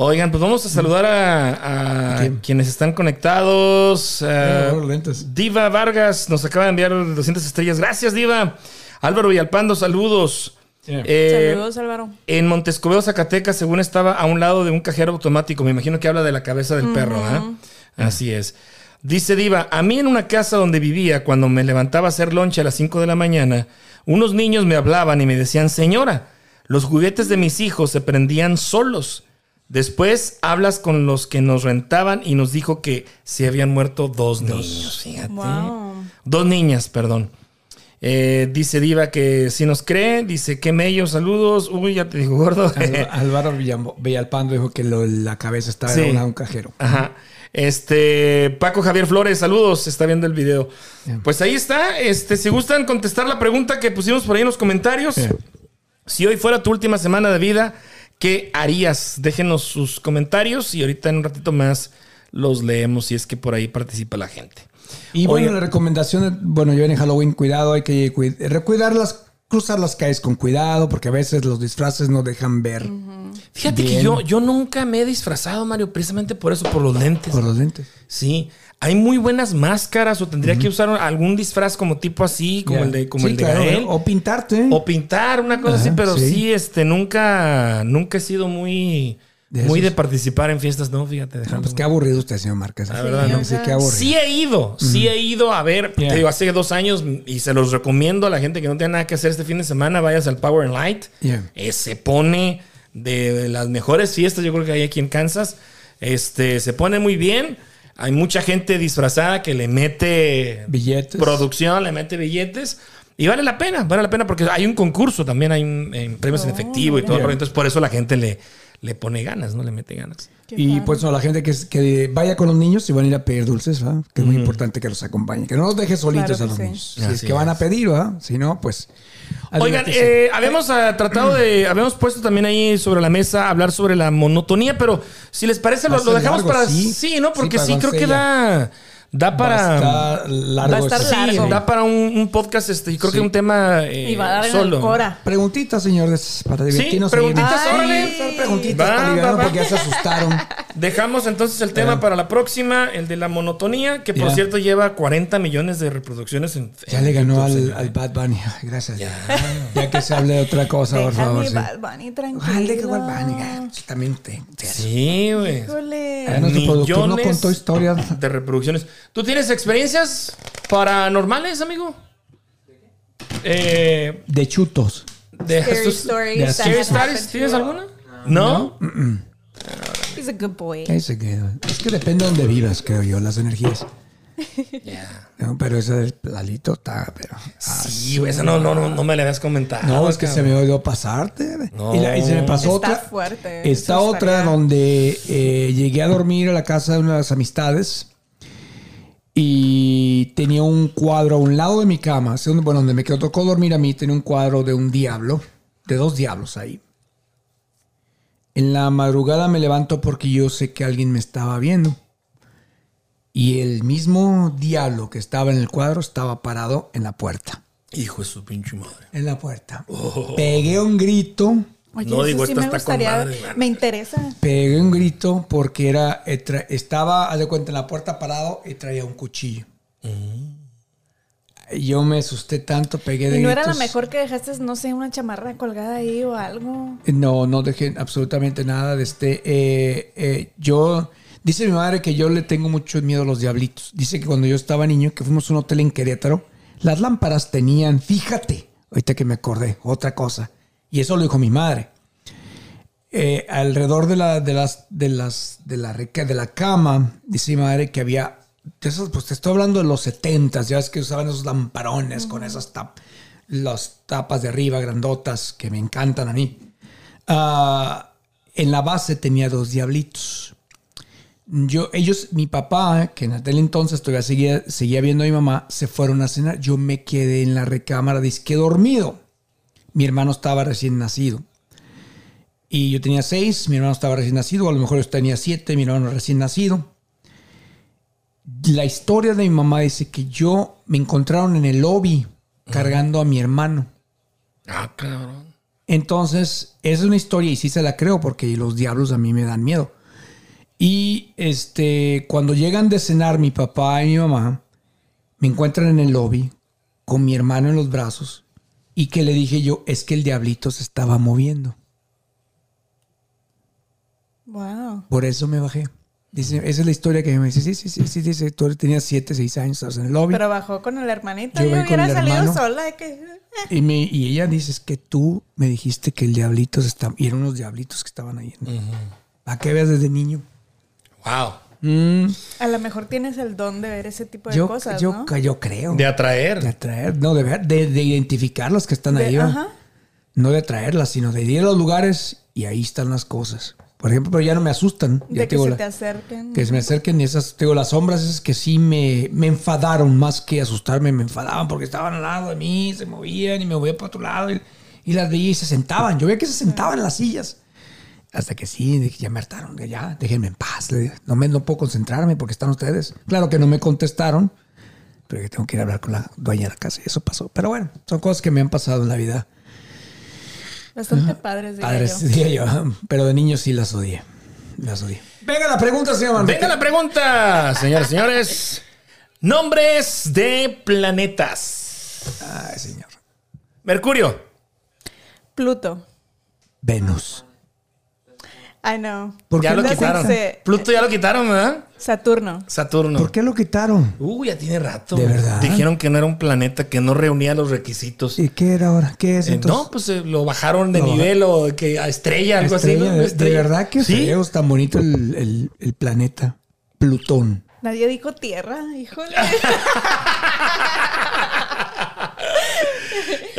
[SPEAKER 3] Oigan, pues vamos a saludar a, a
[SPEAKER 4] ¿Quién?
[SPEAKER 3] quienes están conectados. Ah,
[SPEAKER 4] Eh, los lentes.
[SPEAKER 3] Diva Vargas nos acaba de enviar 200 estrellas. Gracias, Diva. Álvaro Villalpando, saludos.
[SPEAKER 4] Sí.
[SPEAKER 3] Eh,
[SPEAKER 6] Saludos, Álvaro.
[SPEAKER 3] En Montescobedo, Zacatecas, según estaba a un lado de un cajero automático. Me imagino que habla de la cabeza del perro, ¿ah? Así es. Dice Diva, a mí en una casa donde vivía, cuando me levantaba a hacer lonche a las 5 de la mañana, unos niños me hablaban y me decían, señora, los juguetes de mis hijos se prendían solos. Después hablas con los que nos rentaban y nos dijo que se habían muerto dos niños, fíjate.
[SPEAKER 6] Wow.
[SPEAKER 3] Dos niñas, perdón. Eh, dice Diva que si nos cree, dice que mello, saludos. Uy, ya te digo gordo.
[SPEAKER 4] Al- Álvaro Villam- Villalpando dijo que lo- la cabeza estaba
[SPEAKER 3] Sí.
[SPEAKER 4] en un cajero.
[SPEAKER 3] Ajá. Este, Paco Javier Flores, saludos, está viendo el video.
[SPEAKER 4] Bien.
[SPEAKER 3] Pues ahí está, este, si gustan contestar la pregunta que pusimos por ahí en los comentarios.
[SPEAKER 4] Bien.
[SPEAKER 3] Si hoy fuera tu última semana de vida, ¿qué harías? Déjenos sus comentarios y ahorita en un ratito más los leemos si es que por ahí participa la gente.
[SPEAKER 4] Y bueno,
[SPEAKER 3] Oigan.
[SPEAKER 4] la recomendación, es- bueno, yo en Halloween, cuidado, hay que cuid- recuidar las, cruzar las calles con cuidado, porque a veces los disfraces no dejan ver
[SPEAKER 3] Fíjate que
[SPEAKER 4] Bien.
[SPEAKER 3] yo, yo nunca me he disfrazado, Mario, precisamente por eso, por los lentes.
[SPEAKER 4] por los lentes.
[SPEAKER 3] Sí, hay muy buenas máscaras o tendría que usar algún disfraz como tipo así, como
[SPEAKER 4] Ya.
[SPEAKER 3] el de como
[SPEAKER 4] Sí,
[SPEAKER 3] el de
[SPEAKER 4] claro, ¿eh?
[SPEAKER 3] Gael.
[SPEAKER 4] O pintarte. Ah,
[SPEAKER 3] o pintar, una cosa
[SPEAKER 4] Ajá,
[SPEAKER 3] así, pero sí.
[SPEAKER 4] sí.
[SPEAKER 3] este, nunca, nunca he sido muy,
[SPEAKER 4] De
[SPEAKER 3] muy de
[SPEAKER 4] esos.
[SPEAKER 3] participar en fiestas, no, fíjate,
[SPEAKER 4] Ah,
[SPEAKER 3] dejando.
[SPEAKER 4] pues qué aburrido usted, señor Márquez.
[SPEAKER 3] La verdad,
[SPEAKER 4] No, sí, qué aburrido.
[SPEAKER 3] Sí he ido, sí he ido a ver,
[SPEAKER 4] Yeah.
[SPEAKER 3] te digo, hace dos años y se los recomiendo a la gente que no tiene nada que hacer este fin de semana, vayas al Power and Light,
[SPEAKER 4] Yeah.
[SPEAKER 3] Eh, se pone de las mejores fiestas, yo creo que hay aquí en Kansas, este, se pone muy bien, hay mucha gente disfrazada que le mete
[SPEAKER 4] Billetes.
[SPEAKER 3] producción, le mete billetes. Y vale la pena, vale la pena porque hay un concurso también, hay un, en premios en efectivo y todo. el rollo. Entonces, por eso la gente le, le pone ganas, ¿no? Le mete ganas.
[SPEAKER 4] Y pues no, la gente que, que vaya con los niños y van a ir a pedir dulces, ¿va? Que es muy importante que los acompañen. Que no los deje solitos
[SPEAKER 6] Claro
[SPEAKER 4] a los
[SPEAKER 6] que sí.
[SPEAKER 4] niños. Si es
[SPEAKER 3] Así
[SPEAKER 4] que van a
[SPEAKER 3] es.
[SPEAKER 4] pedir, ¿va? Si no, pues.
[SPEAKER 3] Oigan,
[SPEAKER 4] adelante,
[SPEAKER 3] eh, habíamos ah, tratado de, habíamos puesto también ahí sobre la mesa hablar sobre la monotonía, pero si les parece, lo,
[SPEAKER 4] Va a
[SPEAKER 3] lo
[SPEAKER 4] ser
[SPEAKER 3] dejamos
[SPEAKER 4] largo,
[SPEAKER 3] para. Sí,
[SPEAKER 4] sí.
[SPEAKER 3] ¿no?
[SPEAKER 4] Sí,
[SPEAKER 3] Porque
[SPEAKER 4] para
[SPEAKER 3] sí, creo que da, da
[SPEAKER 4] sí.
[SPEAKER 3] para.
[SPEAKER 4] Va a estar largo
[SPEAKER 6] Va a estar
[SPEAKER 4] eso.
[SPEAKER 3] sí,
[SPEAKER 6] largo.
[SPEAKER 3] da para un, un podcast, este, y creo que un tema. eh,
[SPEAKER 6] Y va a dar en el
[SPEAKER 3] solo.
[SPEAKER 6] Cora.
[SPEAKER 4] Preguntitas, señores, para divertirnos. ahí.
[SPEAKER 3] preguntitas,
[SPEAKER 4] Sí,
[SPEAKER 3] órale.
[SPEAKER 4] son preguntitas
[SPEAKER 3] Va,
[SPEAKER 4] para
[SPEAKER 3] va,
[SPEAKER 4] librarnos
[SPEAKER 3] va.
[SPEAKER 4] porque ya se asustaron.
[SPEAKER 3] Dejamos entonces el tema para la próxima, el de la monotonía, que por
[SPEAKER 4] Ya.
[SPEAKER 3] cierto lleva 40 millones de reproducciones en
[SPEAKER 4] Ya
[SPEAKER 3] en
[SPEAKER 4] le ganó
[SPEAKER 3] YouTube,
[SPEAKER 4] al,
[SPEAKER 3] señor.
[SPEAKER 4] al Bad Bunny. Gracias. Ya. que se hable de otra cosa, por favor. sí.
[SPEAKER 6] Bad Bunny, tranquilo.
[SPEAKER 4] Ojalá que Bad Bunny. ya, También te. te-
[SPEAKER 3] Sí, güey.
[SPEAKER 4] Ya
[SPEAKER 6] Híjole.
[SPEAKER 4] nuestro productor no
[SPEAKER 3] Millones.
[SPEAKER 4] contó historias.
[SPEAKER 3] De reproducciones. ¿Tú tienes experiencias paranormales, amigo? Eh,
[SPEAKER 4] De chutos.
[SPEAKER 3] de
[SPEAKER 6] Scary
[SPEAKER 3] estos-
[SPEAKER 6] stories.
[SPEAKER 4] de
[SPEAKER 6] that
[SPEAKER 4] scary
[SPEAKER 3] Scary
[SPEAKER 6] happen
[SPEAKER 3] stories,
[SPEAKER 6] to
[SPEAKER 3] ¿Tienes
[SPEAKER 6] you.
[SPEAKER 3] alguna? No.
[SPEAKER 6] He's a good boy.
[SPEAKER 4] Ahí se quedó. Es que depende de dónde vivas, creo yo, las energías.
[SPEAKER 3] Ya.
[SPEAKER 4] No, pero esa del Lalito está, pero. Ah,
[SPEAKER 3] Sí, güey, esa no, no, no, no me la habías comentado.
[SPEAKER 4] no, es que se
[SPEAKER 3] cabrón.
[SPEAKER 4] me olvidó pasarte.
[SPEAKER 3] No.
[SPEAKER 4] Y, la- y se me pasó
[SPEAKER 6] Está
[SPEAKER 4] otra.
[SPEAKER 6] fuerte.
[SPEAKER 4] Esta
[SPEAKER 6] Eso
[SPEAKER 4] otra
[SPEAKER 6] estaría-
[SPEAKER 4] donde eh, llegué a dormir a la casa de unas amistades y tenía un cuadro a un lado de mi cama, así donde- bueno, donde me quedó- tocó dormir a mí, tenía un cuadro de un diablo, de dos diablos ahí. En la madrugada me levanto porque yo sé que alguien me estaba viendo. Y el mismo diablo que estaba en el cuadro estaba parado en la puerta.
[SPEAKER 3] Hijo de su pinche madre.
[SPEAKER 4] En la puerta. Pegué un grito.
[SPEAKER 6] Oye,
[SPEAKER 3] No,
[SPEAKER 6] eso
[SPEAKER 3] digo,
[SPEAKER 6] sí
[SPEAKER 3] esta
[SPEAKER 6] me
[SPEAKER 3] está con
[SPEAKER 6] gustaría-
[SPEAKER 3] madre, man.
[SPEAKER 6] Me interesa.
[SPEAKER 4] Pegué un grito porque era, eh, tra- estaba, haz de cuenta, en la puerta parado y traía un cuchillo. Yo me asusté tanto, pegué de
[SPEAKER 6] ¿Y no era la
[SPEAKER 4] gritos.
[SPEAKER 6] mejor que dejaste, no sé, una chamarra colgada ahí o algo?
[SPEAKER 4] No, no dejé absolutamente nada de este. eh, eh, yo, dice mi madre que yo le tengo mucho miedo a los diablitos. Dice que cuando yo estaba niño, que fuimos a un hotel en Querétaro, las lámparas tenían, fíjate, ahorita que me acordé, otra cosa. Y eso lo dijo mi madre. Eh, alrededor de la, de las, de las, de la reca- de la cama, dice mi madre que había, de esos, pues te estoy hablando de los 70 ya ves que usaban esos lamparones con esas tap- las tapas de arriba grandotas que me encantan a mí. Ah, en la base tenía dos diablitos. Yo, ellos, mi papá, que en aquel entonces todavía seguía, seguía viendo a mi mamá, se fueron a cenar. Yo me quedé en la recámara, disque dormido. Mi hermano estaba recién nacido. Y yo tenía seis, mi hermano estaba recién nacido, a lo mejor yo tenía siete, mi hermano recién nacido. La historia de mi mamá dice que yo me encontraron en el lobby cargando a mi hermano.
[SPEAKER 3] Ah, cabrón.
[SPEAKER 4] Entonces, es una historia y sí se la creo porque los diablos a mí me dan miedo. Y este, cuando llegan de cenar mi papá y mi mamá, me encuentran en el lobby con mi hermano en los brazos y que le dije yo, es que el diablito se estaba moviendo.
[SPEAKER 6] Wow.
[SPEAKER 4] Por eso me bajé. Dice, esa es la historia que me dice, sí, sí, sí, sí, dice, tú tenías 7, 6 años, estabas en el lobby.
[SPEAKER 6] Pero bajó con el hermanito.
[SPEAKER 4] Yo
[SPEAKER 6] Yo,
[SPEAKER 4] voy con
[SPEAKER 6] hubiera
[SPEAKER 4] el
[SPEAKER 6] salido
[SPEAKER 4] hermano.
[SPEAKER 6] sola. de que- eh,
[SPEAKER 4] Y, me- y ella dice, es que tú me dijiste que el diablito se estaba... Y eran unos diablitos que estaban ahí. ¿no? ¿A qué veas desde niño?
[SPEAKER 3] Wow.
[SPEAKER 4] Mm,
[SPEAKER 6] A lo mejor tienes el don de ver ese tipo de
[SPEAKER 4] yo,
[SPEAKER 6] cosas,
[SPEAKER 4] yo,
[SPEAKER 6] ¿no?
[SPEAKER 4] yo creo.
[SPEAKER 3] De
[SPEAKER 4] De,
[SPEAKER 3] atraer.
[SPEAKER 4] atraer, no, de ver, de, de identificar las que están
[SPEAKER 6] De-
[SPEAKER 4] ahí. ¿va?
[SPEAKER 6] ajá.
[SPEAKER 4] No de atraerlas, sino de ir a los lugares y ahí están las cosas. Por ejemplo, pero ya no me asustan. Ya
[SPEAKER 6] De que
[SPEAKER 4] digo,
[SPEAKER 6] se
[SPEAKER 4] la-
[SPEAKER 6] te acerquen.
[SPEAKER 4] que se me acerquen y esas, te digo, las sombras esas que sí me, me enfadaron más que asustarme, me enfadaban porque estaban al lado de mí, se movían y me voy para otro lado y, y las veía y se sentaban. Yo veía que se sentaban en las sillas. Hasta que sí, dije, ya me hartaron, de ya, déjenme en paz. le dije, no, me, no puedo concentrarme porque están ustedes. Claro que no me contestaron, pero que tengo que ir a hablar con la dueña de la casa y eso pasó. Pero bueno, son cosas que me han pasado en la vida.
[SPEAKER 6] Bastante padres, diría
[SPEAKER 4] Padres,
[SPEAKER 6] yo.
[SPEAKER 4] diría yo, pero de niños sí las odié. Las odié. Venga la pregunta, señor Manuel.
[SPEAKER 3] Venga la pregunta, señores, señores. Nombres de planetas.
[SPEAKER 4] Ay, señor.
[SPEAKER 3] Mercurio.
[SPEAKER 6] Pluto.
[SPEAKER 4] Venus.
[SPEAKER 6] I know.
[SPEAKER 4] ¿Por
[SPEAKER 3] Ya
[SPEAKER 4] qué
[SPEAKER 3] lo
[SPEAKER 4] no
[SPEAKER 6] hacen
[SPEAKER 3] quitaron.
[SPEAKER 6] se-
[SPEAKER 3] Pluto ya lo quitaron, ¿verdad?
[SPEAKER 6] Saturno.
[SPEAKER 3] Saturno.
[SPEAKER 4] ¿Por qué lo quitaron?
[SPEAKER 3] Uh, ya tiene rato.
[SPEAKER 4] ¿De verdad?
[SPEAKER 3] Dijeron que no era un planeta, que no reunía los requisitos.
[SPEAKER 4] ¿Y qué era ahora? ¿Qué es
[SPEAKER 3] Eh, no,
[SPEAKER 4] entonces?
[SPEAKER 3] pues eh, lo bajaron de
[SPEAKER 4] Lo
[SPEAKER 3] nivel o que a estrella, algo
[SPEAKER 4] Estrella,
[SPEAKER 3] así. ¿no?
[SPEAKER 4] de- de,
[SPEAKER 3] Estrella.
[SPEAKER 4] verdad que
[SPEAKER 3] sí.
[SPEAKER 4] feos, tan bonito el, el- el planeta. Plutón.
[SPEAKER 6] Nadie dijo tierra, híjole.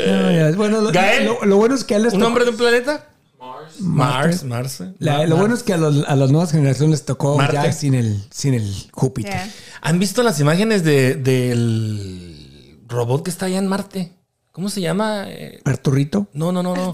[SPEAKER 4] No, ya, bueno, lo,
[SPEAKER 3] Eh, Gael,
[SPEAKER 4] lo- lo bueno es que a él les
[SPEAKER 3] ¿Un
[SPEAKER 4] tocó-
[SPEAKER 3] nombre de un planeta? Mars.
[SPEAKER 4] Marte.
[SPEAKER 3] Mars. eh.
[SPEAKER 4] La- lo bueno es que a, los- a las nuevas generaciones les tocó
[SPEAKER 3] Marte.
[SPEAKER 4] ya sin el, sin el Júpiter.
[SPEAKER 6] Yeah.
[SPEAKER 3] ¿Han visto las imágenes de- del robot que está allá en Marte? ¿Cómo se llama? Eh,
[SPEAKER 4] Arturrito.
[SPEAKER 3] no, no, no, no.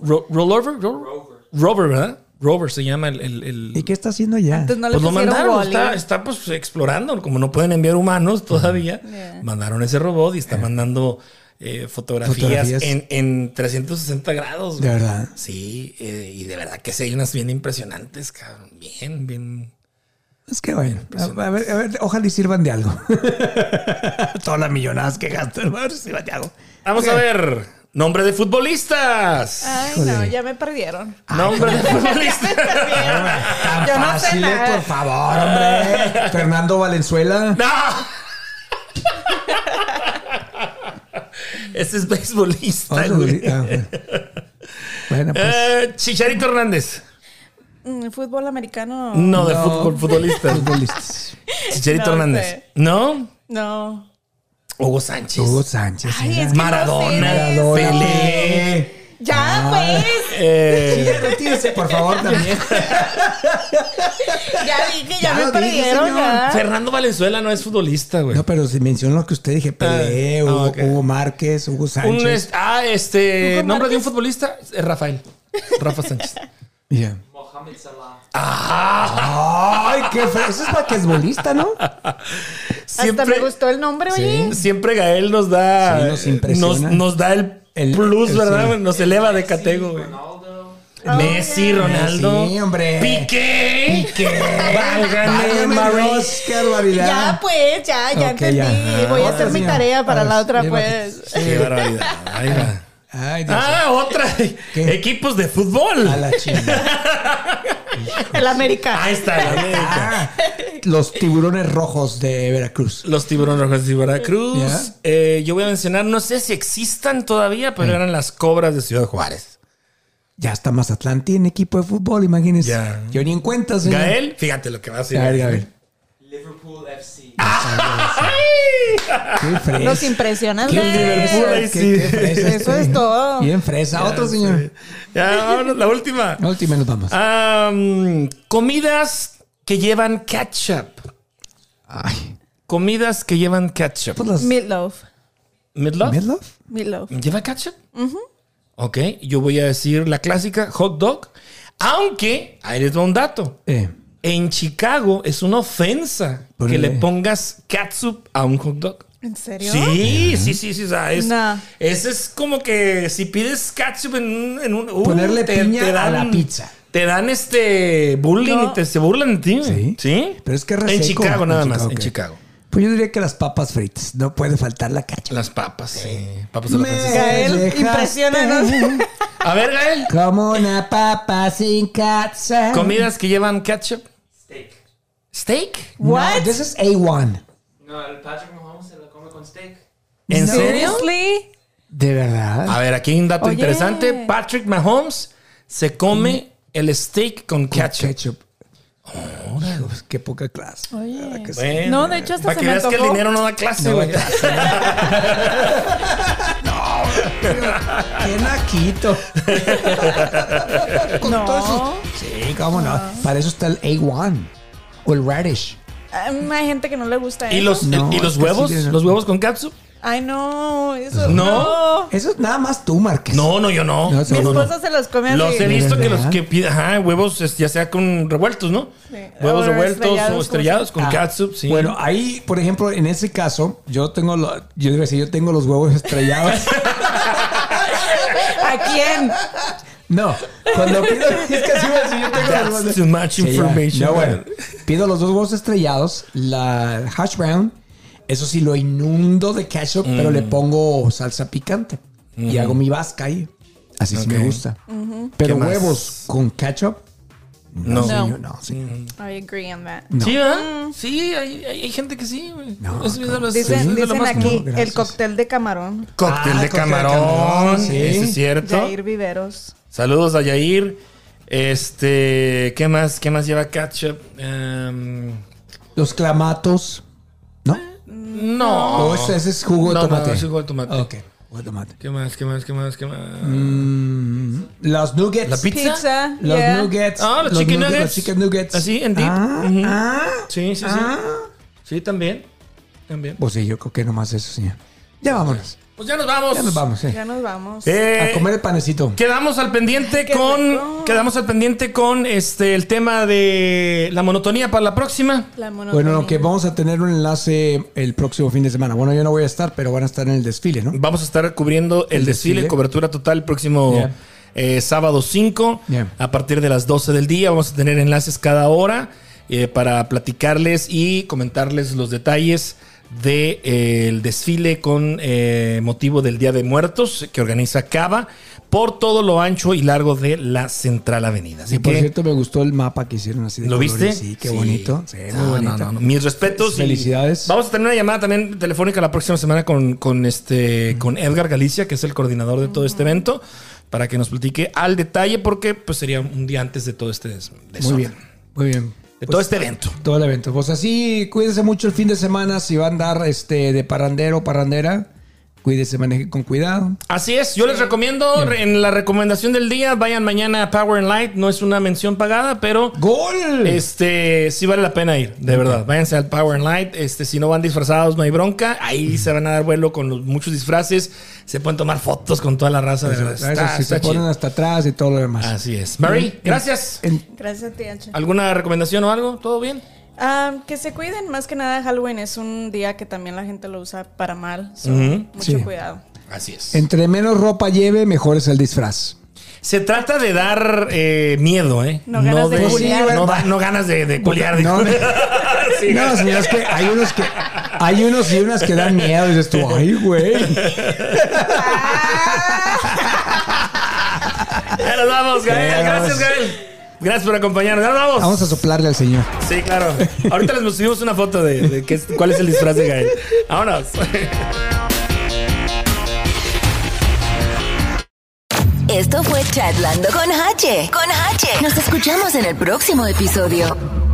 [SPEAKER 3] Ro- ¿Rollover? Ro- Rover, ¿verdad? Rover se llama el... el- el-
[SPEAKER 4] ¿Y qué está haciendo ya?
[SPEAKER 6] Antes no le
[SPEAKER 3] pues lo
[SPEAKER 6] pusieron
[SPEAKER 3] mandaron,
[SPEAKER 6] Wall-E.
[SPEAKER 3] está, está, pues explorando, como no pueden enviar humanos todavía,
[SPEAKER 6] Yeah.
[SPEAKER 3] mandaron ese robot y está mandando eh, fotografías,
[SPEAKER 4] Fotografías.
[SPEAKER 3] En, en 360 grados.
[SPEAKER 4] De verdad.
[SPEAKER 3] Sí, eh, y de verdad que sí, hay unas bien impresionantes, cabrón. Bien, bien.
[SPEAKER 4] Es que bueno.
[SPEAKER 3] Pues
[SPEAKER 4] A, a ver, a ver, ojalá y sirvan de algo. Todas las millonadas que gastan, a ver si sirvan de algo.
[SPEAKER 3] Vamos a ver. Nombre de futbolistas.
[SPEAKER 6] Ay, no,
[SPEAKER 4] Híjole.
[SPEAKER 6] ya me perdieron.
[SPEAKER 3] Nombre de futbolistas.
[SPEAKER 4] Tan
[SPEAKER 6] Yo no sé
[SPEAKER 4] fácil, eh,
[SPEAKER 6] nada.
[SPEAKER 4] por favor, hombre. Fernando Valenzuela.
[SPEAKER 3] ¡No! Este es beisbolista,
[SPEAKER 4] Otro
[SPEAKER 3] güey.
[SPEAKER 4] gri- ah, bueno. Bueno, pues.
[SPEAKER 3] Eh, Chicharito Hernández.
[SPEAKER 6] Mm, Fútbol americano.
[SPEAKER 3] No, de
[SPEAKER 4] No.
[SPEAKER 3] fútbol, futbolista.
[SPEAKER 4] futbolistas.
[SPEAKER 3] Chicharito
[SPEAKER 6] No este.
[SPEAKER 3] Hernández.
[SPEAKER 6] sé.
[SPEAKER 3] ¿No?
[SPEAKER 6] No.
[SPEAKER 3] Hugo Sánchez.
[SPEAKER 4] Hugo Sánchez.
[SPEAKER 6] Ay,
[SPEAKER 4] ¿verdad?
[SPEAKER 6] es que-
[SPEAKER 3] Maradona.
[SPEAKER 4] Maradona,
[SPEAKER 3] Pelé.
[SPEAKER 4] Pelé. Ah.
[SPEAKER 6] Ya, pues.
[SPEAKER 3] Eh,
[SPEAKER 4] Sí, retírese, por favor, también.
[SPEAKER 6] Ya dije, ya,
[SPEAKER 4] Ya
[SPEAKER 6] me
[SPEAKER 4] lo dije,
[SPEAKER 6] perdieron.
[SPEAKER 4] señor.
[SPEAKER 6] ya.
[SPEAKER 3] Fernando Valenzuela no es futbolista, güey.
[SPEAKER 4] No, pero si mencionó lo que usted dije, Pelé,
[SPEAKER 3] Ah,
[SPEAKER 4] Hugo,
[SPEAKER 3] ok.
[SPEAKER 4] Hugo Márquez, Hugo
[SPEAKER 3] Un
[SPEAKER 4] Sánchez.
[SPEAKER 3] es- ah, este.
[SPEAKER 6] Hugo
[SPEAKER 3] nombre de un
[SPEAKER 6] Márquez.
[SPEAKER 3] futbolista, eh, Rafael. Rafa Sánchez.
[SPEAKER 4] Ya.
[SPEAKER 3] Ah,
[SPEAKER 4] Ay, qué feo. Eso es basquetbolista, ¿no?
[SPEAKER 6] Hasta me gustó el nombre, oye.
[SPEAKER 3] Siempre Gael nos da.
[SPEAKER 4] Sí, nos impresiona.
[SPEAKER 3] Nos, nos da el,
[SPEAKER 4] El-
[SPEAKER 3] plus,
[SPEAKER 4] el-
[SPEAKER 3] ¿verdad?
[SPEAKER 4] sí.
[SPEAKER 3] Nos eleva de categoría. Messi, Ronaldo.
[SPEAKER 4] Sí, hombre.
[SPEAKER 3] Piqué. Piqué. Válgame,
[SPEAKER 4] Válgame
[SPEAKER 3] María.
[SPEAKER 4] Dios, qué barbaridad.
[SPEAKER 6] Ya, pues, ya, ya
[SPEAKER 4] Ok,
[SPEAKER 6] entendí.
[SPEAKER 4] ya.
[SPEAKER 6] Voy a
[SPEAKER 4] Ahora,
[SPEAKER 6] hacer mi
[SPEAKER 4] señora.
[SPEAKER 6] tarea para
[SPEAKER 4] Ahora,
[SPEAKER 6] la otra,
[SPEAKER 4] bien
[SPEAKER 6] pues.
[SPEAKER 4] bajito.
[SPEAKER 3] Qué barbaridad. Ahí va.
[SPEAKER 4] Ay, Dios.
[SPEAKER 3] Ah, otra. Equipos de fútbol.
[SPEAKER 4] A la chingada.
[SPEAKER 6] El América.
[SPEAKER 3] Ahí está, la América.
[SPEAKER 4] Ah, los tiburones rojos de Veracruz.
[SPEAKER 3] Los tiburones rojos de Veracruz.
[SPEAKER 4] Ya.
[SPEAKER 3] Eh, yo voy a mencionar, no sé si existan todavía, pero eran las cobras de Ciudad Juárez.
[SPEAKER 4] Ya hasta Mazatlán tiene equipo de fútbol, imagínense.
[SPEAKER 3] Ya.
[SPEAKER 4] Yo ni en cuenta, señor.
[SPEAKER 3] Gael, fíjate lo que va a decir.
[SPEAKER 4] A ver, Gael.
[SPEAKER 7] Liverpool FC.
[SPEAKER 4] Qué fresa.
[SPEAKER 6] Nos impresionas,
[SPEAKER 4] Qué
[SPEAKER 6] güey.
[SPEAKER 3] Liverpool, ahí
[SPEAKER 4] fresa.
[SPEAKER 3] sí.
[SPEAKER 4] Qué, qué fresa.
[SPEAKER 6] Eso es todo.
[SPEAKER 4] Bien fresa. Otro, señor.
[SPEAKER 3] Ya, vámonos, la última.
[SPEAKER 4] La última nos vamos.
[SPEAKER 3] Am, comidas que llevan ketchup.
[SPEAKER 4] Ay.
[SPEAKER 3] Comidas que llevan ketchup.
[SPEAKER 4] Pues las...
[SPEAKER 6] Meatloaf.
[SPEAKER 3] ¿Midloaf?
[SPEAKER 4] ¿Midloaf?
[SPEAKER 6] Meatloaf.
[SPEAKER 3] ¿Lleva ketchup? Ok, yo voy a decir la clásica hot dog. Aunque, ahí les va un dato.
[SPEAKER 4] Eh.
[SPEAKER 3] En Chicago es una ofensa
[SPEAKER 4] ¿Por
[SPEAKER 3] que
[SPEAKER 4] qué?
[SPEAKER 3] le pongas ketchup a un hot dog.
[SPEAKER 6] ¿En serio?
[SPEAKER 3] Sí, sí, sí, sí. O sea, es,
[SPEAKER 6] Nah.
[SPEAKER 3] ese es como que si pides ketchup en un. en un- uh,
[SPEAKER 4] Ponerle piña a la pizza.
[SPEAKER 3] Te dan este bullying y te, se burlan de ti.
[SPEAKER 4] Sí.
[SPEAKER 3] Sí.
[SPEAKER 4] Pero es que es
[SPEAKER 3] En
[SPEAKER 4] reseco.
[SPEAKER 3] Chicago, nada
[SPEAKER 4] En
[SPEAKER 3] más.
[SPEAKER 4] Chicago,
[SPEAKER 3] En
[SPEAKER 4] ok.
[SPEAKER 3] Chicago.
[SPEAKER 4] Pues yo diría que las papas fritas. No puede faltar la cacha.
[SPEAKER 3] Las papas. Sí. Papas a la francesa.
[SPEAKER 6] Gael,
[SPEAKER 4] dejaste
[SPEAKER 6] impresiónanos.
[SPEAKER 3] A ver, Gael.
[SPEAKER 4] Como una papa sin cacha.
[SPEAKER 3] Comidas que llevan ketchup.
[SPEAKER 7] Steak.
[SPEAKER 3] Steak.
[SPEAKER 4] What?
[SPEAKER 6] What?
[SPEAKER 4] this is A1.
[SPEAKER 7] No, el Patrick Mahomes se lo come con steak.
[SPEAKER 3] ¿En serio?
[SPEAKER 6] Seriously?
[SPEAKER 4] De verdad.
[SPEAKER 3] A ver, aquí hay un dato
[SPEAKER 6] Oye.
[SPEAKER 3] interesante. Patrick Mahomes se come el steak con ketchup.
[SPEAKER 4] Ketchup. Pues, qué poca clase.
[SPEAKER 6] Oye.
[SPEAKER 4] ¿Verdad que sí?
[SPEAKER 3] Bueno,
[SPEAKER 6] No, de hecho, hasta
[SPEAKER 3] para
[SPEAKER 6] se
[SPEAKER 3] que
[SPEAKER 6] me
[SPEAKER 3] veas que el
[SPEAKER 6] antojó.
[SPEAKER 3] dinero no da clase,
[SPEAKER 4] No,
[SPEAKER 3] güey.
[SPEAKER 4] ya sé. No, qué naquito. Con
[SPEAKER 6] No.
[SPEAKER 4] todo eso- Sí, cómo no. Para eso está el A1 o el Radish.
[SPEAKER 6] Am, Em, hay gente que no le gusta
[SPEAKER 3] ¿Y
[SPEAKER 6] eso.
[SPEAKER 3] los,
[SPEAKER 4] No,
[SPEAKER 3] y- y
[SPEAKER 4] es
[SPEAKER 3] los
[SPEAKER 4] que sí
[SPEAKER 3] huevos?
[SPEAKER 4] tiene-
[SPEAKER 3] ¿Los huevos con catsup?
[SPEAKER 6] Ay, no. Eso,
[SPEAKER 3] No.
[SPEAKER 6] no.
[SPEAKER 4] Eso es nada más tú, Marques.
[SPEAKER 3] No, no, yo no.
[SPEAKER 4] No,
[SPEAKER 3] No,
[SPEAKER 4] eso-
[SPEAKER 6] Mi
[SPEAKER 3] no, no.
[SPEAKER 6] esposa se los come así.
[SPEAKER 3] Los he visto que los
[SPEAKER 4] ¿Verdad?
[SPEAKER 3] que piden, ajá, huevos, es- ya sea con revueltos, ¿no? Huevos
[SPEAKER 6] O
[SPEAKER 3] revueltos
[SPEAKER 6] estrellados,
[SPEAKER 3] o
[SPEAKER 6] ¿cómo
[SPEAKER 3] estrellados con
[SPEAKER 4] Ah,
[SPEAKER 3] catsup, sí.
[SPEAKER 4] Bueno, ahí, por ejemplo, en ese caso, yo tengo lo- yo diría, si yo tengo los huevos estrellados.
[SPEAKER 6] ¿A quién?
[SPEAKER 4] No, cuando pido, es que así voy a decir, yo tengo los
[SPEAKER 3] That's
[SPEAKER 4] huevos-
[SPEAKER 3] too much
[SPEAKER 4] ah, Sí, ya.
[SPEAKER 3] information.
[SPEAKER 4] No, bueno, pido los dos huevos estrellados, la hash brown, eso sí lo inundo de ketchup, pero
[SPEAKER 3] Mm.
[SPEAKER 4] le pongo salsa picante y hago mi vasca ahí. Así sí
[SPEAKER 3] Ok.
[SPEAKER 4] me gusta. Pero
[SPEAKER 3] ¿Qué más?
[SPEAKER 4] huevos con ketchup,
[SPEAKER 3] No. Mm.
[SPEAKER 6] No.
[SPEAKER 4] señor, no, sí.
[SPEAKER 6] I agree on that.
[SPEAKER 3] Sí, ¿verdad? Sí, hay, hay- hay gente que sí, güey.
[SPEAKER 4] No,
[SPEAKER 3] Es- es de
[SPEAKER 4] claro.
[SPEAKER 3] los-
[SPEAKER 6] Mm. Dicen,
[SPEAKER 3] es de lo
[SPEAKER 6] dicen
[SPEAKER 3] más
[SPEAKER 6] aquí
[SPEAKER 3] común.
[SPEAKER 4] Gracias.
[SPEAKER 6] el cóctel de camarón.
[SPEAKER 3] Cóctel
[SPEAKER 4] Ah,
[SPEAKER 3] de
[SPEAKER 4] cóctel de
[SPEAKER 3] camarón,
[SPEAKER 4] camarón, sí.
[SPEAKER 3] eso es cierto.
[SPEAKER 6] Jair Viveros.
[SPEAKER 3] Saludos a Yair. Este, ¿qué más? ¿Qué más lleva ketchup? Em,
[SPEAKER 4] Los clamatos, ¿no?
[SPEAKER 3] no.
[SPEAKER 4] O Oh, ese, ese es jugo de
[SPEAKER 3] No, no,
[SPEAKER 4] tomate.
[SPEAKER 3] es jugo de tomate.
[SPEAKER 4] Ok, jugo de tomate.
[SPEAKER 3] ¿Qué más? ¿Qué más? ¿Qué más? ¿Qué más?
[SPEAKER 4] Mm, los nuggets.
[SPEAKER 3] ¿La pizza?
[SPEAKER 6] Pizza.
[SPEAKER 4] Los
[SPEAKER 6] yeah.
[SPEAKER 4] nuggets.
[SPEAKER 3] Ah, los chicken nuggets.
[SPEAKER 4] Los chicken nuggets.
[SPEAKER 3] Así, en deep.
[SPEAKER 4] Ah,
[SPEAKER 3] Ujú.
[SPEAKER 4] ah.
[SPEAKER 3] Sí, sí, sí.
[SPEAKER 4] Ah.
[SPEAKER 3] Sí, también. También.
[SPEAKER 4] Pues sí, yo creo que nomás eso, señor. Ya vámonos.
[SPEAKER 3] Pues ya nos vamos.
[SPEAKER 4] Ya nos vamos, eh.
[SPEAKER 6] Ya nos vamos.
[SPEAKER 3] Eh,
[SPEAKER 4] A comer el panecito.
[SPEAKER 3] Quedamos al pendiente
[SPEAKER 6] Qué
[SPEAKER 3] con.
[SPEAKER 6] rico.
[SPEAKER 3] Quedamos al pendiente con este el tema de la monotonía para la próxima.
[SPEAKER 6] La
[SPEAKER 4] Bueno,
[SPEAKER 6] monotonía.
[SPEAKER 4] no, que vamos a tener un enlace el próximo fin de semana. Bueno, yo no voy a estar, pero van a estar en el desfile, ¿no?
[SPEAKER 3] Vamos a estar cubriendo el,
[SPEAKER 4] El
[SPEAKER 3] desfile,
[SPEAKER 4] desfile.
[SPEAKER 3] cobertura total el próximo
[SPEAKER 4] Yeah.
[SPEAKER 3] eh, sábado 5
[SPEAKER 4] Yeah.
[SPEAKER 3] a partir de las 12 del día. Vamos a tener enlaces cada hora eh, para platicarles y comentarles los detalles del de, eh, el desfile con eh, motivo del Día de Muertos que organiza Cava por todo lo ancho y largo de la Central Avenida. Así
[SPEAKER 4] Y por
[SPEAKER 3] que,
[SPEAKER 4] cierto, me gustó el mapa que hicieron así de
[SPEAKER 3] ¿Lo
[SPEAKER 4] colores.
[SPEAKER 3] viste?
[SPEAKER 4] Sí, qué bonito. Sí,
[SPEAKER 3] No,
[SPEAKER 4] muy
[SPEAKER 3] no,
[SPEAKER 4] bonito.
[SPEAKER 3] no, no. Mis respetos. y
[SPEAKER 4] Felicidades.
[SPEAKER 3] Vamos a tener una llamada también telefónica la próxima semana con, con, este, con Edgar Galicia, que es el coordinador de todo este evento, para que nos platique al detalle, porque pues, sería un día antes de todo este des-
[SPEAKER 4] Muy
[SPEAKER 3] desorden,
[SPEAKER 4] bien, muy bien.
[SPEAKER 3] De
[SPEAKER 4] Pues,
[SPEAKER 3] todo este evento.
[SPEAKER 4] Todo el evento. Pues así, cuídense mucho el fin de semana. Si va a andar este, de parrandero o parrandera, cuídese, maneje con cuidado.
[SPEAKER 3] Así es, yo les recomiendo re- en la recomendación del día, vayan mañana a Power and Light, no es una mención pagada, pero
[SPEAKER 4] ¡Gol!
[SPEAKER 3] Este, sí vale la pena ir, de verdad. Váyanse al Power and Light. Este, si no van disfrazados, no hay bronca. Ahí se van a dar vuelo con los muchos disfraces. Se pueden tomar fotos con toda la raza. De
[SPEAKER 4] Eso,
[SPEAKER 3] verdad.
[SPEAKER 4] eso,
[SPEAKER 3] Está-
[SPEAKER 4] si
[SPEAKER 3] está
[SPEAKER 4] se ponen
[SPEAKER 3] chido.
[SPEAKER 4] hasta atrás y todo lo demás.
[SPEAKER 3] Así es. Mary, gracias.
[SPEAKER 4] En-
[SPEAKER 6] Gracias, tía Ancha.
[SPEAKER 3] ¿Alguna recomendación o algo? ¿Todo bien?
[SPEAKER 6] Ah, que se cuiden, más que nada Halloween es un día que también la gente lo usa para mal. so,
[SPEAKER 3] Ujú.
[SPEAKER 6] Mucho
[SPEAKER 4] Sí.
[SPEAKER 6] cuidado.
[SPEAKER 3] Así es.
[SPEAKER 4] entre menos ropa lleve, mejor es el disfraz.
[SPEAKER 3] Se trata de dar eh, miedo, ¿eh?
[SPEAKER 6] No ganas de
[SPEAKER 4] culiar.
[SPEAKER 3] no da- no ganas de, de culiar.
[SPEAKER 4] No,
[SPEAKER 3] dijo. Sí.
[SPEAKER 4] No, señor, es que hay unos que hay unos y unas que dan miedo y dices tú, ay, güey.
[SPEAKER 3] Ya nos vamos, Gael.
[SPEAKER 4] Ya
[SPEAKER 3] Gracias,
[SPEAKER 4] nos vamos.
[SPEAKER 3] Gael. Gracias por acompañarnos. Ya nos vamos.
[SPEAKER 4] Vamos a soplarle al señor.
[SPEAKER 3] Sí, claro. Ahorita les subimos una foto de, de qué es- cuál es el disfraz de Gael. Vámonos.
[SPEAKER 2] Esto fue Chatlando con H. Con H. Nos escuchamos en el próximo episodio.